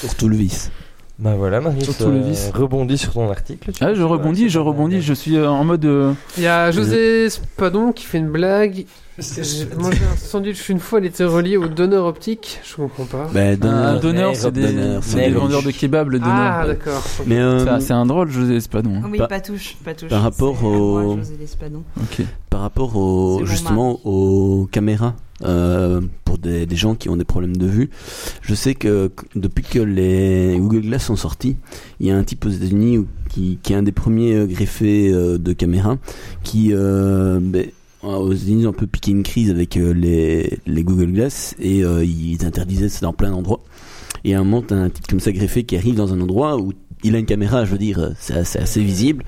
Surtout le vice. Bah voilà, Marius, Surtout le vice. rebondis sur ton article. tu Ah, vois, je rebondis, c'est je pas mal. rebondis, je suis euh, en mode. euh, Il y a José Spadon qui fait une blague. J'ai mangé un sandwich une fois, il était relié au donneur optique. Je comprends pas. Bah, donne- un donneur, c'est des, donneur, c'est c'est des des vendeurs de kebab, le donneur. ah, d'accord. Mais euh, Ça, C'est un drôle, José Espadon. hein. Oui, Pas- pas touche, pas touche. par rapport C'est à au- moi, José Lespadon. Ok. par par rapport au, C'est mon justement aux caméras euh, pour des, des gens qui ont des problèmes de vue. Je sais que qu- depuis que les Google Glass sont sortis, il y a un type aux États-Unis où- qui, qui est un des premiers euh, greffés euh, de caméras qui euh, ben, aux États-Unis ils ont un peu piqué une crise avec euh, les, les Google Glass et euh, ils interdisaient ça dans plein d'endroits. Et à un moment, t'as un type comme ça greffé qui arrive dans un endroit où il a une caméra, je veux dire, euh, c'est assez, assez visible.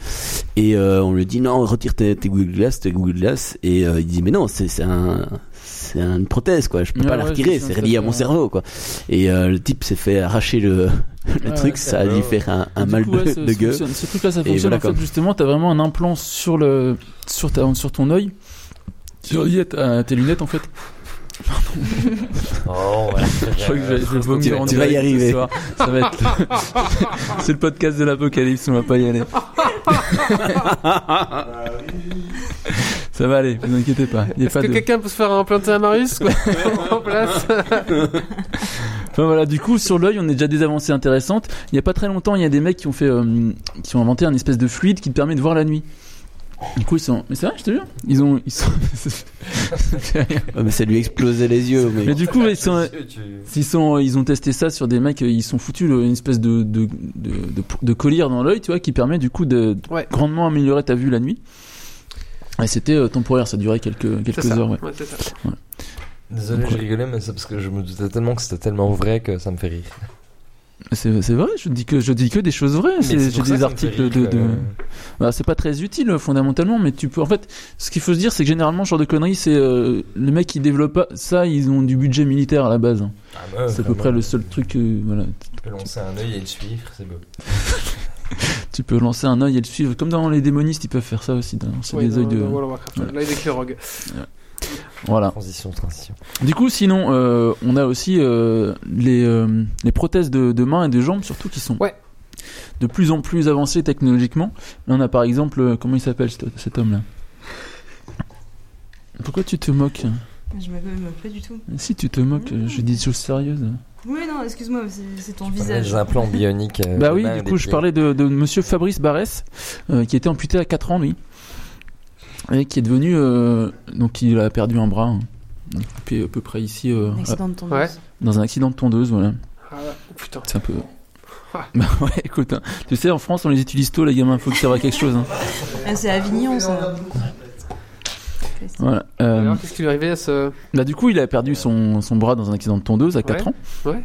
Et euh, on lui dit non, retire tes, tes Google Glass, tes Google Glass. Et euh, il dit mais non, c'est c'est un, c'est une prothèse quoi. Je peux Ouais, pas la ouais, retirer, je sais, c'est relié à mon ouais. cerveau quoi. Et euh, le type s'est fait arracher le, le Ouais, truc, ouais, ça a ouais, dû ouais. faire un, un Du mal coup, de, ouais, ça- de ça gueule. fonctionne. Ce truc-là, ça Et fonctionne. voilà, en fait, comme- justement, t'as vraiment un implant sur le, sur ta, sur ton œil, qui est relié à ta- à tes lunettes, en fait. Oh, voilà. Je crois que je vais- je vais Tu- vomir en tu vas y direct ce arriver. soir. Ça va être le- C'est le podcast de l'apocalypse, on va pas y aller. Ça va aller, vous inquiétez pas. Il y a Est-ce pas que de... quelqu'un peut se faire implanter un Marius quoi en place Enfin voilà, du coup sur l'œil, on est déjà des avancées intéressantes. Il y a pas très longtemps, il y a des mecs qui ont fait, euh, qui ont inventé un espèce de fluide qui te permet de voir la nuit. Du coup ils sont, mais c'est vrai, je te jure, ils ont, ils sont. Ouais, mais ça lui explosait les yeux. Mais... mais du coup ils sont, Ils, sont, ils ont testé ça sur des mecs, euh, ils sont foutus le- une espèce de, de, de, de- de collier dans l'œil, tu vois, qui permet du coup de Ouais. grandement améliorer ta vue la nuit. Et c'était euh, temporaire, ça durait quelques, C'est quelques ça. heures. Ouais. Ouais, c'est ça. Désolé, je rigolais, mais c'est parce que je me doutais tellement que c'était tellement vrai que ça me fait rire. C'est c'est vrai, je dis, que, je dis que des choses vraies. Mais c'est- pour J'ai ça que des ça me articles fait rire, de. de- euh, Bah, c'est pas très utile euh, fondamentalement, mais tu peux. En fait, ce qu'il faut se dire, c'est que généralement, ce genre de conneries, c'est euh, le mec qui développe pas- ça, ils ont du budget militaire à la base. hein. ah, meuf, c'est à peu vraiment. près le seul truc. euh, voilà. Tu peux lancer un œil et le suivre, c'est beau. Tu peux lancer un œil et le suivre. Comme dans les démonistes, ils peuvent faire ça aussi. dans- C'est Ouais, des dans- œils de. dans World of Warcraft, Voilà. L'œil des Klerog. Voilà. Transition, transition. Du coup, sinon, euh, on a aussi euh, les, euh, les prothèses de, de mains et de jambes, surtout qui sont Ouais. de plus en plus avancées technologiquement. Là, on a par exemple, euh, comment il s'appelle cet, cet homme-là Pourquoi tu te moques Ah, Je me me pas du tout. Si tu te moques, euh, je dis des choses sérieuses. Oui, non, excuse-moi, c'est c'est ton visage. Des implants bioniques. euh, bah des oui, mains et du des coup, je pieds. parlais de, de monsieur Fabrice Barès, euh, qui était amputé à 4 ans, lui, et qui est devenu. euh, donc, il a perdu un bras, hein. Donc, puis à peu près ici, euh, Un accident de ton Ouais. dans un accident de tondeuse, voilà. Ah, ouais. Oh, putain. C'est un peu. Ouais. Bah ouais, écoute, hein. tu sais, en France, on les utilise tôt, les gamins, faut que ça va quelque chose. hein. Ah, c'est Avignon, ça. Voilà. euh, Alors, qu'est-ce qui lui est arrivé à ce. bah, du coup, il a perdu son, son bras dans un accident de tondeuse à 4 Ouais, ans. ouais.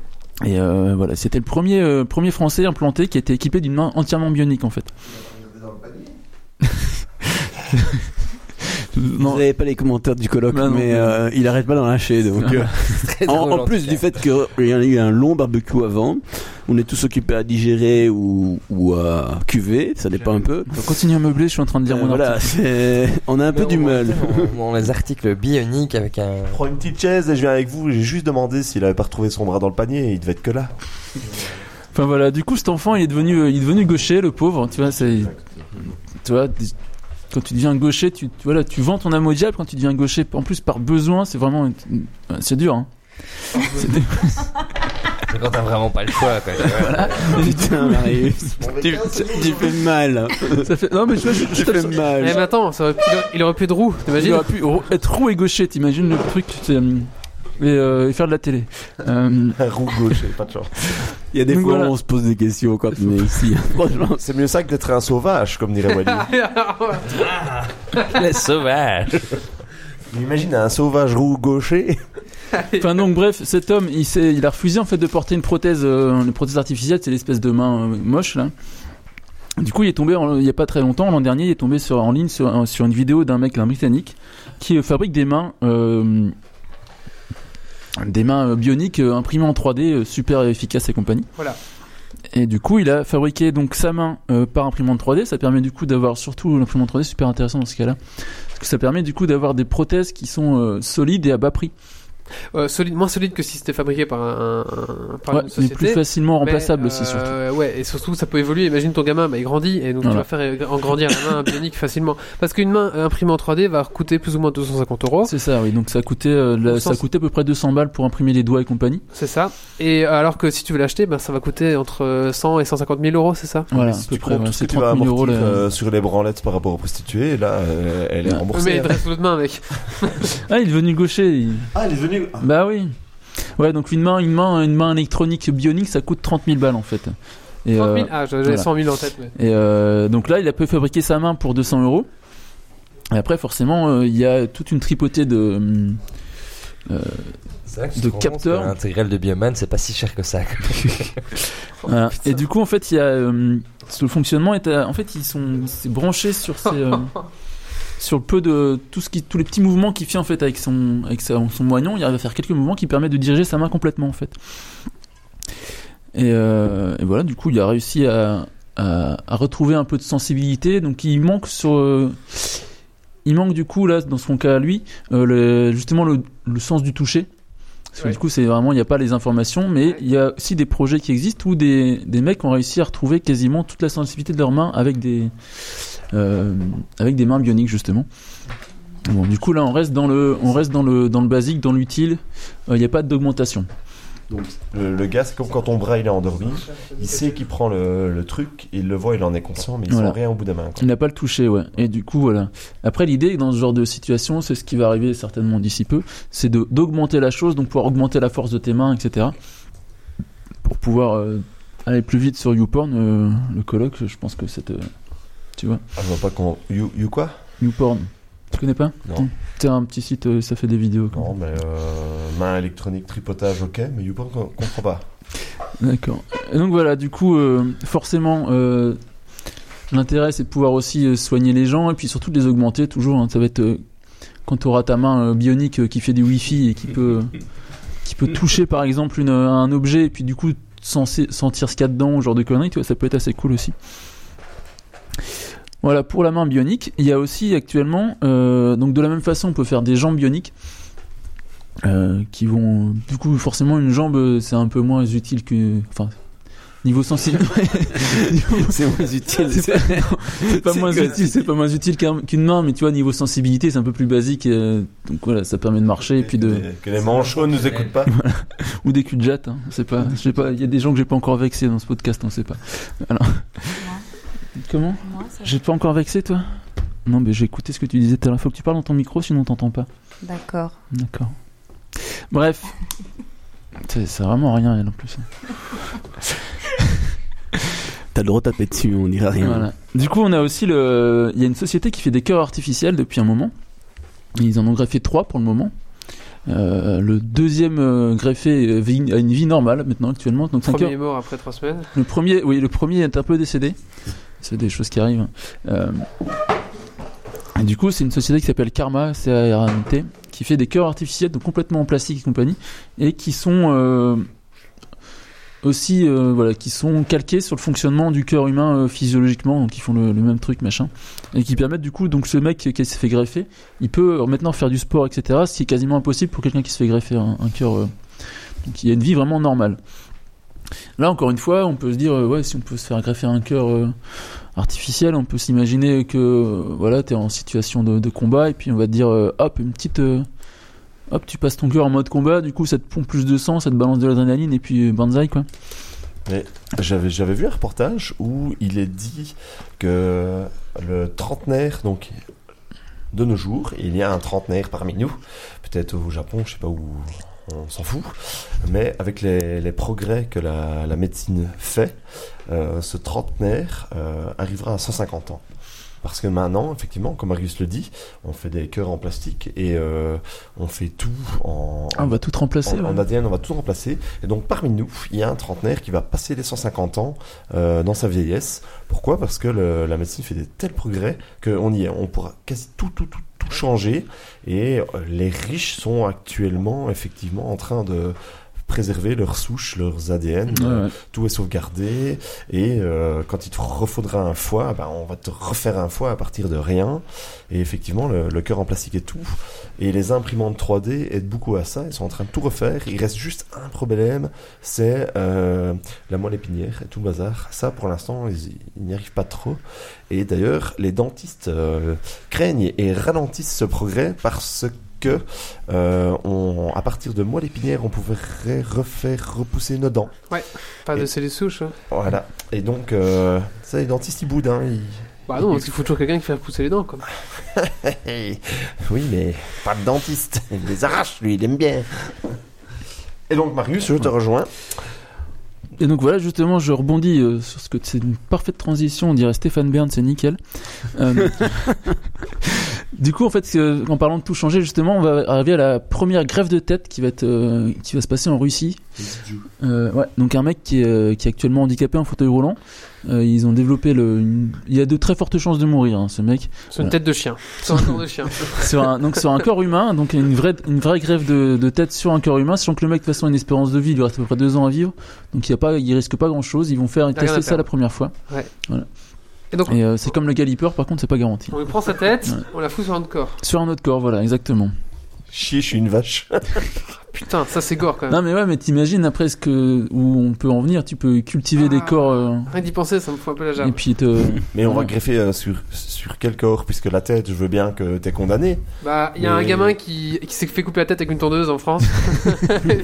Et euh, voilà, c'était le premier, euh, premier Français implanté qui était équipé d'une main entièrement bionique, en fait. Vous non, n'avez pas les commentaires du colloque, Bah non, mais mais- euh, il arrête pas d'en lâcher. Donc, euh, en, en drôle, en plus tout du fait qu'il y en a eu un long barbecue avant, on est tous occupés à digérer ou, ou à cuver, ça dépend un peu. faut continuer à meubler, je suis en train de lire Euh, mon voilà, article. c'est- on a un peu Mais du on- mal. on- on- les articles bioniques avec un. Prends une petite chaise et je viens avec vous. J'ai juste demandé s'il avait pas retrouvé son bras dans le panier et il devait être que là. Enfin voilà, du coup, cet enfant, il est devenu, euh, il est devenu gaucher, le pauvre, tu vois, c'est. Tu vois, des- quand tu deviens gaucher, tu, tu- voilà, tu vends ton âme au diable quand tu deviens gaucher. En plus, par besoin, c'est vraiment. une- une- C'est dur, hein. C'est dur. C'est quand t'as vraiment pas le choix, quoi. tu vois. Putain, Marius, tu, tu fais mal. Ça fait- Non, mais tu vois, je, je Tu fais Eh, t'abs- mais mal. attends, ça aurait pu- il aurait- il aurait pu être roux, Il t'imagines aurait pu ro- être roux et gaucher, t'imagines le truc c'est, hum, et, euh, et faire de la télé. Euh, Un roux gauche, j'avais pas de chance. Il y a des Donc fois voilà. où on se pose des questions quand on est ici. Franchement, C'est mieux ça que d'être un sauvage, comme dirait Wally. Les sauvages. Imagine un sauvage roux gaucher. Enfin donc bref, cet homme, il, s'est- il a refusé en fait de porter une prothèse, euh, une prothèse artificielle, c'est l'espèce de main euh, moche là. Du coup, il est tombé en- il y a pas très longtemps, l'an dernier, il est tombé sur, en ligne sur, un- sur une vidéo d'un mec, un britannique, qui euh, fabrique des mains, euh, des mains euh, bioniques euh, imprimées en 3D, euh, super efficaces et compagnie. Voilà. Et du coup, il a fabriqué donc sa main euh, par imprimante 3D. Ça permet du coup d'avoir surtout l'imprimante 3D super intéressant dans ce cas-là, parce que ça permet du coup d'avoir des prothèses qui sont euh, solides et à bas prix. Euh, solide, moins solide que si c'était fabriqué par, un, un- par Ouais, une mais société. plus facilement Mais, remplaçable aussi, euh, surtout. Ouais, et surtout ça peut évoluer. Imagine ton gamin, bah, il grandit et donc tu Voilà. vas faire euh, en grandir la main bionique facilement. Parce qu'une main euh, imprimée en 3D va coûter plus ou moins 250 euros. C'est ça, oui. Donc ça coûtait, euh, la- Au ça sens- coûtait à peu près 200 balles pour imprimer les doigts et compagnie. C'est ça. Et euh, alors que si tu veux l'acheter, ben, ça va coûter entre euh, 100 et 150 000 euros, c'est ça Voilà, Mais si à peu tu près. comptes ouais, tout ce C'est que tu vas 30 000 euros. amortir la- euh, sur les branlettes par rapport aux prostituées, là, euh, elle Ouais. est Mais remboursée. il reste l'autre main, mec. Ah, il est devenu gaucher. il- Ah, elle est venue. Bah oui. Ouais, donc une main, une main, une main électronique bionique, ça coûte 30 000 balles en fait. Et, 30 euh, 000 Ah, j'avais voilà. 100 000 en tête. Mais... Et euh, donc là, il a pu fabriquer sa main pour 200 euros. Et après, forcément, euh, il y a toute une tripotée de. hum, C'est vrai que de tu te rends compte capteurs. que L'intégrale de Bioman, c'est pas si cher que ça. voilà. Ah. et du coup, en fait, il y a. hum, ce fonctionnement est. à- En fait, ils sont c'est branché sur ces. euh, sur le peu de. Tout ce qui, tous les petits mouvements qu'il fait, en fait, avec son, avec sa- son moignon, il arrive à faire quelques mouvements qui permettent de diriger sa main complètement, en fait. Et, euh, et voilà, du coup, il a réussi à, à- à retrouver un peu de sensibilité. Donc, il manque sur. euh, il manque du coup, là, dans son cas à lui, euh, le- justement le, le sens du toucher. Parce que Ouais. du coup, c'est vraiment, il n'y a pas les informations, mais il y a aussi des projets qui existent où des, des mecs ont réussi à retrouver quasiment toute la sensibilité de leurs mains avec des, euh, avec des mains bioniques, justement. Bon, du coup, là, on reste dans le, on reste dans le, dans le basique, dans l'utile. Euh, Il n'y a pas d'augmentation. Le, le gars, c'est comme quand ton bras il est endormi, il sait qu'il prend le, le truc, il le voit, il en est conscient, mais il Voilà. sent rien au bout de la main. quoi. Il n'a pas le touché, ouais. Et du coup, voilà. Après, l'idée, dans ce genre de situation, c'est ce qui va arriver certainement d'ici peu, c'est de- d'augmenter la chose, donc pouvoir augmenter la force de tes mains, etc. Pour pouvoir euh, aller plus vite sur YouPorn, euh, le colloque, je pense que c'est... euh, tu vois Ah, je vois pas qu'on. You, you quoi YouPorn. Tu connais pas Non. C'est un petit site, euh, ça fait des vidéos. quoi. Non, mais euh, main électronique, tripotage, ok, mais YouPorn co- comprend pas. D'accord. Et donc voilà, du coup, euh, forcément, euh, l'intérêt c'est de pouvoir aussi euh, soigner les gens et puis surtout de les augmenter toujours. hein. ça va être euh, quand tu auras ta main euh, bionique euh, qui fait du wifi et qui peut, euh, qui peut toucher par exemple une, euh, un objet et puis du coup sensé- sentir ce qu'il y a dedans, ce genre de conneries, tu vois, ça peut être assez cool aussi. Voilà, pour la main bionique, il y a aussi actuellement, euh, donc de la même façon, on peut faire des jambes bioniques. Euh, qui vont du coup forcément une jambe euh, c'est un peu moins utile que enfin niveau sensibilité C'est moins utile. c'est pas, c'est pas C'est moins que- utile c'est pas moins utile qu'un- qu'une main mais tu vois niveau sensibilité c'est un peu plus basique euh, donc voilà ça permet de marcher et puis de Que les- Que les manchots nous écoutent pas. ou des culs de jatte hein, c'est pas je sais pas il y a des gens que j'ai pas encore vexé dans ce podcast on sait pas alors comment Moi, ça j'ai pas encore vexé toi non mais j'ai écouté ce que tu disais tout à l'heure faut que tu parles dans ton micro sinon on t'entend pas D'accord. D'accord. Bref. C'est c'est vraiment rien, elle en plus. hein. T'as le droit de taper dessus, on dira rien. Voilà. Du coup, on a aussi le. Il y a une société qui fait des cœurs artificiels depuis un moment. Ils en ont greffé trois pour le moment. Euh, le deuxième euh, greffé euh, vit- a une vie normale maintenant actuellement. Donc c'est un Premier cœur- est mort après 3 semaines. le premier, oui, le premier est un peu décédé. C'est des choses qui arrivent. Euh, et du coup, c'est une société qui s'appelle Karma, c a t qui fait des cœurs artificiels, donc complètement en plastique et compagnie, et qui sont euh, aussi, euh, voilà, qui sont calqués sur le fonctionnement du cœur humain euh, physiologiquement, donc ils font le, le même truc, machin, et qui permettent du coup, donc ce mec qui s'est fait greffer, il peut euh, maintenant faire du sport, etc., ce qui est quasiment impossible pour quelqu'un qui se fait greffer un, un cœur, euh, donc il a une vie vraiment normale. Là, encore une fois, on peut se dire, euh, ouais, si on peut se faire greffer un cœur euh, artificiel, on peut s'imaginer que, euh, voilà, t'es en situation de, de combat, et puis on va te dire, euh, hop, une petite. euh, hop, tu passes ton cœur en mode combat, du coup, ça te pompe plus de sang, ça te balance de l'adrénaline, et puis euh, banzai, quoi. J'avais, j'avais vu un reportage où il est dit que le trentenaire, donc de nos jours, il y a un trentenaire parmi nous, peut-être au Japon, je sais pas où, on s'en fout, mais avec les, les progrès que la, la médecine fait, euh, ce trentenaire euh, arrivera à 150 ans. Parce que maintenant, effectivement, comme Marius le dit, on fait des cœurs en plastique et euh, on fait tout en, Ah, on va tout te remplacer, en, ouais. en ADN, on va tout remplacer. Et donc, parmi nous, il y a un trentenaire qui va passer les 150 ans euh, dans sa vieillesse. Pourquoi Parce que le- la médecine fait des tels progrès qu'on y est. On pourra quasi tout, tout, tout, tout changer. Et euh, les riches sont actuellement, effectivement, en train de préserver leurs souches, leurs ADN. Ouais, euh, ouais. Tout est sauvegardé. Et euh, quand il te refaudra un foie, ben, on va te refaire un foie à partir de rien. Et effectivement, le, le cœur en plastique et tout. Et les imprimantes 3D aident beaucoup à ça. Ils sont en train de tout refaire. Il reste juste un problème, c'est euh, la moelle épinière et tout le bazar. Ça, pour l'instant, ils, y- ils n'y arrivent pas trop. Et d'ailleurs, les dentistes euh, craignent et ralentissent ce progrès parce que euh, on, à partir de moelle épinière, on pourrait refaire repousser nos dents. Pas de Et- sceller souche. hein. Voilà. Et donc, euh, ça, les dentistes, ils boudent. hein, ils- Bah non, parce qu'il faut toujours quelqu'un qui fait pousser les dents. Quoi. oui, mais pas de dentiste. Il les arrache, lui, il aime bien. Et donc, Marius, je te rejoins. Et donc voilà, justement, je rebondis euh, sur ce que c'est une parfaite transition. On dirait Stéphane Bern, c'est nickel. Euh, du coup, en fait, euh, en parlant de tout changer, justement, on va arriver à la première grève de tête qui va être, euh, qui va se passer en Russie. Euh, ouais, donc un mec qui est, euh, qui est actuellement handicapé en fauteuil roulant. Euh, ils ont développé le. une- Il y a de très fortes chances de mourir, hein, ce mec. C'est une tête de chien. C'est un corps de chien. Sur un, donc sur un corps humain, donc il y a une vraie, une vraie grève de, de tête sur un corps humain, sachant que le mec de toute façon a une espérance de vie, il lui reste à peu près deux ans à vivre, donc il, y a pas, il risque pas grand chose, ils vont faire rien à tester ça perdre. la première fois. Et donc, Et euh, c'est comme le Galliper, par contre c'est pas garanti. on lui prend sa tête, Ouais. on la fout sur un autre corps. Sur un autre corps, voilà, exactement. Chier, je suis une vache. Putain, ça c'est gore quand même. Non mais ouais, mais t'imagines après ce que, où on peut en venir, tu peux cultiver des Ah. corps euh, Rien que d'y penser, ça me fout un peu la et gerbe. puis te... Mais on va Ouais. greffer euh, sur, sur quel corps Puisque la tête, je veux bien que t'es condamné. Bah, il y a un Mais- gamin qui, qui s'est fait couper la tête avec une tondeuse en France.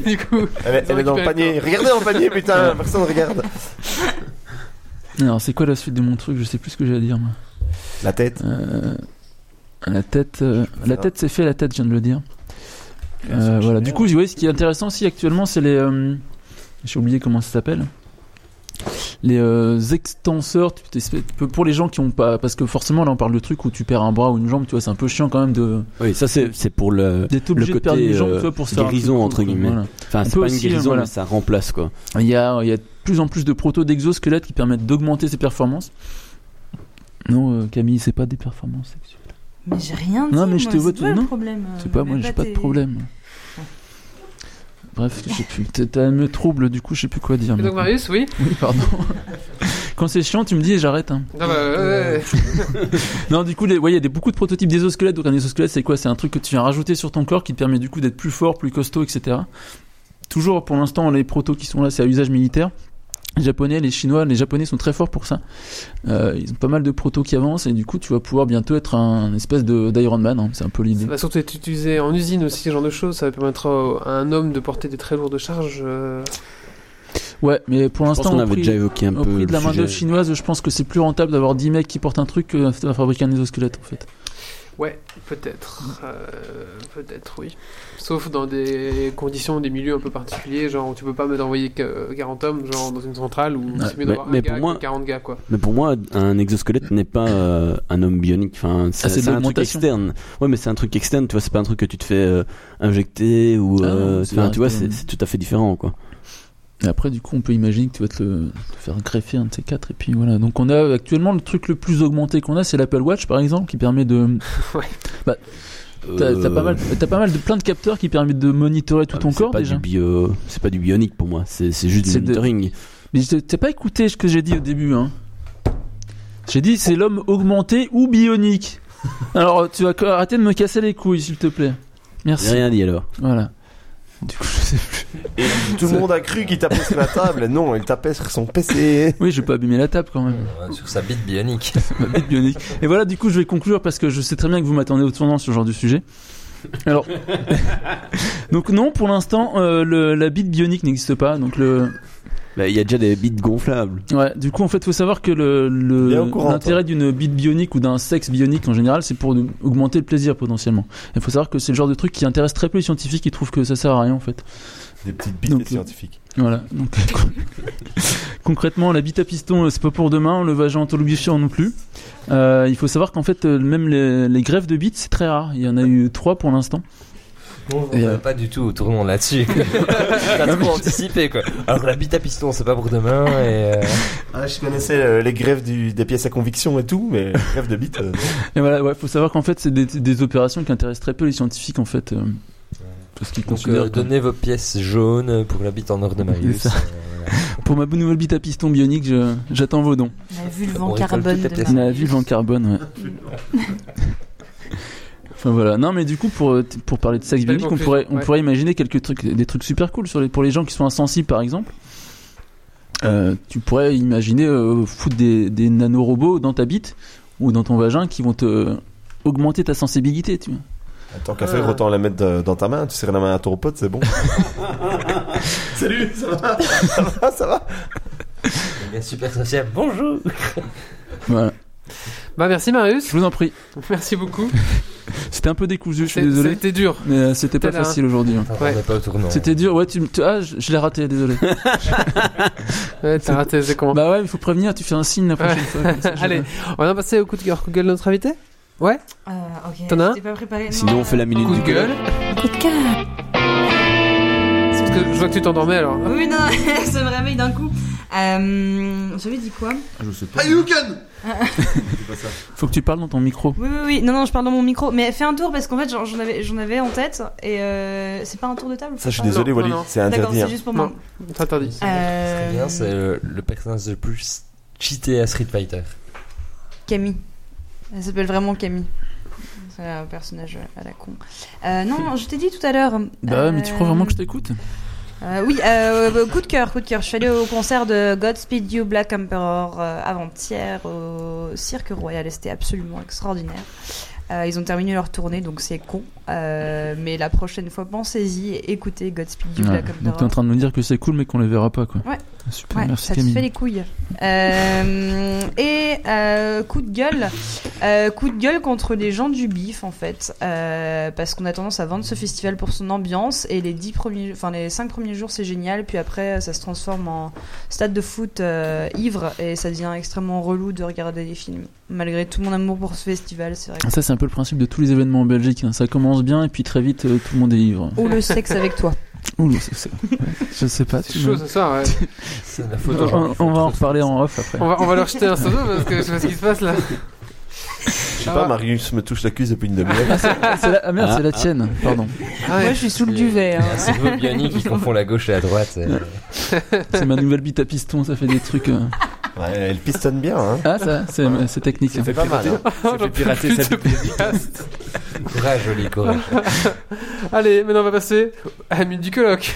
du coup, Elle, est- Ils ont elle est dans le récupéré panier. le Regardez dans le panier, putain. Personne regarde. Alors c'est quoi la suite de mon truc Je sais plus ce que j'ai à dire. Moi. La tête. Euh, la tête, euh, Je peux la faire. tête c'est fait, la tête je viens de le dire. Euh, voilà. Du coup, vous voyez, ce qui est intéressant aussi actuellement, c'est les. euh, J'ai oublié comment ça s'appelle. Les euh, extenseurs, tu t'es- tu peux- pour les gens qui ont pas. Parce que forcément, là, on parle de trucs où tu perds un bras ou une jambe, tu vois, c'est un peu chiant quand même de. Oui, ça c'est c'est pour le. D'être obligé Le de perdre côté, une jambe, euh, tu vois, pour se faire un truc guérison, cool, entre quoi, guillemets. voilà. Enfin, on c'est peut pas une aussi, euh, guérison, voilà. mais ça remplace quoi. Il y a, il y a de plus en plus de proto d'exosquelettes qui permettent d'augmenter ses performances. Non, euh, Camille, c'est pas des performances sexuelles. Mais j'ai rien dit. Non, mais je moi, te c'est vois, toi tu- le non. problème. euh, Je sais pas, mais moi j'ai pas de tes- problème. Bref, je sais plus. T'as- T'as me trouble, du coup, je sais plus quoi dire. et donc maintenant. Marius, oui. Oui, pardon. Quand c'est chiant, tu me dis et j'arrête. hein. Non, bah, ouais, ouais. Non, du coup, les- ouais, il y a des, beaucoup de prototypes d'exosquelettes. Donc, un exosquelette, c'est quoi C'est un truc que tu viens rajouter sur ton corps qui te permet du coup d'être plus fort, plus costaud, etc. Toujours, pour l'instant, les protos qui sont là, c'est à usage militaire. Les japonais, les chinois, les japonais sont très forts pour ça. Euh, ils ont pas mal de protos qui avancent et du coup, tu vas pouvoir bientôt être un espèce de d'Iron Man. hein. C'est un peu l'idée. Ça va surtout être utilisé en usine aussi, ce genre de choses. Ça va permettre au- à un homme de porter des très lourdes charges. euh. Ouais, mais pour Je pense l'instant, qu'on au avait prix- déjà évoqué un Au peu prix de la le main d'œuvre sujet. chinoise, je pense que c'est plus rentable d'avoir 10 mecs qui portent un truc que de fabriquer un exosquelette en fait. Ouais, peut-être. euh, peut-être, oui. Sauf dans des conditions, des milieux un peu particuliers, genre où tu peux pas me envoyer que 40 hommes, genre dans une centrale, où c'est mieux mais- d'avoir un mais gars pour moi- que 40 gars, quoi. Mais pour moi, un exosquelette n'est pas euh, un homme bionique. Enfin, c'est Ah, c'est de c'est un truc l'augmentation. externe. Ouais, mais c'est un truc externe. Tu vois, c'est pas un truc que tu te fais euh, injecter ou. Ah, euh, c'est enfin, vrai, tu vois, c'est- c'est c'est tout à fait différent, quoi. Et après, du coup, on peut imaginer que tu vas te, le- te faire greffer un de ces quatre. Et puis voilà. Donc, on a actuellement le truc le plus augmenté qu'on a, c'est l'Apple Watch par exemple, qui permet de. T'as t'as pas mal, t'as pas mal de plein de capteurs qui permettent de monitorer tout Euh. Ah, ton mais c'est corps pas déjà. du bio- C'est pas du bionique pour moi. C'est c'est juste C'est du de- monitoring. Mais je t'ai- t'as pas écouté ce que j'ai dit au début, hein. J'ai dit c'est l'homme augmenté ou bionique. Alors, tu vas arrêter de me casser les couilles, s'il te plaît. J'ai Merci. rien dit alors. Voilà. Du coup, je sais plus. Tout le monde a cru qu'il tapait sur la table. Non, il tapait sur son PC. Oui, je vais pas abîmer la table quand même. Euh, sur sa bite bionique. Ma bite bionique. Et voilà, du coup, je vais conclure parce que je sais très bien que vous m'attendez au tournant sur ce genre de sujet. Alors, donc non, pour l'instant, euh, le- la bite bionique n'existe pas. Donc le, Bah, il y a déjà des bits gonflables. ouais, du coup, en fait, faut savoir que le- Il est le au courant, l'intérêt d'une bite bionique ou d'un sexe bionique en général, c'est pour augmenter le plaisir potentiellement. Il faut savoir que c'est le genre de truc qui intéresse très peu les scientifiques. Ils trouvent que ça sert à rien en fait. Des petites bites Donc, des scientifiques. Voilà. Donc, euh, con- concrètement, la bite à piston, euh, c'est pas pour demain. Le vagin autolubifiant non plus. Euh, il faut savoir qu'en fait, euh, même les, les greffes de bites, c'est très rare. Il y en a eu trois pour l'instant. Bon, Et, on va euh, pas du tout au tournant là-dessus. T'as trop anticipé quoi. Alors la bite à piston, c'est pas pour demain et. euh, Ah, je connaissais euh, les grèves du- des pièces à conviction et tout, mais grève de bites. euh, Et voilà, ouais, faut savoir qu'en fait, c'est des, des opérations qui intéressent très peu les scientifiques en fait. euh. Parce qu'ils Donc, considèrent euh, que- donnez vos pièces jaunes pour la bite en or de Marius. C'est ça. euh, voilà. Pour ma nouvelle bite à piston bionique, je- j'attends vos dons. On a vu le vent On récolte carbone toutes les de pièces. Ah, Mar- La ville en carbone, ouais. Enfin voilà, non mais du coup pour, euh, t- pour parler de sexe Belle bionique, on conclusion, pourrait, on ouais. pourrait imaginer quelques trucs, des trucs super cool sur les, pour les gens qui sont insensibles par exemple. Euh, tu pourrais imaginer euh, foutre des, des nanorobots dans ta bite ou dans ton vagin qui vont te euh, augmenter ta sensibilité, tu vois. Tant qu'à Ah. faire, autant la mettre euh, dans ta main. Tu serres la main à ton pote, c'est bon. Salut, ça va Ça va, ça va Il est super sociable. Bonjour. Voilà. Bah merci Marius, Je vous en prie. merci beaucoup. C'était un peu décousu, je suis C'est- désolé. C'était dur. Mais euh, c'était pas C'était là, facile aujourd'hui. hein. Attends, On n'est pas au tournant. C'était dur, ouais, tu, me- tu- ah, je, je l'ai raté, désolé. Ouais, t'as raté, c'est comment bah ouais, il faut prévenir, tu fais un signe la prochaine fois. comme ça, je- Allez, on va passer au coup de cœur Google de notre invité Ouais Ah, ok. T'en as un J'étais pas préparé. Sinon, on fait la minute Coup de du gueule. C'est parce que je vois que tu t'endormais alors. Ah, Oui, non, ça me réveille d'un coup. Euh, J'avais dit quoi Je sais pas. Faut que tu parles dans ton micro. Oui, oui, oui. Non, non, je parle dans mon micro. Mais fais un tour parce qu'en fait, j'en j'en avais, j'en avais en tête. Et euh, c'est pas un tour de table Ça, je suis Ah, non. désolé, non, Wally. non. C'est D'accord, interdit. c'est hein. juste pour moi. Non. C'est Ah. interdit. Ce qui Euh, est bien, c'est le, le personnage le plus cheaté à Street Fighter. Camille. Elle s'appelle vraiment Camille. C'est un personnage à la con. Euh, non, je t'ai dit tout à l'heure. Bah ouais, mais tu crois vraiment que je t'écoute Euh, oui, euh, coup de cœur, coup de cœur. Je suis allée au concert de Godspeed You Black Emperor euh, avant-hier au Cirque Royal et c'était absolument extraordinaire. Euh, ils ont terminé leur tournée, donc c'est con. Euh, mais la prochaine fois, pensez-y et écoutez Godspeed You Ouais, Black Donc t'es en Emperor. train de nous dire que c'est cool mais qu'on les verra pas quoi. Ah, Ouais. Super, Ouais, merci ça te fait Camille. les couilles. Euh, et euh, coup de gueule, euh, coup de gueule contre les gens du bif en fait, Euh, parce qu'on a tendance à vendre ce festival pour son ambiance et les dix premiers, enfin les cinq premiers jours c'est génial, puis après ça se transforme en stade de foot euh, ivre et ça devient extrêmement relou de regarder des films. Malgré tout mon amour pour ce festival, c'est vrai. que- Ah, Ça c'est un peu le principe de tous les événements en Belgique. hein. Ça commence bien et puis très vite euh, tout le monde est ivre. Ou le sexe avec toi. Ouh, c'est- c'est- ouais, je sais pas. C'est tu chaud me- ce soir, ouais. C'est la On, faute aux gens qui on- font on va trop en de reparler choses. en off après. On va, on va leur jeter un pseudo parce que je sais pas ce qui se passe là. Je sais pas, Marius me touche la cuisse depuis une demi-heure. Ah, c'est la... ah, merde, Ah, c'est la ah. tienne. Pardon. Ah Moi, ouais. je suis sous le duvet. hein. Il y a un cerveau bionique qui confond la gauche et la droite. euh. C'est ma nouvelle bite à piston. Ça fait des trucs. euh. Ouais, elle pistonne bien, hein. Ah ça, c'est c'est technique. hein. C'est pas mal. hein. J'en peux plus de ce podcast. Courage, joli courage. Allez, maintenant on va passer à la minute du colloque.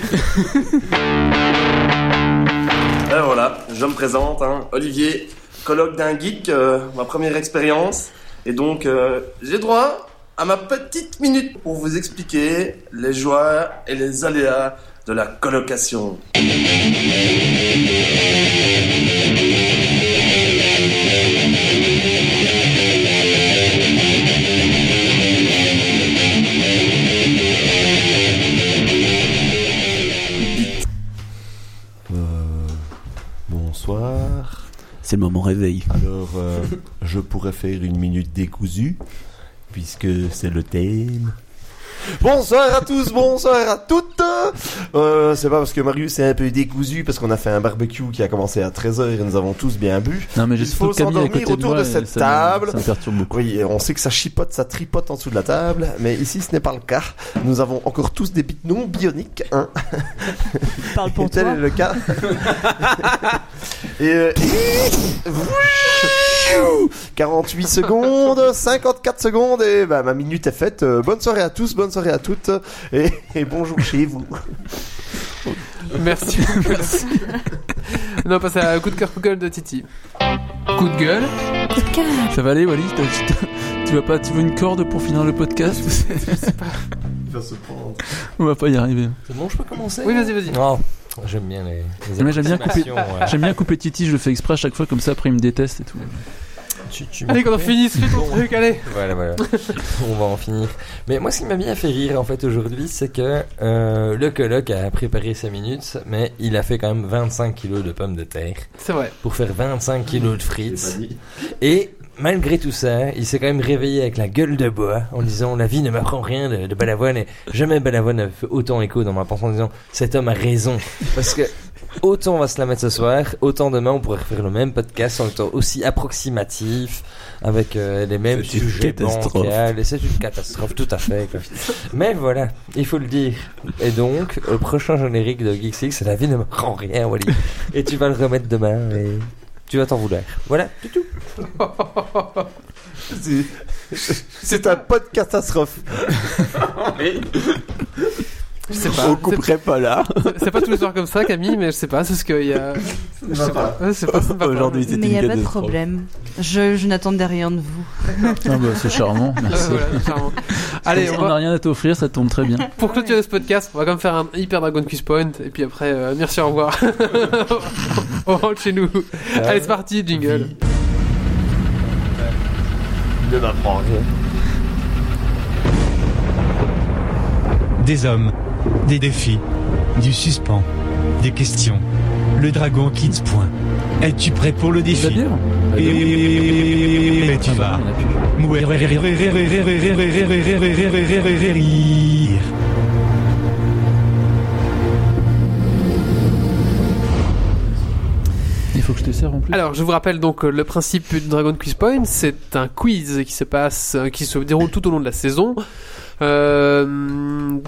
Ben voilà, je me présente, hein, Olivier, colloque d'un geek, euh, ma première expérience. Et donc, euh, j'ai droit à ma petite minute pour vous expliquer les joies et les aléas de la colocation. Euh, bonsoir. C'est le moment réveil. Alors, euh, je pourrais faire une minute décousue, puisque c'est le thème. Bonsoir à tous, bonsoir à toutes euh, C'est pas parce que Marius est un peu décousu, parce qu'on a fait un barbecue qui a commencé à 13h et nous avons tous bien bu. Non mais j'ai Il surtout faut Camille à s'endormir côté de autour moi de et cette ça me- table. Ça me perturbe beaucoup. Oui, on sait que ça chipote, ça tripote en dessous de la table, mais ici ce n'est pas le cas. Nous avons encore tous des bites non bioniques, hein Parle pour et tel toi. est le cas. et euh, 48 secondes, 54 secondes, et bah, ma minute est faite. Euh, bonne soirée à tous, bonne soirée à toutes, et, et bonjour chez vous. Merci. Merci. Non, on passe à coup de cœur Google de Titi. Coup de gueule. Ça va aller, Wally T'as- tu t'as- Tu vas pas Tu veux une corde pour finir le podcast On va pas y arriver. C'est bon, je peux commencer Oui, vas-y, vas-y. Non, j'aime bien les. les Mais j'aime bien couper- approximations, ouais. J'aime bien couper Titi, je le fais exprès à chaque fois, comme ça après il me déteste et tout. Tu- tu Allez, m'as qu'on en coupé finisse, fais ton Bon. truc, allez. Voilà, voilà. On va en finir. Mais moi, ce qui m'a bien fait rire en fait aujourd'hui, c'est que euh, le coloc a préparé sa minute, mais il a fait quand même 25 kilos de pommes de terre C'est vrai. pour faire 25 kilos de frites. Et malgré tout ça, il s'est quand même réveillé avec la gueule de bois en disant La vie ne m'apprend rien de, de Balavoine. Et jamais Balavoine n'a fait autant écho dans ma pensée en disant Cet homme a raison. Parce que Autant on va se la mettre ce soir, autant demain on pourrait refaire le même podcast en étant aussi approximatif, avec euh, les mêmes C'est une sujets catastrophe. bancals. Et C'est une catastrophe, tout à fait. quoi. Mais voilà, il faut le dire. Et donc, le prochain générique de Geeks League, c'est la vie ne me rend rien, Wally. Et tu vas le remettre demain et tu vas t'en vouloir. Voilà. C'est- C'est un pot de catastrophe. Je sais On pas. couperait pas là. C'est- C'est pas tous les soirs comme ça, Camille, mais je sais pas. C'est ce qu'il y a. Je sais pas. Ouais, c'est pas- ça me va pas. Aujourd'hui, c'est Mais une il a pas de catastrophe. problème. Je, je n'attendais rien de vous. Ah bah, c'est charmant, Ouais, merci. voilà, charmant. Allez, on on n'a va- Ah rien à t'offrir, ça tombe très bien. pour clôturer ce podcast, on va quand même faire un hyper Dragon Quiz Point. Et puis après, euh, merci, au revoir. on rentre chez nous. Allez, c'est parti, jingle. Ne m'apprends rien. Des hommes, des défis, du suspens, des questions. Le dragon Kids point. Es-tu prêt pour le Tu vas défi dire Et tu Ah bah, vas. mourir. Il faut que je te serve en plus. Alors, je vous rappelle donc euh, le principe du Dragon Quiz Point. C'est un quiz qui se passe, euh, qui se déroule tout au long de la saison. Euh,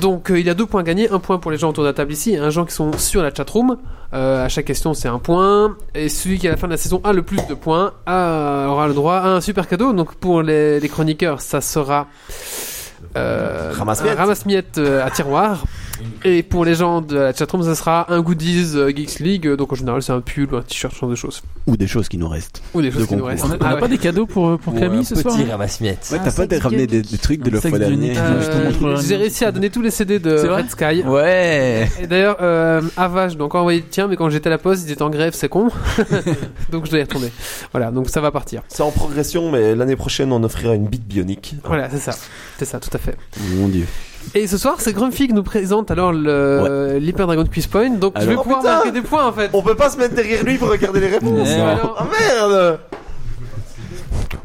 donc, euh, il y a deux points gagnés, un point pour les gens autour de la table ici, et un gens qui sont sur la chatroom. Euh, à chaque question, c'est un point. Et celui qui à la fin de la saison a le plus de points a- aura le droit à un super cadeau. Donc, pour les, les chroniqueurs, ça sera euh, Ramasse-miettes. un ramasse-miettes euh, à tiroir. Et pour les gens de la chatroom, ça sera un goodies euh, Geeks League. Donc, en général, c'est un pull ou un t-shirt, ce genre de choses. Ou des choses qui nous restent. Ou des choses qui nous concours. restent. On a, on a Ah pas ouais. des cadeaux pour, euh, pour Ou un Camille ce soir Petit ramasse-miettes. Ouais, Ah, t'as pas c'est des- ramené des, des trucs de Un leur sexe fois de dernier. Nick. Euh, Je te montrerai un J'ai réussi à donner tous les CD de C'est vrai Red Sky. Ouais Et d'ailleurs, euh, Ava, je dois encore envoyer le tien, mais quand j'étais à la poste, ils étaient en grève, c'est con. donc je dois y retourner. Voilà, donc ça va partir. C'est en progression, mais l'année prochaine, on offrira une bite bionique. Voilà, c'est ça. C'est ça, tout à fait. Mon dieu. Et ce soir, c'est Grumpy qui nous présente alors le- l'Hyper Dragon Quiz Point. Donc je Alors- vais Oh, pouvoir putain marquer des points en fait. On peut pas se mettre derrière lui pour regarder les réponses. Ouais. Mais non. alors- Oh, Ah merde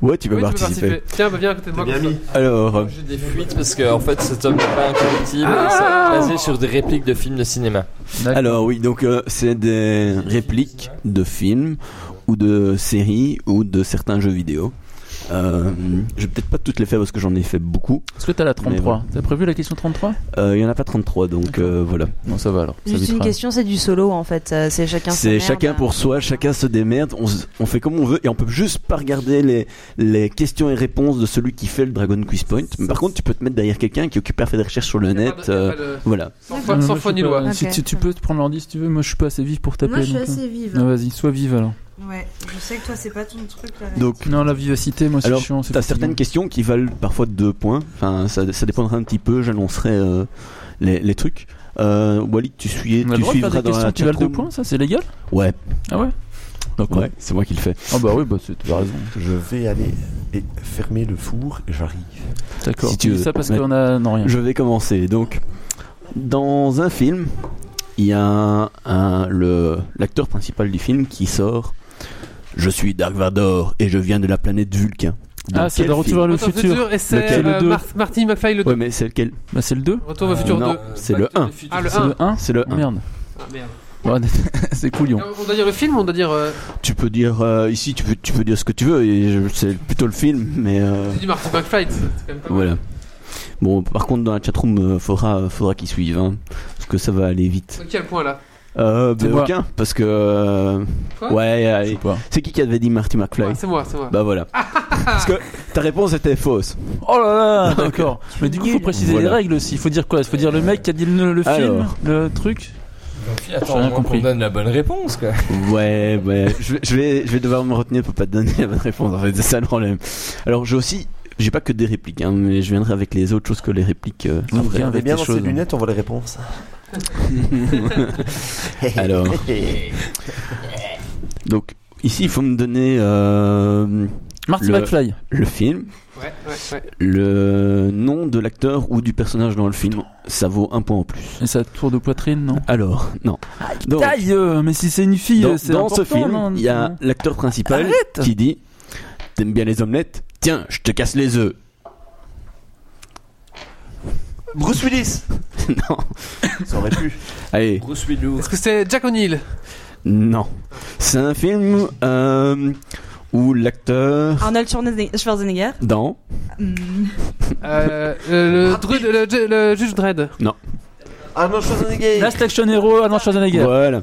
Ouais, tu peux oui, tu peux participer. participer. Tiens, bah, viens à côté de moi. comme ça. Alors, euh, J'ai des fuites parce que en fait cet homme n'est pas incorruptible et ça basé sur des répliques de films de cinéma. alors oui, donc euh, c'est des répliques de films ou de séries ou de certains jeux vidéo. Euh, je vais peut-être pas toutes les faire parce que j'en ai fait beaucoup. Est-ce que t'as la 33 Mais T'as prévu la question 33 Euh, Il y en a pas 33, donc euh, voilà. Non, ça va alors. ça Juste une évitera. question, c'est du solo en fait. Euh, C'est chacun. sa C'est merde. chacun pour soi, chacun se démerde, on, se- on fait comme on veut et on peut juste pas regarder les, les questions et réponses de celui qui fait le Dragon Quiz Point. Mais par contre, tu peux te mettre derrière quelqu'un qui occupe à faire des recherches sur le Y a net. pas de- y a euh, pas de- voilà. Sans foi- sans Moi, je foi ni suis pas- loi. Si, Ok. tu- tu peux te prendre l'ordi si tu veux, moi je suis pas assez vif pour taper. Moi, je suis donc, euh, assez vive. Non, vas-y, sois vive alors. Ouais, je sais que toi, c'est pas ton truc. Là, Donc, Non, la vivacité, moi c'est Alors, chiant. c'est t'as fatigant. certaines questions qui valent parfois deux points. Enfin, ça, ça dépendra un petit peu. J'annoncerai euh, les, les trucs. Euh, Wally, tu, suis, On a le droit tu de faire suivras des dans questions la qui valent deux chatroom. points, ça c'est légal Ouais, Ah ouais Donc ouais, c'est moi qui le fais. Ah bah oui, bah c'est- t'as raison. Je vais aller et fermer le four et j'arrive. D'accord. Si tu Dis veux. ça parce Mais- qu'on a. Non, rien. Je vais commencer. Donc, dans un film, il y a un- le- l'acteur principal du film qui sort. Je suis Dark Vador et je viens de la planète Vulcain. Dans Ah, c'est quel de Retour film vers le Retour au futur. et c'est Lequel euh, Le deux. Mar- Marty McFly le 2. Ouais, mais c'est lequel Bah c'est le 2. Retour au futur non. 2. Euh, C'est le 1. Ah, le C'est 1. le 1 C'est le 1. Merde. Ah merde. Bon, c'est couillon. On doit dire le film, on doit dire. euh, Tu peux dire euh, ici, tu peux, tu peux dire ce que tu veux. et je- C'est plutôt le film, mais euh, C'est du Marty McFly. c'est- c'est quand même pas mal. voilà. Bon, par contre, dans la chatroom, euh, faudra, euh, faudra qu'ils suivent, hein, parce que ça va aller vite. Donc, Quel point là Euh, C'est ben, moi. aucun, parce que euh, Quoi ouais, Je sais allez. pas. c'est qui qui avait dit Marty McFly Ouais, C'est moi, c'est moi. Bah voilà. Parce que ta réponse était fausse. Oh là là, d'accord. Mais du coup, faut préciser les Voilà. Euh, règles aussi. Il faut dire quoi Il faut dire le mec qui a dit le, le film, Alors. le truc. J'ai rien Attends, au moins qu'on compris. donne la bonne réponse quoi. Ouais, ouais. Je, vais- je vais, je vais devoir me retenir pour pas te donner la bonne réponse. En fait, c'est ça le problème. Alors j'ai aussi, j'ai pas que des répliques, hein, mais je viendrai avec les autres choses que les répliques. euh, Oui, après. viens On est avec bien tes dans choses. ses lunettes, on voit les réponses. Alors. Donc ici, il faut me donner euh, Marty Le- McFly. le film, Ouais, ouais, ouais. le nom de l'acteur ou du personnage dans le film. Ça vaut un point en plus. Et sa tour de poitrine, non Alors, non. Donc, Taille euh, Mais si c'est une fille, dans, c'est dans ce important, non film, il y a l'acteur principal Arrête qui dit T'aimes bien les omelettes Tiens, je te casse les œufs. Bruce Willis non. Ça aurait pu. Allez, Bruce Est-ce que c'est Jack O'Neill non. C'est un film euh, où l'acteur Arnold Schwarzeneg- Schwarzenegger. dans Hmm. Euh, euh, le, druide- le, ju- le juge Dredd. Arnold Schwarzenegger Last Action Hero, Arnold Schwarzenegger. voilà.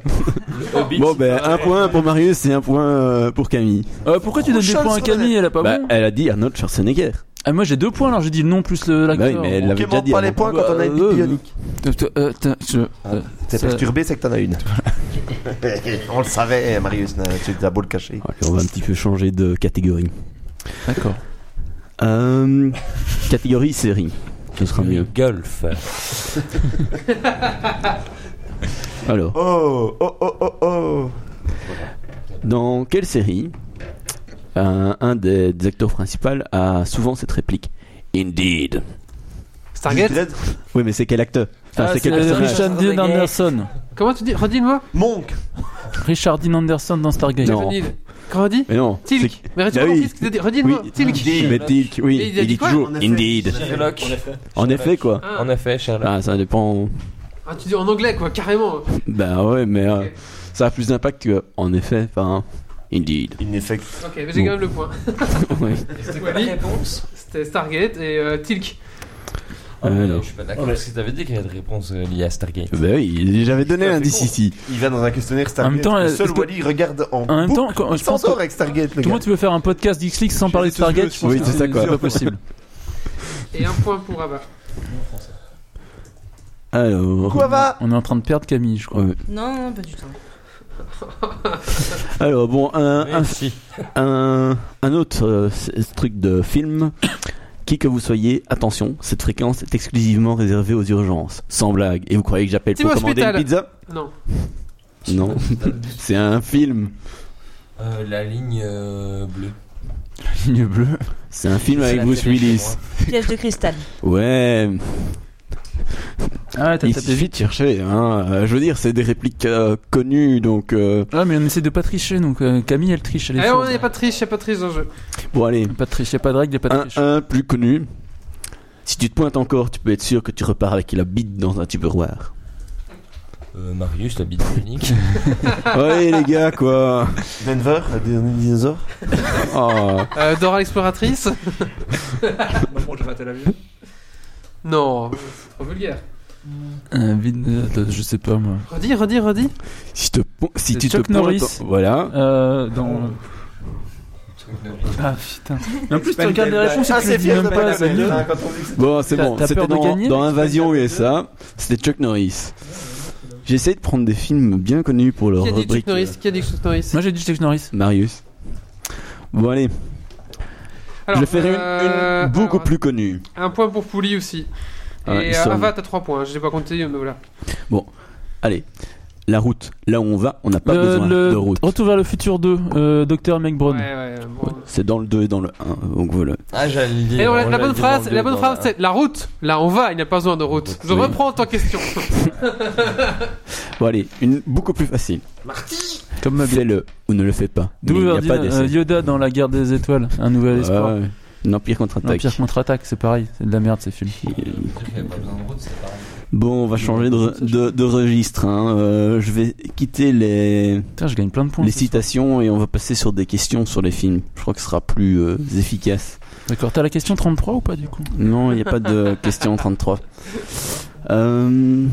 Hobbit. Bon ben un point pour Marius et un point euh, pour Camille. Euh, pourquoi tu donnes des points à Camille Elle a pas bah, bon. elle a dit Arnold Schwarzenegger. Ah, moi j'ai deux points alors j'ai dit le nom plus le. Bah oui, l'acteur. mais elle On l'avait déjà quémande dit. pas les avant. points quand on a une Euh, pipe bionique. Euh, euh, t'as- je- euh, T'es ça- perturbé, c'est que t'en as une. on le savait, Marius, euh, tu as beau le cacher. Allez, on va un petit peu changer de catégorie. D'accord. Euh, catégorie série. Ce sera mieux. Golf. Alors. Oh, oh, oh, oh, oh. Dans quelle série un, un des, des acteurs principaux a souvent cette réplique Indeed. Stargate Dread. Oui, mais c'est quel acteur Enfin, Ah, c'est c'est quel euh, personnage Richard Dean Anderson. Comment tu dis Redis-moi Monk. Richard Dean Anderson dans Stargate. Non. Jack O'Neill. Comment on dit Mais non. Tilk. c'est- Mais Bah redis-moi oui. qu'est-ce que t'as dit Redis-moi Oui. Tilk. Mais Tilk, oui, Mais il a il dit dit quoi toujours En effet. Indeed. Sherlock. En effet, quoi. Ah. En effet, Sherlock. Ah, ça dépend. Ah, tu dis en anglais quoi, carrément. Bah ouais, mais euh, ça a plus d'impact que. En effet, enfin. Indeed. In effect. Ok, mais j'ai Bon. quand même le point. Oui. C'était quoi la réponse C'était Stargate et euh, Tilk. Ah, Euh, non. je suis pas d'accord. Parce que t'avais dit qu'il y avait des réponses euh, liées à Stargate. Bah oui, j'avais donné Putain, l'indice c'est con. ici. Il va dans un questionnaire Stargate. En même temps, le euh, seul est-ce que- Wally regarde en, En même temps, quand- je sans pense que sort avec Stargate, le comment gars. tu peux faire un podcast d'X-Leaks sans parler de suis désolé Stargate aussi. Je pense Oui, que c'est ça, quoi. C'est pas possible. Et un point pour Abba. Alors. Quoi va On est en train de perdre Camille, je crois. Ouais. Non, non, pas du tout. Alors, bon, un, un, si. un, un autre euh, c- ce truc de film. Qui que vous soyez, attention, cette fréquence est exclusivement réservée aux urgences. Sans blague. Et vous croyez que j'appelle pour Team commander Hospital. une pizza Non. Non, c'est un film. Euh, la ligne euh, bleue. Ligne bleue. C'est un film avec la Bruce télé Willis. chez Piège de cristal. Ouais, Ah, t'as tapé il suffit vite. vite chercher. Hein. Euh, Je veux dire, c'est des répliques euh, connues, donc euh, Ah, mais on essaie de pas tricher, donc euh, Camille elle triche. Elle est Eh, on forte. n'est pas triche, il a pas de triche dans le jeu. bon allez, Pas de triche, y a pas de règle, y a pas de un, triche. un plus connu. Si tu te pointes encore, tu peux être sûr que tu repars avec la bite dans un tupperware. moi. Euh, Marius, la bite unique. ouais les gars, quoi. Denver, le dernier dinosaure. Oh. Euh, Dora l'exploratrice Maman, j'ai raté l'avion. Non. En vulgaire. Un vide, euh, attends, je sais pas moi. Redis, redis, redis. Si, te pon- si C'est tu Chuck te pointes, Norris. voilà. Euh, dans. Ah putain. Mais en plus, tu regardes les réponses et Ah, tu les c'est dis fier de même pas pas, la c'est peine, nul. hein, quand on dit que c'est- Bon, c'est T'as- bon. t'as C'était peur de dans, gagner dans Invasion USA. C'était Chuck Norris. J'essaie de prendre des films bien connus pour leur Qui a dit Chuck rubrique. Norris Qui a dit Chuck Norris Moi j'ai dit Chuck Norris. euh, Marius. Bon allez, je vais faire une, euh, une beaucoup alors, plus connue. Un point pour Pouli aussi. Ah, et ils euh, sont- Ava, t'as 3 points, je l'ai pas compté, mais voilà. Allez, la route, là où on va, on n'a pas Le- besoin Euh, le- de route. Retour vers le futur 2, euh, Docteur McBrown. Ouais, ouais, bon. Ouais, C'est dans le 2 et dans le 1. Donc voilà. Ah, j'allais le dire. Et non, la, on la l'avait bonne dit phrase, dans le la deux, bonne dans phrase, la- c'est la route. Là, on va, il n'y a pas besoin de route. Je Oui. reprends ta question. Bon allez, une beaucoup plus facile. Comme ma bite. Fais-le ou ne le fais pas. Mais D'où Il n'y a Verdine, pas euh, d'essai. Yoda dans la guerre des étoiles, un nouvel espoir. Ouais, ouais. L'Empire contre-attaque. L'Empire contre-attaque, c'est pareil, c'est de la merde ces films. Il y avait pas besoin de route, c'est pareil. Bon, on va changer de, de, de registre. hein. Euh, je vais quitter les, Putain, je gagne plein de points. les ce citations et on va passer sur des questions sur les films. Je crois que ce sera plus euh, efficace. soir. D'accord, t'as la question 33 ou pas du coup Non, il n'y a pas de question 33. Euh...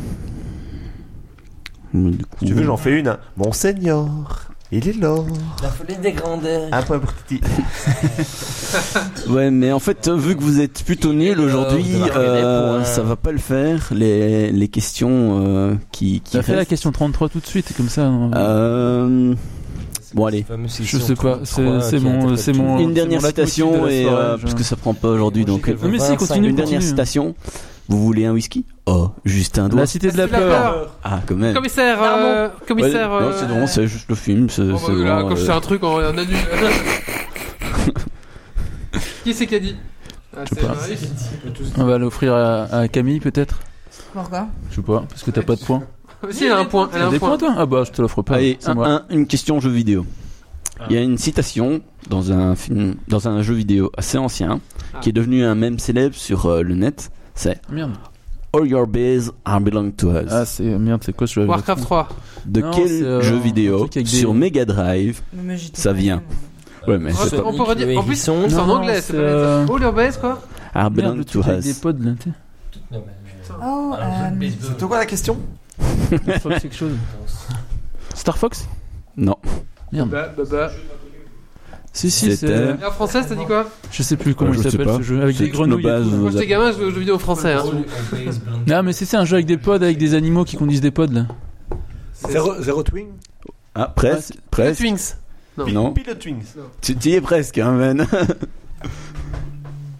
Du coup, Tu veux, j'en fais une. hein. Monseigneur, il est là. La folie des grandeurs. Un point pour Titi. Ouais, mais en fait, euh, vu que vous êtes plutôt nul aujourd'hui, vous devez regarder euh, pour un- ça va pas le faire. Les, les questions euh, qui, qui T'as fait la restent. question 33 tout de suite, comme ça. on- Ah, Euh, Bon, allez. Je sais pas, c'est c'est mon, c'est mon. Une dernière c'est mon leitmotiv citation, de la et, soirée, euh, je- parce que ça prend pas aujourd'hui, donc. euh, Non, mais si, continue. Une dernière continue. citation. Vous voulez un whisky Oh, juste un doigt. La cité de la C'est la peur. peur. Ah, quand même. Commissaire. euh, Ouais, commissaire. non, euh, c'est bon, c'est juste le film. C'est Oh, c'est bah, là, bon, comme euh, c'est un truc, on, on annule. qui c'est qui a dit Ah, Je sais c'est pas. Marius. On va l'offrir à, à Camille peut-être Pourquoi Je sais pas, parce que t'as pas de points. Ah, Si, elle a un point. Elle a T'as un des point. points toi Ah bah je te l'offre pas. Allez, c'est un- moi. un- une question jeu vidéo. Ah. Il y a une citation dans un film, dans un jeu vidéo assez ancien, Ah. qui est devenu un mème célèbre sur euh, le net. C'est Merde. All Your Bees Are Belong to Us. Ah, c'est merde, c'est quoi je l'avais Warcraft 3. de non, quel c'est, euh, jeu un vidéo truc avec des- sur Mega Drive Mais j'étais ça pas vient même. Ouais, Ah, mais On c'est pas. peut- on peut redire. En plus, c'est Hérisson. en Non, anglais, c'est c'est, pas euh, Ah, Oh, l'urbaise quoi Are Merde, Belong le to truc avec des Us. pods là, tu Oh, euh, C'était quoi la question sais. Fox quelque chose. Star Fox Non, Bah, bah, bah. Si, si, C'était- c'est. Et en français, t'as dit quoi Je sais plus comment Ouais, il je sais s'appelle pas. ce jeu. Avec C'est des grenouilles. et Xenoblade. tout. Moi, j'étais gamin, je jouais aux jeux vidéo français. Hein. Non, mais c'est c'est un jeu avec des pods, avec des animaux qui conduisent des pods là. Zero, Zero Twin ah presque, Les presque. Twinks. Non, Pilot Wings. tu tu y es presque, hein, man.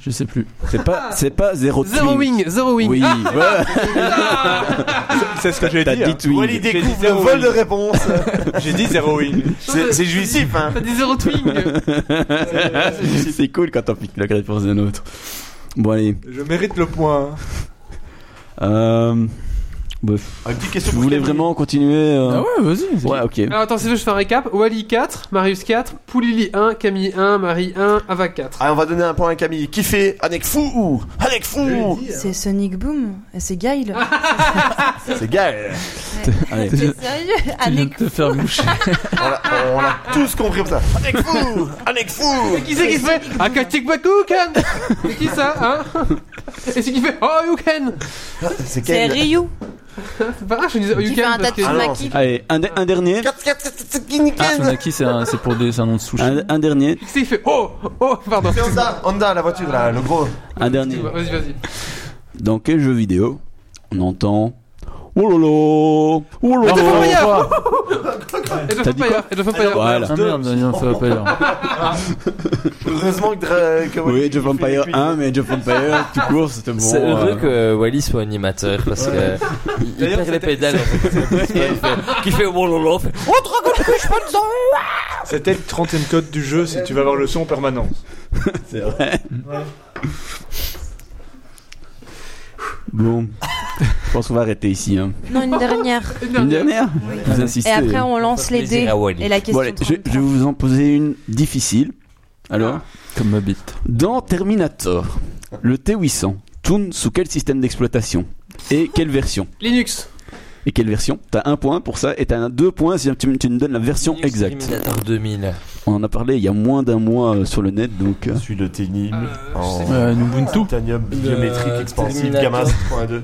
Je sais plus. C'est Ah. pas, c'est pas zéro Zero Twin. Wing, Zero Wing. Oui, Ah, voilà. C'est ce que j'ai t'as hein. dit Twin. Wally découvre J'ai le dit vol de zéro réponse. J'ai dit Zero Wing. C'est c'est jouissif, hein. T'as dit Zero Twing. c'est cool quand on pique la réponse d'un autre. Bon allez, Je mérite le point. euh, bref. Une petite Tu question pour voulais Camille. vraiment continuer euh, Ah ouais, vas-y. Ouais, ok. Alors attends, si tu veux, je fais un récap. Wally 4, Marius 4, Poulili 1, Camille 1, Marie 1, Ava 4. Ah, on va donner un point à Camille. Kiffé, avec fou, avec fou. C'est Sonic Boom, et c'est Gail. C'est gay. Ah, Allez. Ah, T'es sérieux Ah, Ah, Tu viens de Annick te faire boucher. On l'a- on l'a tous compris comme ça. Avec fou, avec fou. Qui c'est qui se fait Ah, Akatik Bakugan C'est qui ça, hein Et c'est qui fait Oh, you can C'est C'est gay. Ryu C'est pas grave, je disais Oh, you qui fait can un parce que. Ah non, Tatsumaki. Allez, un, de- un dernier, Tsunaki, Ah, c'est un- c'est pour des, c'est un nom de sushi. un, un dernier, Qui c'est qui fait Oh, oh, pardon. C'est Honda, Honda, la voiture là, le gros. un dernier. Vas-y, vas-y. Dans quel jeu vidéo on entend Oh lolo, oh Age of lolo. Empire Age of T'as dit Empire Age of Empire Voilà. Ah merde, non, ça va pas dire. Heureusement que, Dra- que Oui, Age of Empire 1, mais Age of Empire tout court, c'était bon. C'est euh, heureux que Wally soit animateur parce que euh, il- il D'ailleurs, perd les c'était- pédales. Qui fait bon lolo, fait C'était le 30 e code du jeu si tu veux avoir le son en permanence. C'est vrai. Bon, je pense qu'on va arrêter ici. hein. Non, une dernière. Une dernière Vous Et insistez. après, on lance les plaisir dés. à Wally. Et la question. Bon, allez, je, je vais vous en poser une difficile. Alors, Ah. Comme ma bite. dans Terminator, le T800 tourne sous quel système d'exploitation Et quelle version Linux Et quelle version T'as un point pour ça et t'as un deux points si tu, tu me donnes la version Linux exacte. Terminator 2000. On en a parlé il y a moins d'un mois euh, sur le net, donc. euh, Je suis le Ténible Euh, en Euh, un Ubuntu. titanium biométrique Le expansif Terminator. gamma 6.2.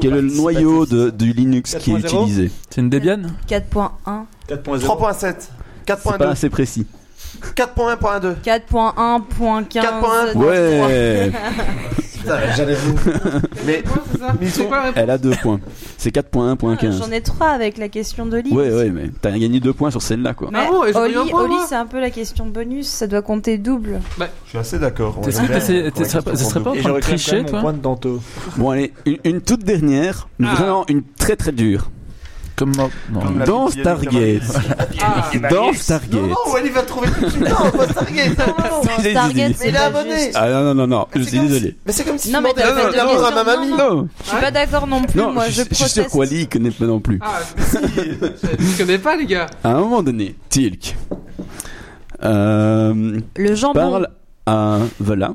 Quel est le noyau de- du Linux qui est 4.0? utilisé C'est une Debian 4.1. 4.0. 3.7, C'est pas 4.2, assez précis. 4.1.2. 4.1.15. 4.1. Ouais Putain, J'allais vous. Mais Quoi, c'est ça Mais ils C'est sont- quoi la réponse Elle a deux points. C'est 4.1.15. Ah, J'en ai 3 avec la question de Lily. Ouais, ouais, mais t'as gagné deux points sur celle-là, quoi. Mais Ah bon, et j'ai Oli, pris un point, Oli, moi c'est un peu la question bonus, ça doit compter double. je suis assez d'accord. on T'es- est bien. t'es- t'es- Ouais, ça serait pas- ça serait pas en Et train de j'aurais quand même tricher, mon toi point de Danto. Bon, allez, une, une toute dernière, mais Ah. vraiment une très très dure. Comme mort. Comme la Dans petite Yannick Stargate. Tamaris. Ah, Dans Stargate. Non, non, elle va trouver tout de suite. Non, pas Stargate. J'ai Stargate, dit. Mais c'est il est pas abonné. juste. Ah non, non, non, non, je Mais c'est suis comme désolé. si- Mais c'est comme si Non, tu mais demandais t'as pas l'amour de l'amour à ma question, mamie. non, Non, Je suis pas d'accord non plus, non moi, je, je je suis sûr proteste. que Wally connaît pas non plus. ah, mais si Je connais pas, les gars À un moment donné, Tilk euh, Le jambon. parle à. Voilà.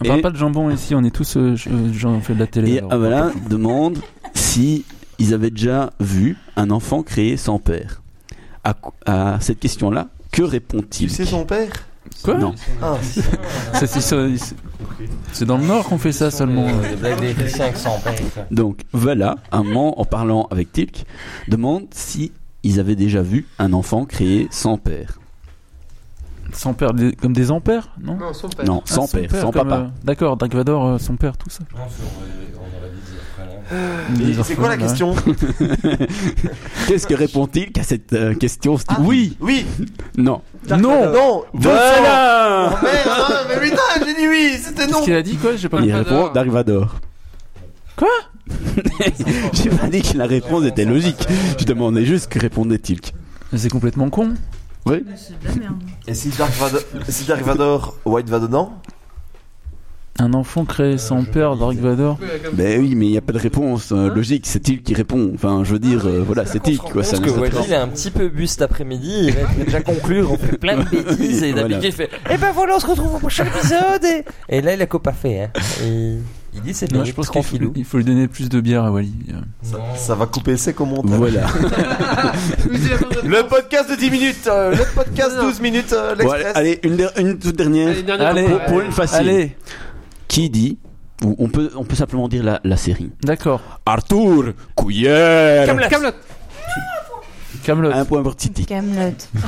On parle Et- pas de jambon ici, on est tous. euh, je- euh, genre, on fait de la télé. Et alors. ah, voilà, demande si ils avaient déjà vu un enfant créé sans père. À, co- à cette question-là, que Tu répond-il sais son père Quoi Non. Ah, C'est- c'est- c'est- c'est- C'est dans le Nord qu'on fait ça seulement. euh. Des blagues des 500 paires. Donc voilà, un moment en parlant avec Tilk, demande si ils avaient déjà vu un enfant créé sans père. Sans père, des- comme des ampères, non Non, son père. Non, Ah, sans père, sans comme, papa. euh, D'accord, Dark Vador, euh, son père, tout ça. Des C'est quoi la orphelins, question Qu'est-ce que répond-il à cette euh, question Steve euh, Oui, Oui non, Non Non voilà. Merde, hein, mais putain, j'ai dit oui, c'était Qu'est-ce non qu'il a dit, quoi J'ai pas Il Dark Vador. répond Dark Vador. Quoi J'ai pas dit que la réponse était logique. Je demandais juste que répondait Tilk. Mais C'est complètement con. Et si Dark Vador, si Dark Vador White va dedans Un enfant Euh, créé sans père, Dark Vador. Ouais, comme- Ben oui, mais il n'y a pas de réponse euh, logique. C'est Tilk qui répond. Enfin, je veux dire, euh, voilà, c'est Tilk quoi. Je Ça pense n'a que pas de Wally il est un petit peu bu cet après-midi. Il va il va déjà conclure. On fait plein de bêtises. Et Voilà. Eh d'habitude, il fait Et ben voilà, on se retrouve au prochain épisode. Et, et là, il a copaffé. Hein. Et- Il dit c'est Non, je pense qu'il faut, il faut lui donner plus de bière à Wally. euh. Non. Ça va couper sec au montage. Voilà. Le podcast de 10 minutes, euh, le podcast Non. 12 minutes, euh, Bon, allez, l'express. allez, une, der- une toute dernière. Allez, dernière Allez. pour- Pour, pour une facile. Allez, Qui dit ou on peut, on peut simplement dire la, la série. d'accord. Arthur Couillère Camelot. Camelot. Camelot. Un point pour Titi. Camelot. Moi,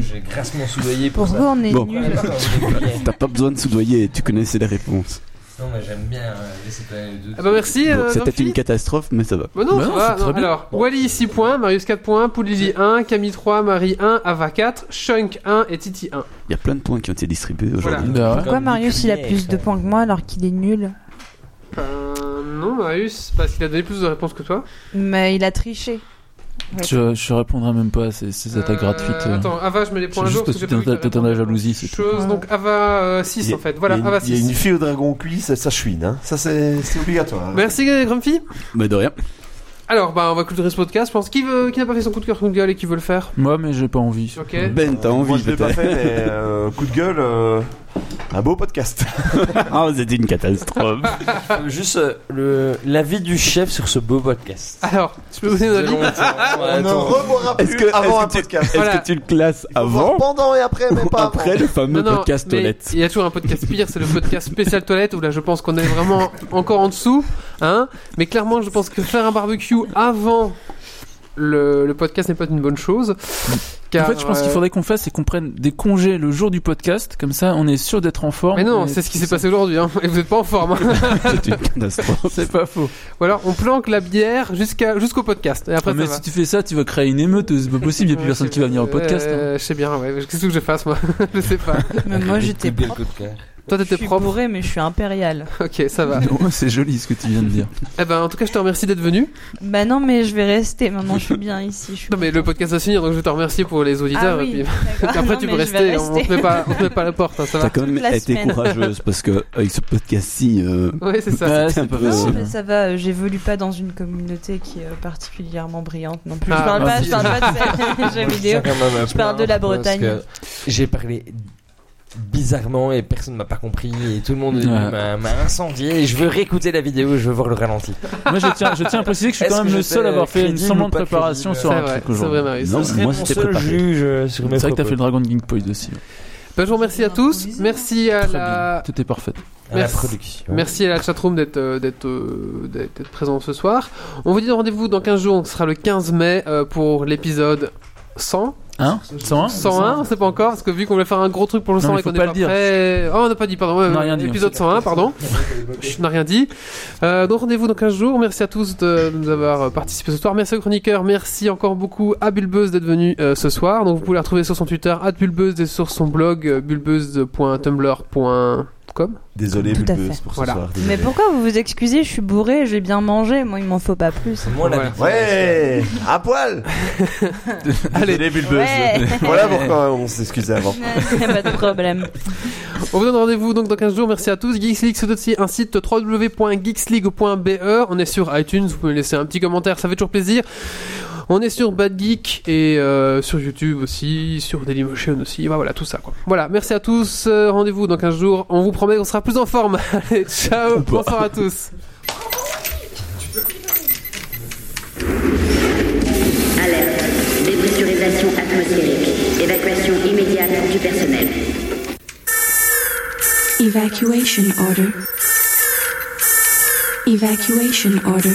J'ai grassement soudoyé pour Pourquoi ça. on est Bon. nul Ouais, pas quand je l'ai oublié. T'as pas besoin de soudoyer, tu connaissais les réponses. Non, mais j'aime bien euh, laisser planer les deux. Ah bah merci. Bon, euh, C'était Zampi. une catastrophe, mais ça va. Bah non, Bah ça non, va, c'est non, très bien. Alors, Wally 6 points, Marius 4 points, Poulili 1, Camille 3, Marie 1, Ava 4, Shunk 1 et Titi 1. Il y a plein de points qui ont été distribués aujourd'hui. Bah ouais. Pourquoi Comme Marius des il a criers, plus de ça. points que moi alors qu'il est nul Euh, non, Marius, parce qu'il a donné plus de réponses que toi. Mais il a triché. Je, je répondrai même pas à ces, ces attaques Euh, gratuites. euh. Attends, Ava, je mets les points à C'est jour. juste parce que parce que j'ai pas t'as- vu t'as que la t'avais jalousie, fait c'est chose. Donc Ava 6 en fait. Voilà, Ah, bah, il y a, Ava une- il y a une 6. fille au dragon cuit, ça, ça chouine, hein. Ça, c'est c'est obligatoire. Merci Grumpy. Mais de rien. Alors, bah, on va clôturer ce podcast. Je pense qui veut, qui n'a pas fait son coup de cœur, coup de gueule et qui veut le faire. Moi, mais j'ai pas envie. Ok. Ben, t'as Euh, Moi, envie je l'ai pas peut-être. fait, mais euh, coup de gueule, euh, un beau podcast. Ah, c'était une catastrophe. Euh, Juste euh, le l'avis du chef sur ce beau podcast. Alors, je peux vous donner un avis. Ah, On ne revoira plus Est-ce que- est-ce avant que un tu- podcast. Est-ce Voilà. que tu le classes Faut voir avant Pendant et après, mais ou pas après avant. le fameux Non, non, podcast mais toilette Il y a toujours un podcast pire, c'est le podcast spécial toilette où là je pense qu'on est vraiment encore en dessous, hein. Mais clairement, je pense que faire un barbecue avant le, le podcast n'est pas une bonne chose. Car, en fait, je pense euh, qu'il faudrait qu'on fasse, c'est qu'on prenne des congés le jour du podcast, comme ça, on est sûr d'être en forme. Mais non, Et c'est ce qui s'est passé aujourd'hui, hein. Et vous n'êtes pas en forme. hein. C'est une catastrophe. C'est pas faux. Ou alors on planque la bière jusqu'à jusqu'au podcast. Et après Ah, mais ça si tu fais ça, tu vas créer une émeute. C'est pas possible. Il y a va. plus personne qui va venir au podcast. hein. Euh, Je sais bien, ouais. Qu'est-ce que je fasse moi Je sais pas. Mais moi j'étais Couper le propre. coup de cœur. Toi Je t'étais suis propre. bourré, mais je suis impérial. Ok, ça va. Non, c'est joli ce que tu viens de dire. Eh ben en tout cas, je te remercie d'être venu. Bah non mais je vais rester maintenant je suis bien ici. Je suis... Non mais le podcast va se finir, donc je vais te remercier pour les Ah auditeurs. et oui, puis- d'accord. Après, Non, tu mais peux je vais rester, hein. on ne te met pas, on te met pas à la porte, hein, ça T'as va. quand même toute la été semaine. courageuse parce que euh, avec ce podcast-ci, euh, Ouais, c'est ça. Ouais, c'est c'est un pas peu- Non, facile. mais ça va, euh, j'évolue pas dans une communauté qui est euh, particulièrement brillante non plus. Ah, je parle pas, merci. je parle pas de jeux hein. Moi, je vidéo. tiens quand même à Je parle de plaindre la parce Bretagne. que J'ai parlé bizarrement et personne m'a pas compris et tout le monde Ouais. m'a m'a incendié et je veux réécouter la vidéo et je veux voir le ralenti. Moi, je tiens, je tiens à préciser que je suis Est-ce quand que même le j'étais seul à avoir fait une crédible semblant ou de pas préparation sur crédible un C'est vrai, c'est truc vrai, aujourd'hui. Marius. Non, Ce serait moi, mon c'était seul préparé. juge euh, sur mes C'est vrai que t'as fait le propos. Dragon King Point aussi. Bah, je vous remercie à tous. Merci à Très la, bien. Tout est parfait. À la Merci. production. merci à la chatroom d'être, euh, d'être, euh, d'être, d'être présent ce soir. On vous dit rendez-vous dans 15 jours. Ce sera le 15 mai euh, pour l'épisode 100. Hein 101 101, on sait pas encore, parce que vu qu'on voulait faire un gros truc pour le Non, 100 mais et qu'on faut est pas pas, le dire. prêt. Oh, on n'a pas dit, pardon. On n'a euh, rien dit, épisode 101, pardon. Je n'ai rien dit. Euh, donc rendez-vous dans 15 jours. Merci à tous de nous avoir participé ce soir. Merci aux chroniqueurs. Merci encore beaucoup à Bulbeuse d'être venu euh, ce soir. Donc vous pouvez la retrouver sur son Twitter, Bulbeuse, et sur son blog, euh, bulbeuse.tumblr.com. Désolé, Tout à Bulbeuse, fait. pour ce Voilà. soir. Mais désolé. pourquoi vous vous excusez Je suis bourré, j'ai bien mangé, moi il m'en faut pas plus. C'est moi la Ouais. victime. Ouais, à poil Allez. Désolé, Bulbeuse. Ouais. Voilà pourquoi on s'excusait avant. Non, pas de problème. On vous donne rendez-vous donc dans 15 jours. Merci à tous. Geeks League, c'est aussi un site www.geeksleague.be. E. On est sur iTunes. Vous pouvez laisser un petit commentaire, ça fait toujours plaisir. On est sur Bad Geek et euh, sur YouTube aussi, sur Dailymotion aussi. Bah, voilà, tout ça quoi. Voilà, merci à tous. Euh, rendez-vous dans 15 jours. On vous promet qu'on sera plus en forme. Allez, ciao. Bonsoir à tous. Alerte. Dépressurisation atmosphérique. Évacuation immédiate du personnel. Evacuation order. Evacuation order.